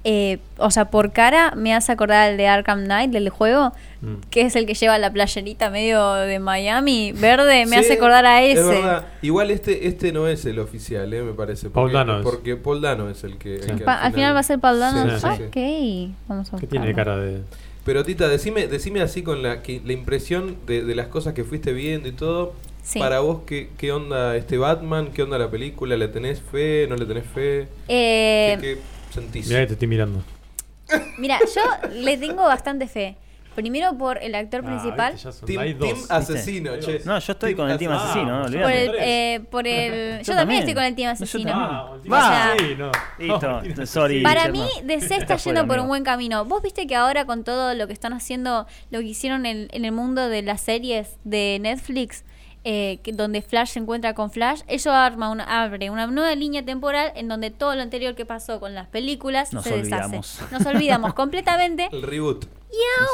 [SPEAKER 7] eh, o sea, por cara me hace acordar al de Arkham Knight, del juego,
[SPEAKER 4] Mm.
[SPEAKER 7] que es el que lleva la playerita medio de Miami, verde, Eh, me
[SPEAKER 3] Sí,
[SPEAKER 7] hace acordar a
[SPEAKER 3] es
[SPEAKER 7] ese.
[SPEAKER 3] verdad. Igual este, este no es el oficial, eh, me parece.
[SPEAKER 4] Paul
[SPEAKER 3] porque,
[SPEAKER 4] Dano es.
[SPEAKER 3] Porque Paul Dano es el que. el
[SPEAKER 4] Sí.
[SPEAKER 3] que
[SPEAKER 7] Pa- al final va a ser Paulano.
[SPEAKER 3] Sí, sí, sí.
[SPEAKER 7] Ok, vamos a
[SPEAKER 4] ¿Qué tiene de
[SPEAKER 7] buscarlo.
[SPEAKER 4] cara de.?
[SPEAKER 3] Pero Tita, decime, decime así con la, que- la impresión de, de las cosas que fuiste viendo y todo.
[SPEAKER 7] Sí.
[SPEAKER 3] Para vos, ¿qué, ¿qué onda este Batman? ¿Qué onda la película? ¿Le tenés fe? ¿No le tenés fe? ¿Qué,
[SPEAKER 7] Eh,
[SPEAKER 3] qué sentís?
[SPEAKER 4] Mirá que te estoy mirando.
[SPEAKER 7] Mira, yo le tengo bastante fe. Primero por el actor
[SPEAKER 4] Ah,
[SPEAKER 7] principal.
[SPEAKER 3] Team,
[SPEAKER 4] hay
[SPEAKER 3] team
[SPEAKER 4] dos. Ah,
[SPEAKER 3] asesino, che.
[SPEAKER 5] No, yo estoy con el team
[SPEAKER 4] asesino.
[SPEAKER 5] asesino, no,
[SPEAKER 4] Ah,
[SPEAKER 7] Por
[SPEAKER 5] olvídate.
[SPEAKER 7] el, eh, por el- yo, también estoy con el team
[SPEAKER 5] No, yo
[SPEAKER 7] asesino.
[SPEAKER 5] también.
[SPEAKER 7] Va.
[SPEAKER 4] Ah, [laughs]
[SPEAKER 5] Listo, sorry.
[SPEAKER 7] Para
[SPEAKER 5] Guillermo.
[SPEAKER 7] mí, DC
[SPEAKER 5] Está
[SPEAKER 7] está
[SPEAKER 5] fuera,
[SPEAKER 7] yendo por
[SPEAKER 5] amigo.
[SPEAKER 7] un buen camino. Vos viste que ahora con todo lo que están haciendo, lo que hicieron en, en el mundo de las series de Netflix, eh, que- donde Flash se encuentra con Flash, ello arma una, abre una nueva línea temporal en donde todo lo anterior que pasó con las películas
[SPEAKER 5] Nos
[SPEAKER 7] se
[SPEAKER 5] olvidamos.
[SPEAKER 7] deshace. Nos olvidamos [laughs] completamente.
[SPEAKER 3] El reboot.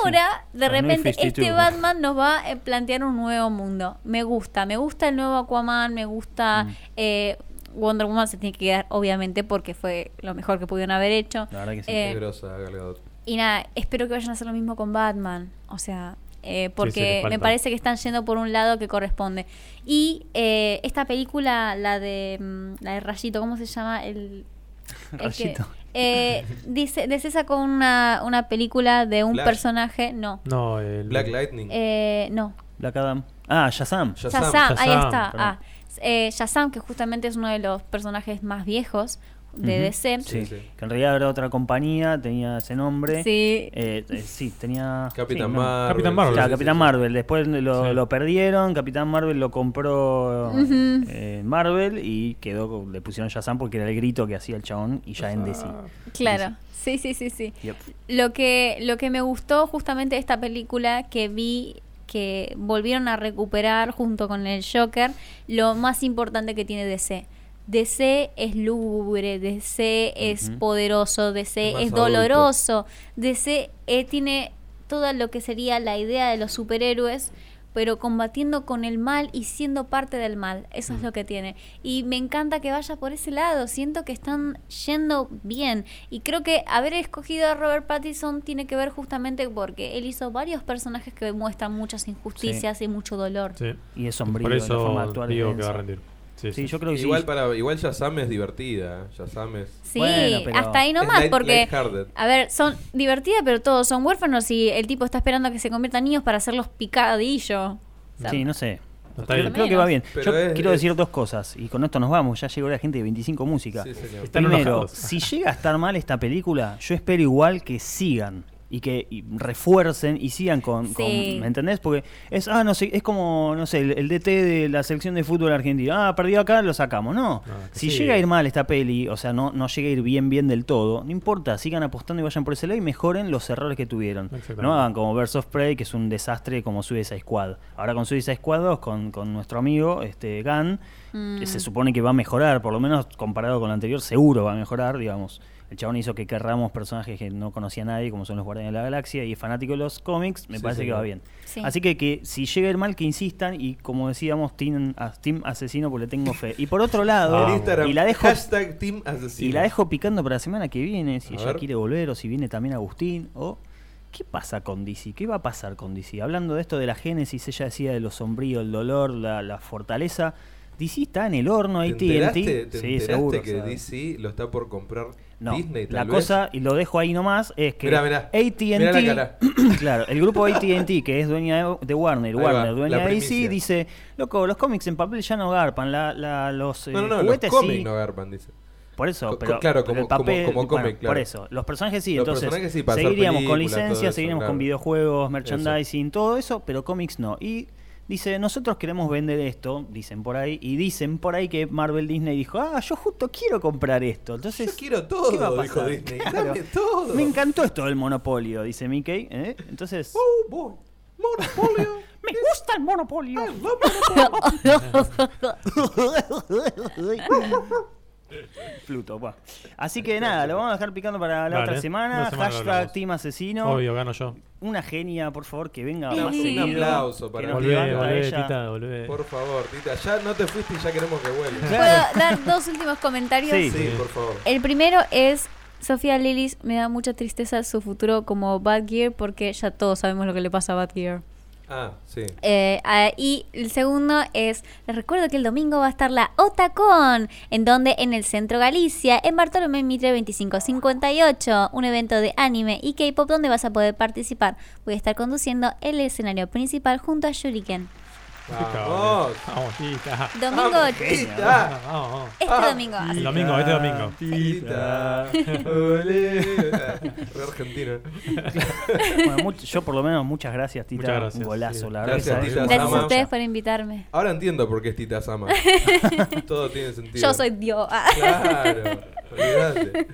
[SPEAKER 7] Ahora, de
[SPEAKER 5] New
[SPEAKER 7] repente,
[SPEAKER 5] 52.
[SPEAKER 7] este Batman nos va a plantear un nuevo mundo. Me gusta, me gusta el nuevo Aquaman, me gusta eh, Wonder Woman, se tiene que quedar, obviamente, porque fue lo mejor que pudieron haber hecho.
[SPEAKER 5] La verdad que sí.
[SPEAKER 3] Qué
[SPEAKER 7] Eh,
[SPEAKER 3] grosa, Gal Gadot.
[SPEAKER 7] y nada, espero que vayan a hacer lo mismo con Batman. O sea, eh,
[SPEAKER 4] Sí, sí, le
[SPEAKER 7] porque
[SPEAKER 4] falta.
[SPEAKER 7] me parece que están yendo por un lado que corresponde. Y eh, esta película, la de, mm, la de Rayito, ¿cómo se llama? El, el que-
[SPEAKER 5] Rayito.
[SPEAKER 7] eh, dice, DC sacó una, una película de un
[SPEAKER 3] Flash.
[SPEAKER 7] personaje. No.
[SPEAKER 4] No, el.
[SPEAKER 3] Black Lightning.
[SPEAKER 7] Eh, no.
[SPEAKER 5] Black Adam. Ah, Shazam.
[SPEAKER 3] Shazam.
[SPEAKER 7] Shazam, ahí
[SPEAKER 4] Shazam,
[SPEAKER 7] está.
[SPEAKER 5] perdón.
[SPEAKER 7] Ah, eh, Shazam, que justamente es uno de los personajes más viejos de
[SPEAKER 5] Ujú.
[SPEAKER 7] DC.
[SPEAKER 5] Sí,
[SPEAKER 3] sí.
[SPEAKER 5] Que en realidad era otra compañía, tenía ese nombre.
[SPEAKER 7] Sí.
[SPEAKER 5] Eh, eh, sí, tenía.
[SPEAKER 3] Capitán
[SPEAKER 5] sí, no.
[SPEAKER 3] Marvel.
[SPEAKER 4] Capitán Marvel.
[SPEAKER 5] Claro,
[SPEAKER 4] Sí,
[SPEAKER 5] Capitán Marvel. Después lo,
[SPEAKER 4] Sí.
[SPEAKER 5] lo perdieron. Capitán Marvel lo compró eh, Marvel y quedó, con- le pusieron Shazam porque era el grito que hacía el chabón
[SPEAKER 4] Ah.
[SPEAKER 5] y ya en DC.
[SPEAKER 7] Claro, sí, sí, sí, sí.
[SPEAKER 5] Yep.
[SPEAKER 7] Lo que, lo que me gustó justamente de esta película que vi que volvieron a recuperar junto con el Joker lo más importante que tiene DC. DC es lúgubre, DC es
[SPEAKER 5] Ujú.
[SPEAKER 7] poderoso,
[SPEAKER 3] Es
[SPEAKER 7] DC es,
[SPEAKER 3] más adulto.
[SPEAKER 7] doloroso, DC eh, tiene toda lo que sería la idea de los superhéroes, pero combatiendo con el mal y siendo parte del mal. Eso
[SPEAKER 5] Mm.
[SPEAKER 7] es lo que tiene. Y me encanta que vaya por ese lado. Siento que están yendo bien. Y creo que haber escogido a Robert Pattinson tiene que ver justamente porque él hizo varios personajes que muestran muchas injusticias y mucho dolor.
[SPEAKER 4] Sí.
[SPEAKER 5] Y es sombrío.
[SPEAKER 4] Por
[SPEAKER 5] la forma de
[SPEAKER 4] eso
[SPEAKER 5] actuar es
[SPEAKER 4] digo que
[SPEAKER 5] densa.
[SPEAKER 4] va a rendir. Sí,
[SPEAKER 5] Sí,
[SPEAKER 4] sí.
[SPEAKER 5] yo creo que sí.
[SPEAKER 3] Igual, para, igual Shazam es divertida. eh. Shazam es.
[SPEAKER 7] Sí,
[SPEAKER 5] Bueno, pero-
[SPEAKER 7] hasta ahí
[SPEAKER 3] es
[SPEAKER 7] nomás,
[SPEAKER 3] light-
[SPEAKER 7] porque...
[SPEAKER 3] lighthearted.
[SPEAKER 7] A ver, son divertidas, pero todos son huérfanos y el tipo está esperando a que se conviertan en niños para hacerlos picadillo. O sea,
[SPEAKER 5] Sí, no sé.
[SPEAKER 4] Está
[SPEAKER 5] Creo,
[SPEAKER 4] bien.
[SPEAKER 5] creo que va bien.
[SPEAKER 3] Pero
[SPEAKER 5] Yo
[SPEAKER 3] es-
[SPEAKER 5] quiero
[SPEAKER 3] es-
[SPEAKER 5] decir dos cosas y con esto nos vamos. Ya llegó la gente de 25 Música.
[SPEAKER 3] Sí, señor.
[SPEAKER 4] Están
[SPEAKER 5] Primero,
[SPEAKER 4] enojados.
[SPEAKER 5] si llega a estar mal esta película, yo espero igual que sigan y que y refuercen y sigan con,
[SPEAKER 7] Sí.
[SPEAKER 5] con- ¿me entendés? Porque es ah no sé, es como no sé, el, el DT de la selección de fútbol argentina, ah, perdió acá, lo sacamos. No,
[SPEAKER 4] No, que
[SPEAKER 5] si
[SPEAKER 4] sí.
[SPEAKER 5] llega a ir mal esta peli, o sea, no no llega a ir bien bien del todo, no importa, sigan apostando y vayan por ese lado y mejoren los errores que tuvieron.
[SPEAKER 4] Exactamente.
[SPEAKER 5] No hagan como Verse of Prey, que es un desastre como Suicide Squad. Ahora con Suicide Squad 2 con, con nuestro amigo este Gunn que se supone que va a mejorar, por lo menos comparado con el anterior, seguro va a mejorar, digamos. El chabón hizo que querramos personajes que no conocía nadie, como son los Guardianes de la Galaxia, y es fanático de los cómics, me
[SPEAKER 3] Sí,
[SPEAKER 5] parece que
[SPEAKER 3] señor.
[SPEAKER 5] va bien.
[SPEAKER 7] Sí.
[SPEAKER 5] Así que, que si llega el mal, que insistan, y como decíamos, Team, a- team Asesino, porque le tengo fe. Y por otro lado,
[SPEAKER 3] En
[SPEAKER 4] Vamos.
[SPEAKER 3] Instagram,
[SPEAKER 5] Ah. y la dejo
[SPEAKER 3] hashtag Team Asesino.
[SPEAKER 5] y la dejo picando para la semana que viene, si
[SPEAKER 3] A
[SPEAKER 5] ella
[SPEAKER 3] ver.
[SPEAKER 5] quiere volver o si viene también Agustín o ¿qué pasa con DC? ¿Qué va a pasar con DC? Hablando de esto de la génesis, ella decía de lo sombrío, el dolor, la, la fortaleza. DC está en el horno,
[SPEAKER 3] ¿Te
[SPEAKER 5] AT&T.
[SPEAKER 3] enteraste, te
[SPEAKER 5] Sí,
[SPEAKER 3] enteraste
[SPEAKER 5] seguro.
[SPEAKER 3] que
[SPEAKER 5] o sea,
[SPEAKER 3] DC lo está por comprar
[SPEAKER 5] no,
[SPEAKER 3] Disney, tal
[SPEAKER 5] la
[SPEAKER 3] vez?
[SPEAKER 5] cosa, y lo dejo ahí nomás, es que
[SPEAKER 3] Mirá, mirá. Mirá la cara.
[SPEAKER 5] AT&T, [coughs] claro, el grupo AT&T, que es dueña de- de Warner,
[SPEAKER 3] Ahí
[SPEAKER 5] Warner,
[SPEAKER 3] va,
[SPEAKER 5] dueña
[SPEAKER 3] la
[SPEAKER 5] de DC,
[SPEAKER 3] primicia.
[SPEAKER 5] dice, loco, los cómics en papel ya no garpan, la, la- los eh,
[SPEAKER 3] No, no, no, los
[SPEAKER 5] juguetes
[SPEAKER 3] cómics
[SPEAKER 5] sí,
[SPEAKER 3] no garpan, dice.
[SPEAKER 5] por eso,
[SPEAKER 3] Co-
[SPEAKER 5] pero,
[SPEAKER 3] claro,
[SPEAKER 5] pero
[SPEAKER 3] como-
[SPEAKER 5] el papel,
[SPEAKER 3] como- como
[SPEAKER 5] bueno,
[SPEAKER 3] cómic,
[SPEAKER 5] Por
[SPEAKER 3] claro.
[SPEAKER 5] eso, los personajes sí,
[SPEAKER 3] Los
[SPEAKER 5] entonces
[SPEAKER 3] personajes sí, para hacer
[SPEAKER 5] seguiríamos con
[SPEAKER 3] películas, todo
[SPEAKER 5] licencias,
[SPEAKER 3] eso,
[SPEAKER 5] seguiríamos
[SPEAKER 3] claro.
[SPEAKER 5] con videojuegos, merchandising, todo eso, pero cómics no. Y dice, nosotros queremos vender esto, dicen por ahí, y dicen por ahí que Marvel Disney dijo, ah, yo justo quiero comprar esto. Entonces,
[SPEAKER 3] Yo quiero
[SPEAKER 5] ¿qué va a
[SPEAKER 3] todo, dijo
[SPEAKER 5] pasar?
[SPEAKER 3] Disney.
[SPEAKER 5] Claro.
[SPEAKER 3] Dame todo.
[SPEAKER 5] Me encantó esto del monopolio, dice Mickey. ¿eh? Entonces,
[SPEAKER 3] Oh, boy. Monopolio. [laughs]
[SPEAKER 5] me gusta el monopolio.
[SPEAKER 3] I love Monopolio.
[SPEAKER 5] [laughs] Pluto, buah. Así que nada, lo vamos a dejar picando para la
[SPEAKER 4] Vale,
[SPEAKER 5] otra semana.
[SPEAKER 4] la semana lo
[SPEAKER 5] Hashtag
[SPEAKER 4] hablamos.
[SPEAKER 5] Team Asesino.
[SPEAKER 4] Obvio, gano yo.
[SPEAKER 5] Una genia, por favor, que venga
[SPEAKER 7] Sí.
[SPEAKER 5] más
[SPEAKER 7] Un
[SPEAKER 5] seguido.
[SPEAKER 3] aplauso
[SPEAKER 5] que
[SPEAKER 3] para
[SPEAKER 5] nos
[SPEAKER 3] Volvé,
[SPEAKER 4] Volvé,
[SPEAKER 5] levanta
[SPEAKER 4] volvé,
[SPEAKER 5] ella.
[SPEAKER 4] Tita, volvé.
[SPEAKER 3] Por favor, Tita, ya no te fuiste y ya queremos que vuelvas.
[SPEAKER 5] Claro.
[SPEAKER 7] ¿Puedo dar dos últimos comentarios?
[SPEAKER 5] Sí.
[SPEAKER 3] Sí, por favor.
[SPEAKER 7] El primero es Sofía Lillis me da mucha tristeza su futuro como Badgear porque ya todos sabemos lo que le pasa a Badgear.
[SPEAKER 3] Ah, sí.
[SPEAKER 7] Eh, ah, y el segundo es, les recuerdo que el domingo va a estar la Otacon, en donde en el centro Galicia, en Bartolomé Mitre 2558, un evento de anime y K-pop donde vas a poder participar. Voy a estar conduciendo el escenario principal junto a Shuriken.
[SPEAKER 3] Vamos.
[SPEAKER 4] Vamos, tita.
[SPEAKER 7] Domingo
[SPEAKER 3] Vamos,
[SPEAKER 7] 8.
[SPEAKER 3] tita.
[SPEAKER 4] Vamos, vamos.
[SPEAKER 7] Este domingo.
[SPEAKER 4] El domingo, este domingo.
[SPEAKER 3] Tita, olé. Ah, Re argentino.
[SPEAKER 5] Bueno, much- yo por lo menos muchas gracias, Tita.
[SPEAKER 4] Muchas gracias,
[SPEAKER 5] Un golazo,
[SPEAKER 4] sí.
[SPEAKER 5] la verdad. ¿eh?
[SPEAKER 3] Gracias,
[SPEAKER 5] que
[SPEAKER 3] Tita,
[SPEAKER 5] sabes,
[SPEAKER 7] Gracias
[SPEAKER 5] una
[SPEAKER 7] a
[SPEAKER 3] Sama.
[SPEAKER 7] ustedes
[SPEAKER 5] joya.
[SPEAKER 7] por invitarme.
[SPEAKER 3] Ahora entiendo por qué es Tita
[SPEAKER 7] [laughs]
[SPEAKER 3] Sama. Todo tiene sentido.
[SPEAKER 7] Yo soy [laughs] Dios. Ah. [laughs]
[SPEAKER 3] Claro, olvidate.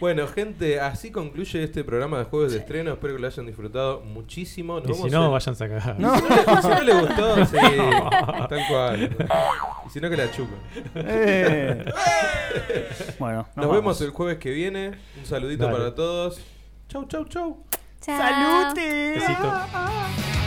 [SPEAKER 3] Bueno, gente, así concluye este programa de juegos de estreno. Espero que lo hayan disfrutado muchísimo. Nos
[SPEAKER 4] Y si
[SPEAKER 3] vamos
[SPEAKER 4] no,
[SPEAKER 3] en-
[SPEAKER 4] váyanse a cagar.
[SPEAKER 5] No.
[SPEAKER 3] [laughs] Si no le
[SPEAKER 4] [laughs]
[SPEAKER 3] gustó, sí. Tal cual. Y si no, que la chupen.
[SPEAKER 5] Eh. Bueno, nos,
[SPEAKER 3] Nos,
[SPEAKER 5] vamos.
[SPEAKER 3] vemos el jueves que viene. Un saludito
[SPEAKER 4] Dale.
[SPEAKER 3] para todos. Chau, chau, chau.
[SPEAKER 7] Chao.
[SPEAKER 5] ¡Salute!
[SPEAKER 4] Besito.
[SPEAKER 7] Chao.